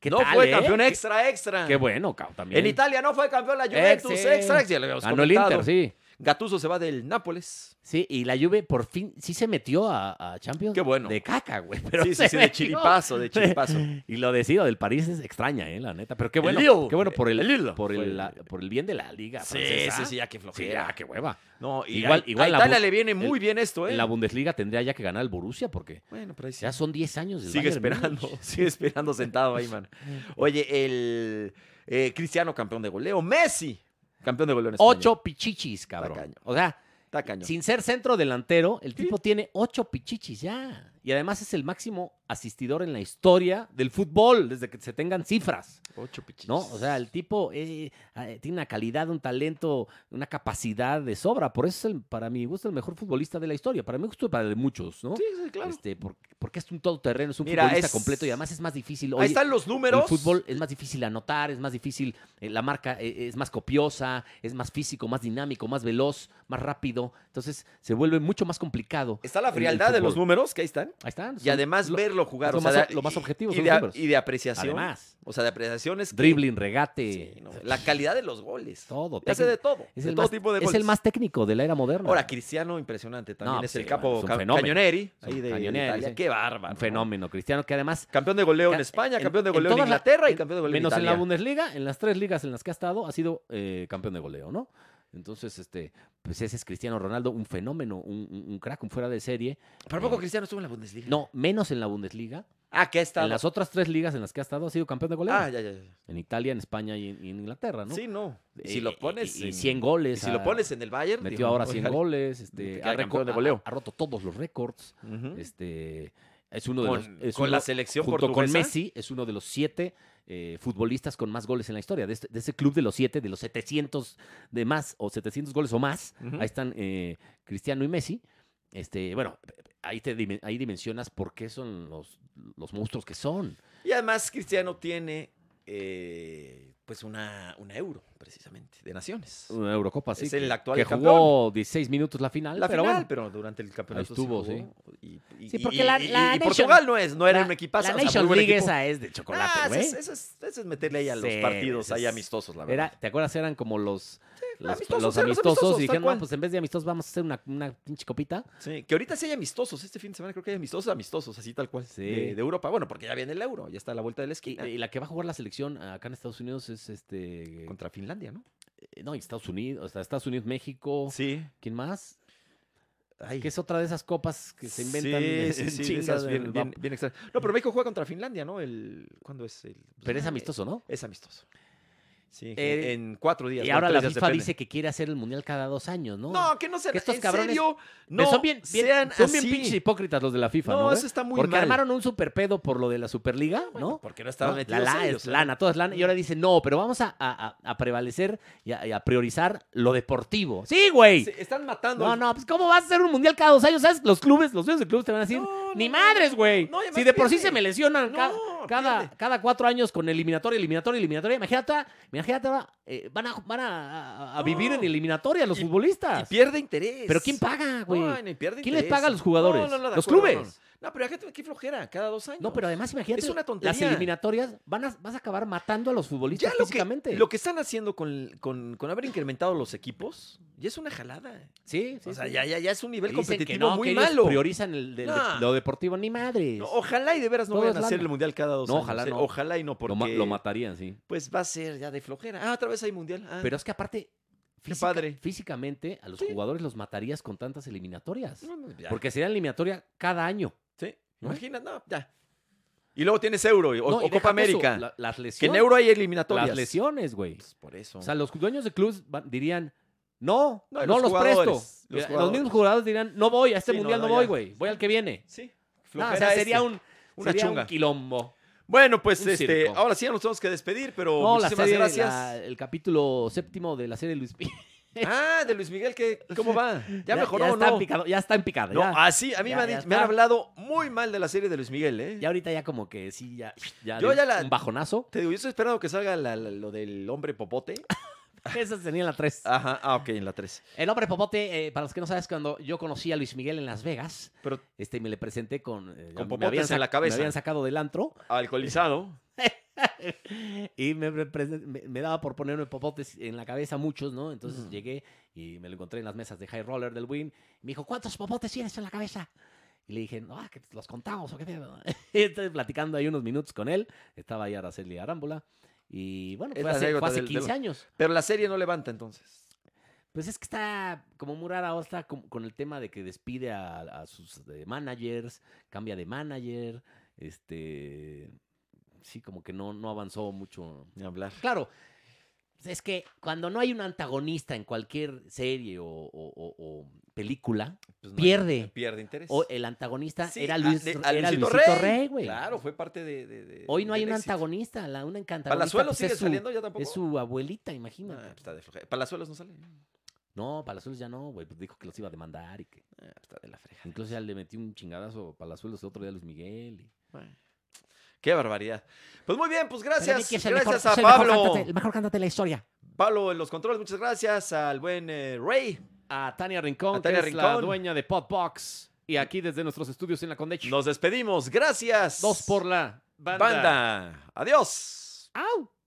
[SPEAKER 2] ¿Qué
[SPEAKER 1] no
[SPEAKER 2] tal,
[SPEAKER 1] fue
[SPEAKER 2] eh?
[SPEAKER 1] campeón extra, extra.
[SPEAKER 2] Qué bueno, cao, también.
[SPEAKER 1] En Italia no fue campeón la Juventus
[SPEAKER 2] Extra.
[SPEAKER 1] extra, extra. ya lo habíamos
[SPEAKER 2] Ganó el
[SPEAKER 1] comentado.
[SPEAKER 2] Inter, sí.
[SPEAKER 1] Gattuso se va del Nápoles.
[SPEAKER 2] Sí, y la Juve por fin sí se metió a, a Champions.
[SPEAKER 1] Qué bueno.
[SPEAKER 2] De caca, güey. Pero
[SPEAKER 1] sí,
[SPEAKER 2] se
[SPEAKER 1] sí, sí, de
[SPEAKER 2] metió.
[SPEAKER 1] chiripazo, de chiripazo.
[SPEAKER 2] Y lo decido del París es extraña, eh, la neta. Pero qué
[SPEAKER 1] El
[SPEAKER 2] bueno.
[SPEAKER 1] Lille.
[SPEAKER 2] Qué bueno por el,
[SPEAKER 1] El Lille.
[SPEAKER 2] por el,
[SPEAKER 1] Fue-
[SPEAKER 2] la- por el bien de la liga.
[SPEAKER 1] Sí,
[SPEAKER 2] francesa.
[SPEAKER 1] sí, sí, ya que
[SPEAKER 2] Sí,
[SPEAKER 1] flojera.
[SPEAKER 2] ah, qué hueva.
[SPEAKER 1] No, y
[SPEAKER 2] Igual-
[SPEAKER 1] a-
[SPEAKER 2] igual la
[SPEAKER 1] a Italia
[SPEAKER 2] bu-
[SPEAKER 1] le viene muy
[SPEAKER 2] el-
[SPEAKER 1] bien esto, ¿eh?
[SPEAKER 2] En la Bundesliga tendría ya que ganar el Borussia porque
[SPEAKER 1] Bueno, pero ahí sí.
[SPEAKER 2] ya son 10 años. del
[SPEAKER 1] Sigue
[SPEAKER 2] pues, Bayern
[SPEAKER 1] esperando,
[SPEAKER 2] Múnich.
[SPEAKER 1] sigue esperando sentado ahí, man. Oye, el eh, Cristiano campeón de goleo, Messi campeón de goleo en España.
[SPEAKER 2] Ocho pichichis, cabrón.
[SPEAKER 1] cañón.
[SPEAKER 2] O sea,
[SPEAKER 1] Está cañón.
[SPEAKER 2] sin ser centro delantero, el tipo tiene ocho pichichis ya. Y además es el máximo asistidor en la historia del fútbol, desde que se tengan cifras.
[SPEAKER 1] Ocho pichichis.
[SPEAKER 2] ¿no? O sea, el tipo eh, eh, tiene una calidad, un talento, una capacidad de sobra. Por eso es, el- para mi gusto, el mejor futbolista de la historia. Para mi gusto, y para el de muchos, ¿no?
[SPEAKER 1] Sí, sí, claro.
[SPEAKER 2] Este, porque, porque es un todoterreno, es un
[SPEAKER 1] Mira,
[SPEAKER 2] futbolista
[SPEAKER 1] es-
[SPEAKER 2] completo y además es más difícil.
[SPEAKER 1] ahí
[SPEAKER 2] Oye,
[SPEAKER 1] están los números.
[SPEAKER 2] el fútbol es más difícil anotar, es más difícil, eh, la marca eh, es más copiosa, es más físico, más dinámico, más veloz, más rápido. Entonces se vuelve mucho más complicado.
[SPEAKER 1] Está la
[SPEAKER 2] el- el
[SPEAKER 1] frialdad de los
[SPEAKER 2] fútbol.
[SPEAKER 1] números, que ahí están.
[SPEAKER 2] Ahí están.
[SPEAKER 1] Y
[SPEAKER 2] son-
[SPEAKER 1] además
[SPEAKER 2] lo-
[SPEAKER 1] verlo jugar.
[SPEAKER 2] lo
[SPEAKER 1] o sea,
[SPEAKER 2] más-
[SPEAKER 1] de-
[SPEAKER 2] lo más objetivo
[SPEAKER 1] y,
[SPEAKER 2] son
[SPEAKER 1] de,
[SPEAKER 2] los números.
[SPEAKER 1] y de apreciación.
[SPEAKER 2] Además,
[SPEAKER 1] O sea, de apreciaciones.
[SPEAKER 2] dribbling, regate,
[SPEAKER 1] Sí, no, la calidad de los goles.
[SPEAKER 2] todo.
[SPEAKER 1] Hace
[SPEAKER 2] técnica.
[SPEAKER 1] de todo.
[SPEAKER 2] Es
[SPEAKER 1] de
[SPEAKER 2] el,
[SPEAKER 1] todo
[SPEAKER 2] más,
[SPEAKER 1] tipo de
[SPEAKER 2] es
[SPEAKER 1] goles.
[SPEAKER 2] el más técnico de la era moderna.
[SPEAKER 1] Ahora, Cristiano, impresionante. También
[SPEAKER 2] No, pues
[SPEAKER 1] es
[SPEAKER 2] sí,
[SPEAKER 1] el capo
[SPEAKER 2] es un
[SPEAKER 1] ca-
[SPEAKER 2] fenómeno.
[SPEAKER 1] Cañoneri.
[SPEAKER 2] Es un
[SPEAKER 1] Ahí de, de
[SPEAKER 2] Cañoneri,
[SPEAKER 1] Italia.
[SPEAKER 2] sí.
[SPEAKER 1] Qué bárbaro.
[SPEAKER 2] un fenómeno cristiano que además.
[SPEAKER 1] Campeón de goleo en
[SPEAKER 2] ca-
[SPEAKER 1] España,
[SPEAKER 2] en-
[SPEAKER 1] campeón de goleo en,
[SPEAKER 2] todas la-
[SPEAKER 1] Inglaterra y
[SPEAKER 2] en-
[SPEAKER 1] campeón de goleo
[SPEAKER 2] Menos
[SPEAKER 1] en
[SPEAKER 2] en
[SPEAKER 1] Italia.
[SPEAKER 2] la Bundesliga, en las tres ligas en las que ha estado, ha sido eh, campeón de goleo, ¿no? Entonces, este, pues ese es Cristiano Ronaldo, un fenómeno, un, un- un crack, un fuera de serie.
[SPEAKER 1] ¿Pero poco Cristiano estuvo en la Bundesliga?
[SPEAKER 2] No, menos en la Bundesliga.
[SPEAKER 1] Ah, que ha estado.
[SPEAKER 2] En las otras tres ligas en las que ha estado, ha sido campeón de goleo.
[SPEAKER 1] Ah, ya, ya, ya.
[SPEAKER 2] En Italia, en España y en, y en Inglaterra, ¿no?
[SPEAKER 1] Sí, no. Y si
[SPEAKER 2] Eh,
[SPEAKER 1] lo pones.
[SPEAKER 2] Y, y
[SPEAKER 1] en-
[SPEAKER 2] 100
[SPEAKER 1] y
[SPEAKER 2] goles.
[SPEAKER 1] si lo
[SPEAKER 2] ha-
[SPEAKER 1] pones en el Bayern.
[SPEAKER 2] Metió
[SPEAKER 1] digo, pues,
[SPEAKER 2] ahora 100
[SPEAKER 1] órale.
[SPEAKER 2] goles.
[SPEAKER 1] Te
[SPEAKER 2] Este,
[SPEAKER 1] queda
[SPEAKER 2] ha,
[SPEAKER 1] campeón de
[SPEAKER 2] reco-
[SPEAKER 1] goleo.
[SPEAKER 2] ha- ha roto todos los récords.
[SPEAKER 1] Ujú.
[SPEAKER 2] Este, es uno de
[SPEAKER 1] Con,
[SPEAKER 2] los. es
[SPEAKER 1] con
[SPEAKER 2] uno-
[SPEAKER 1] la selección
[SPEAKER 2] junto con
[SPEAKER 1] portuguesa.
[SPEAKER 2] Messi, es uno de los siete eh, futbolistas con más goles en la historia. De, este- de ese club de los siete, de los 700 de más, o 700 goles o más,
[SPEAKER 1] Ujú.
[SPEAKER 2] ahí están eh, Cristiano y Messi. Este, bueno, ahí, te, dimen- ahí dimensionas por qué son los, los monstruos que son.
[SPEAKER 1] Y además Cristiano tiene eh, pues una, una euro, precisamente, de naciones.
[SPEAKER 2] Una Eurocopa,
[SPEAKER 1] Es
[SPEAKER 2] sí.
[SPEAKER 1] el
[SPEAKER 2] que-
[SPEAKER 1] actual
[SPEAKER 2] Que
[SPEAKER 1] campeón.
[SPEAKER 2] jugó 16 minutos la final,
[SPEAKER 1] La
[SPEAKER 2] pero
[SPEAKER 1] final,
[SPEAKER 2] bueno.
[SPEAKER 1] pero durante el campeonato
[SPEAKER 2] estuvo,
[SPEAKER 1] jugó. Y, y-
[SPEAKER 2] Sí,
[SPEAKER 1] y-
[SPEAKER 2] porque la-
[SPEAKER 1] y-
[SPEAKER 2] la
[SPEAKER 1] y
[SPEAKER 2] Nation-
[SPEAKER 1] Portugal no es, no era
[SPEAKER 2] la-
[SPEAKER 1] un equipazo.
[SPEAKER 2] la
[SPEAKER 1] o sea, muy
[SPEAKER 2] Nation
[SPEAKER 1] buen
[SPEAKER 2] League
[SPEAKER 1] equipo.
[SPEAKER 2] esa es de chocolate,
[SPEAKER 1] Ah,
[SPEAKER 2] güey.
[SPEAKER 1] eso, es, eso es- eso es meterle ahí a los
[SPEAKER 2] Sí,
[SPEAKER 1] partidos
[SPEAKER 2] eso
[SPEAKER 1] ahí
[SPEAKER 2] es-
[SPEAKER 1] amistosos, la verdad.
[SPEAKER 2] Era, ¿Te acuerdas? Eran como los, los,
[SPEAKER 1] amistosos,
[SPEAKER 2] los
[SPEAKER 1] eran los
[SPEAKER 2] amistosos.
[SPEAKER 1] amistosos,
[SPEAKER 2] y dijeron,
[SPEAKER 1] tal
[SPEAKER 2] no,
[SPEAKER 1] cual".
[SPEAKER 2] pues en vez de amistosos vamos a hacer una, una pinche copita.
[SPEAKER 1] Sí, que ahorita sí hay amistosos. Este fin de semana creo que hay amistosos, amistosos, así tal cual.
[SPEAKER 2] Sí.
[SPEAKER 1] De, de Europa. Bueno, porque ya viene el euro, ya está a la vuelta de la
[SPEAKER 2] Y,
[SPEAKER 1] esquina.
[SPEAKER 2] y la que va a jugar la selección acá en Estados Unidos es este...
[SPEAKER 1] contra Finlandia, ¿no?
[SPEAKER 2] eh, No, en Estados Unidos, o sea, Estados Unidos, México.
[SPEAKER 1] Sí.
[SPEAKER 2] ¿Quién más?
[SPEAKER 1] Ay.
[SPEAKER 2] Que es otra de esas copas que se inventan.
[SPEAKER 1] Sí,
[SPEAKER 2] en
[SPEAKER 1] sí, sí, de
[SPEAKER 2] chinga
[SPEAKER 1] esas
[SPEAKER 2] del
[SPEAKER 1] bien, bien-
[SPEAKER 2] vapor.
[SPEAKER 1] bien extra- No, pero México juega contra Finlandia, ¿no? El, ¿Cuándo es? El,
[SPEAKER 2] Pero es
[SPEAKER 1] ah,
[SPEAKER 2] amistoso, ¿no?
[SPEAKER 1] Es amistoso. Sí,
[SPEAKER 2] Eh,
[SPEAKER 1] en cuatro días.
[SPEAKER 2] Y
[SPEAKER 1] ¿no?
[SPEAKER 2] ahora
[SPEAKER 1] Tres
[SPEAKER 2] la
[SPEAKER 1] días,
[SPEAKER 2] FIFA
[SPEAKER 1] depende.
[SPEAKER 2] dice que quiere hacer el mundial cada dos años, ¿no?
[SPEAKER 1] No, que no sean.
[SPEAKER 2] que estos
[SPEAKER 1] en
[SPEAKER 2] cabrones-
[SPEAKER 1] serio,
[SPEAKER 2] Pero
[SPEAKER 1] no
[SPEAKER 2] son bien, bien-
[SPEAKER 1] sean
[SPEAKER 2] son bien
[SPEAKER 1] así.
[SPEAKER 2] pinches hipócritas los de la FIFA, ¿no?
[SPEAKER 1] no,
[SPEAKER 2] güey?
[SPEAKER 1] eso está muy
[SPEAKER 2] Porque
[SPEAKER 1] mal.
[SPEAKER 2] armaron un super pedo por lo de la Superliga,
[SPEAKER 1] Bueno,
[SPEAKER 2] ¿no?
[SPEAKER 1] Porque no estaban
[SPEAKER 2] ¿no?
[SPEAKER 1] metidos
[SPEAKER 2] La la
[SPEAKER 1] ellos,
[SPEAKER 2] es
[SPEAKER 1] ¿no?
[SPEAKER 2] lana, todo es lana. Y ahora dicen, no, pero vamos a, a- a- a prevalecer y a, y a priorizar lo deportivo. ¡Sí, güey!
[SPEAKER 1] Sí, están matando.
[SPEAKER 2] No,
[SPEAKER 1] al-
[SPEAKER 2] no, pues ¿cómo vas a hacer un mundial cada dos años? ¿Sabes? Los clubes, los dueños de clubes te van a decir,
[SPEAKER 1] No,
[SPEAKER 2] ni
[SPEAKER 1] no,
[SPEAKER 2] madres, güey.
[SPEAKER 1] no, y además
[SPEAKER 2] si de por sí
[SPEAKER 1] pierde.
[SPEAKER 2] se me lesionan
[SPEAKER 1] No,
[SPEAKER 2] cada, cada,
[SPEAKER 1] pierde.
[SPEAKER 2] cada cuatro años con eliminatoria, eliminatoria, eliminatoria. Imagínate, imagínate ahora, eh, van a, van a, a- a vivir
[SPEAKER 1] No.
[SPEAKER 2] en eliminatoria los
[SPEAKER 1] Y-
[SPEAKER 2] futbolistas.
[SPEAKER 1] Y pierde interés.
[SPEAKER 2] Ah. Pero ¿quién paga, güey?
[SPEAKER 1] No, ni pierde
[SPEAKER 2] ¿Quién les
[SPEAKER 1] interés.
[SPEAKER 2] paga a los jugadores?
[SPEAKER 1] No, no, no, de
[SPEAKER 2] ¿Los
[SPEAKER 1] acuerdo,
[SPEAKER 2] clubes?
[SPEAKER 1] No, no. No, pero fíjate qué flojera, cada dos años.
[SPEAKER 2] No, pero además imagínate,
[SPEAKER 1] Es una
[SPEAKER 2] las
[SPEAKER 1] tontería.
[SPEAKER 2] eliminatorias van a, vas a acabar matando a los futbolistas
[SPEAKER 1] Ya lo
[SPEAKER 2] físicamente.
[SPEAKER 1] que, lo que están haciendo con, con, con haber incrementado los equipos, ya es una jalada.
[SPEAKER 2] Sí, sí.
[SPEAKER 1] o sea,
[SPEAKER 2] sí.
[SPEAKER 1] ya, ya, ya es un nivel
[SPEAKER 2] Dicen que
[SPEAKER 1] competitivo
[SPEAKER 2] no, que
[SPEAKER 1] muy
[SPEAKER 2] ellos
[SPEAKER 1] malo.
[SPEAKER 2] Priorizan el, del-
[SPEAKER 1] No.
[SPEAKER 2] lo deportivo, ni madres.
[SPEAKER 1] No, ojalá y de veras no
[SPEAKER 2] Todo
[SPEAKER 1] vayan
[SPEAKER 2] es
[SPEAKER 1] a hacer
[SPEAKER 2] lana.
[SPEAKER 1] el mundial cada dos
[SPEAKER 2] No,
[SPEAKER 1] años.
[SPEAKER 2] ojalá
[SPEAKER 1] ¿eh?
[SPEAKER 2] no.
[SPEAKER 1] Ojalá y no,
[SPEAKER 2] Lo
[SPEAKER 1] porque
[SPEAKER 2] ma- lo matarían, sí.
[SPEAKER 1] pues va a ser ya de flojera. Ah, otra vez hay mundial. Ah,
[SPEAKER 2] Pero es que aparte, física-
[SPEAKER 1] padre.
[SPEAKER 2] físicamente a los
[SPEAKER 1] Sí.
[SPEAKER 2] jugadores los matarías con tantas eliminatorias.
[SPEAKER 1] no, no, ya.
[SPEAKER 2] Porque sería eliminatoria cada año.
[SPEAKER 1] Sí,
[SPEAKER 2] ¿no?
[SPEAKER 1] imagina, no, ya. Y luego tienes Euro y- o,
[SPEAKER 2] No,
[SPEAKER 1] o
[SPEAKER 2] y deja
[SPEAKER 1] Copa
[SPEAKER 2] tú eso,
[SPEAKER 1] América.
[SPEAKER 2] la- las
[SPEAKER 1] que en
[SPEAKER 2] lesiones.
[SPEAKER 1] Euro hay eliminatorias.
[SPEAKER 2] las lesiones, güey.
[SPEAKER 1] Pues por eso.
[SPEAKER 2] O sea, los dueños de clubes van- dirían, no,
[SPEAKER 1] No,
[SPEAKER 2] no,
[SPEAKER 1] y los
[SPEAKER 2] los,
[SPEAKER 1] jugadores,
[SPEAKER 2] presto.
[SPEAKER 1] los
[SPEAKER 2] Mira, Los,
[SPEAKER 1] jugadores.
[SPEAKER 2] mismos jugadores dirían, no voy, a este
[SPEAKER 1] Sí, no,
[SPEAKER 2] mundial no,
[SPEAKER 1] no,
[SPEAKER 2] voy,
[SPEAKER 1] ya.
[SPEAKER 2] güey. Voy al que viene.
[SPEAKER 1] sí,
[SPEAKER 2] No, o
[SPEAKER 1] flojera
[SPEAKER 2] sea,
[SPEAKER 1] este.
[SPEAKER 2] sería un,
[SPEAKER 1] una
[SPEAKER 2] sería un
[SPEAKER 1] chunga.
[SPEAKER 2] quilombo.
[SPEAKER 1] Bueno, pues
[SPEAKER 2] un
[SPEAKER 1] este,
[SPEAKER 2] circo.
[SPEAKER 1] ahora sí ya nos tenemos que despedir, pero
[SPEAKER 2] No, la
[SPEAKER 1] Oh, muchísimas
[SPEAKER 2] serie,
[SPEAKER 1] gracias.
[SPEAKER 2] la- el capítulo séptimo de la serie Luis Pi-
[SPEAKER 1] Ah, de Luis Miguel, que ¿cómo va? Ya, mejoró,
[SPEAKER 3] ya
[SPEAKER 1] o
[SPEAKER 3] está
[SPEAKER 1] no?
[SPEAKER 3] En picado, ya está en picada.
[SPEAKER 1] No,
[SPEAKER 3] ya.
[SPEAKER 1] así, a mí
[SPEAKER 3] Ya,
[SPEAKER 1] me, han,
[SPEAKER 3] ya
[SPEAKER 1] dicho- me han
[SPEAKER 3] está.
[SPEAKER 1] hablado muy mal de la serie de Luis Miguel, ¿eh?
[SPEAKER 3] Ya ahorita ya como que sí, ya. ya
[SPEAKER 1] Yo
[SPEAKER 3] dio
[SPEAKER 1] ya la-
[SPEAKER 3] Un bajonazo.
[SPEAKER 1] Te digo, yo estoy esperando que salga la- la- lo del hombre popote.
[SPEAKER 3] Esa tenía la 3.
[SPEAKER 1] Ajá, ah, ok, en la 3.
[SPEAKER 3] El hombre popote, eh, para los que no sabes, cuando yo conocí a Luis Miguel en Las Vegas,
[SPEAKER 1] Pero
[SPEAKER 3] este, me le presenté con... eh,
[SPEAKER 1] Con
[SPEAKER 3] me
[SPEAKER 1] popotes
[SPEAKER 3] habían
[SPEAKER 1] en
[SPEAKER 3] sac-
[SPEAKER 1] la cabeza.
[SPEAKER 3] Me habían sacado del antro
[SPEAKER 1] alcoholizado.
[SPEAKER 3] y me, pre- presen- me- me daba por ponerme popotes en la cabeza muchos, ¿no? Entonces
[SPEAKER 1] Ujú.
[SPEAKER 3] llegué y me lo encontré en las mesas de High Roller del Win. Me dijo, ¿cuántos popotes tienes en la cabeza? Y le dije, no, ah, que los contamos o qué pedo?" Y entonces platicando ahí unos minutos con él, estaba ahí Araceli Arámbula. Y bueno,
[SPEAKER 1] Es
[SPEAKER 3] fue
[SPEAKER 1] la
[SPEAKER 3] hace, fue
[SPEAKER 1] anécdota
[SPEAKER 3] hace
[SPEAKER 1] del- del-
[SPEAKER 3] 15 años.
[SPEAKER 1] Pero la serie no levanta entonces.
[SPEAKER 3] Pues es que está como Murara ahora está con, con el tema de que despide a, a sus eh, managers, cambia de manager, este sí, como que no, no avanzó mucho.
[SPEAKER 1] Ni hablar.
[SPEAKER 3] Claro, pues es que cuando no hay un antagonista en cualquier serie o, o- o- o película,
[SPEAKER 1] Pues no hay-
[SPEAKER 3] Pierde.
[SPEAKER 1] pierde interés.
[SPEAKER 3] o el antagonista
[SPEAKER 1] Sí,
[SPEAKER 3] era
[SPEAKER 1] a-
[SPEAKER 3] Luis
[SPEAKER 1] de- a
[SPEAKER 3] era
[SPEAKER 1] Luisito
[SPEAKER 3] Luisito Rey, güey.
[SPEAKER 1] Claro, fue parte de. de- de-
[SPEAKER 3] Hoy no hay
[SPEAKER 1] del
[SPEAKER 3] un
[SPEAKER 1] éxito.
[SPEAKER 3] antagonista, la, una antagonista
[SPEAKER 1] Palazuelos
[SPEAKER 3] pues,
[SPEAKER 1] sigue
[SPEAKER 3] es, su,
[SPEAKER 1] saliendo ya tampoco.
[SPEAKER 3] es su abuelita,
[SPEAKER 1] Ah,
[SPEAKER 3] imagínate.
[SPEAKER 1] pues está de flojera. Palazuelos no sale. Ah,
[SPEAKER 3] No, Palazuelos ya no, güey, pues dijo que los iba a demandar y que...
[SPEAKER 1] Ah, pues está de la fregada.
[SPEAKER 3] Incluso ya le metí un chingadazo para los suelos el otro día a Luis Miguel. y-
[SPEAKER 1] Qué barbaridad. Pues muy bien, pues gracias.
[SPEAKER 3] Pero Nicky es el
[SPEAKER 1] Gracias
[SPEAKER 3] mejor-
[SPEAKER 1] a
[SPEAKER 3] es el mejor
[SPEAKER 1] Pablo.
[SPEAKER 3] cantante- el mejor cantante de la historia.
[SPEAKER 1] Pablo en los controles, muchas gracias. Al buen eh, Ray.
[SPEAKER 3] A Tania Rincón,
[SPEAKER 1] A Tania
[SPEAKER 3] que es la
[SPEAKER 1] Rincón.
[SPEAKER 3] dueña de Podbox. Y aquí desde nuestros estudios en la Condech.
[SPEAKER 1] Nos despedimos. Gracias.
[SPEAKER 3] Dos por la banda.
[SPEAKER 1] banda. Adiós.
[SPEAKER 3] ¡Au!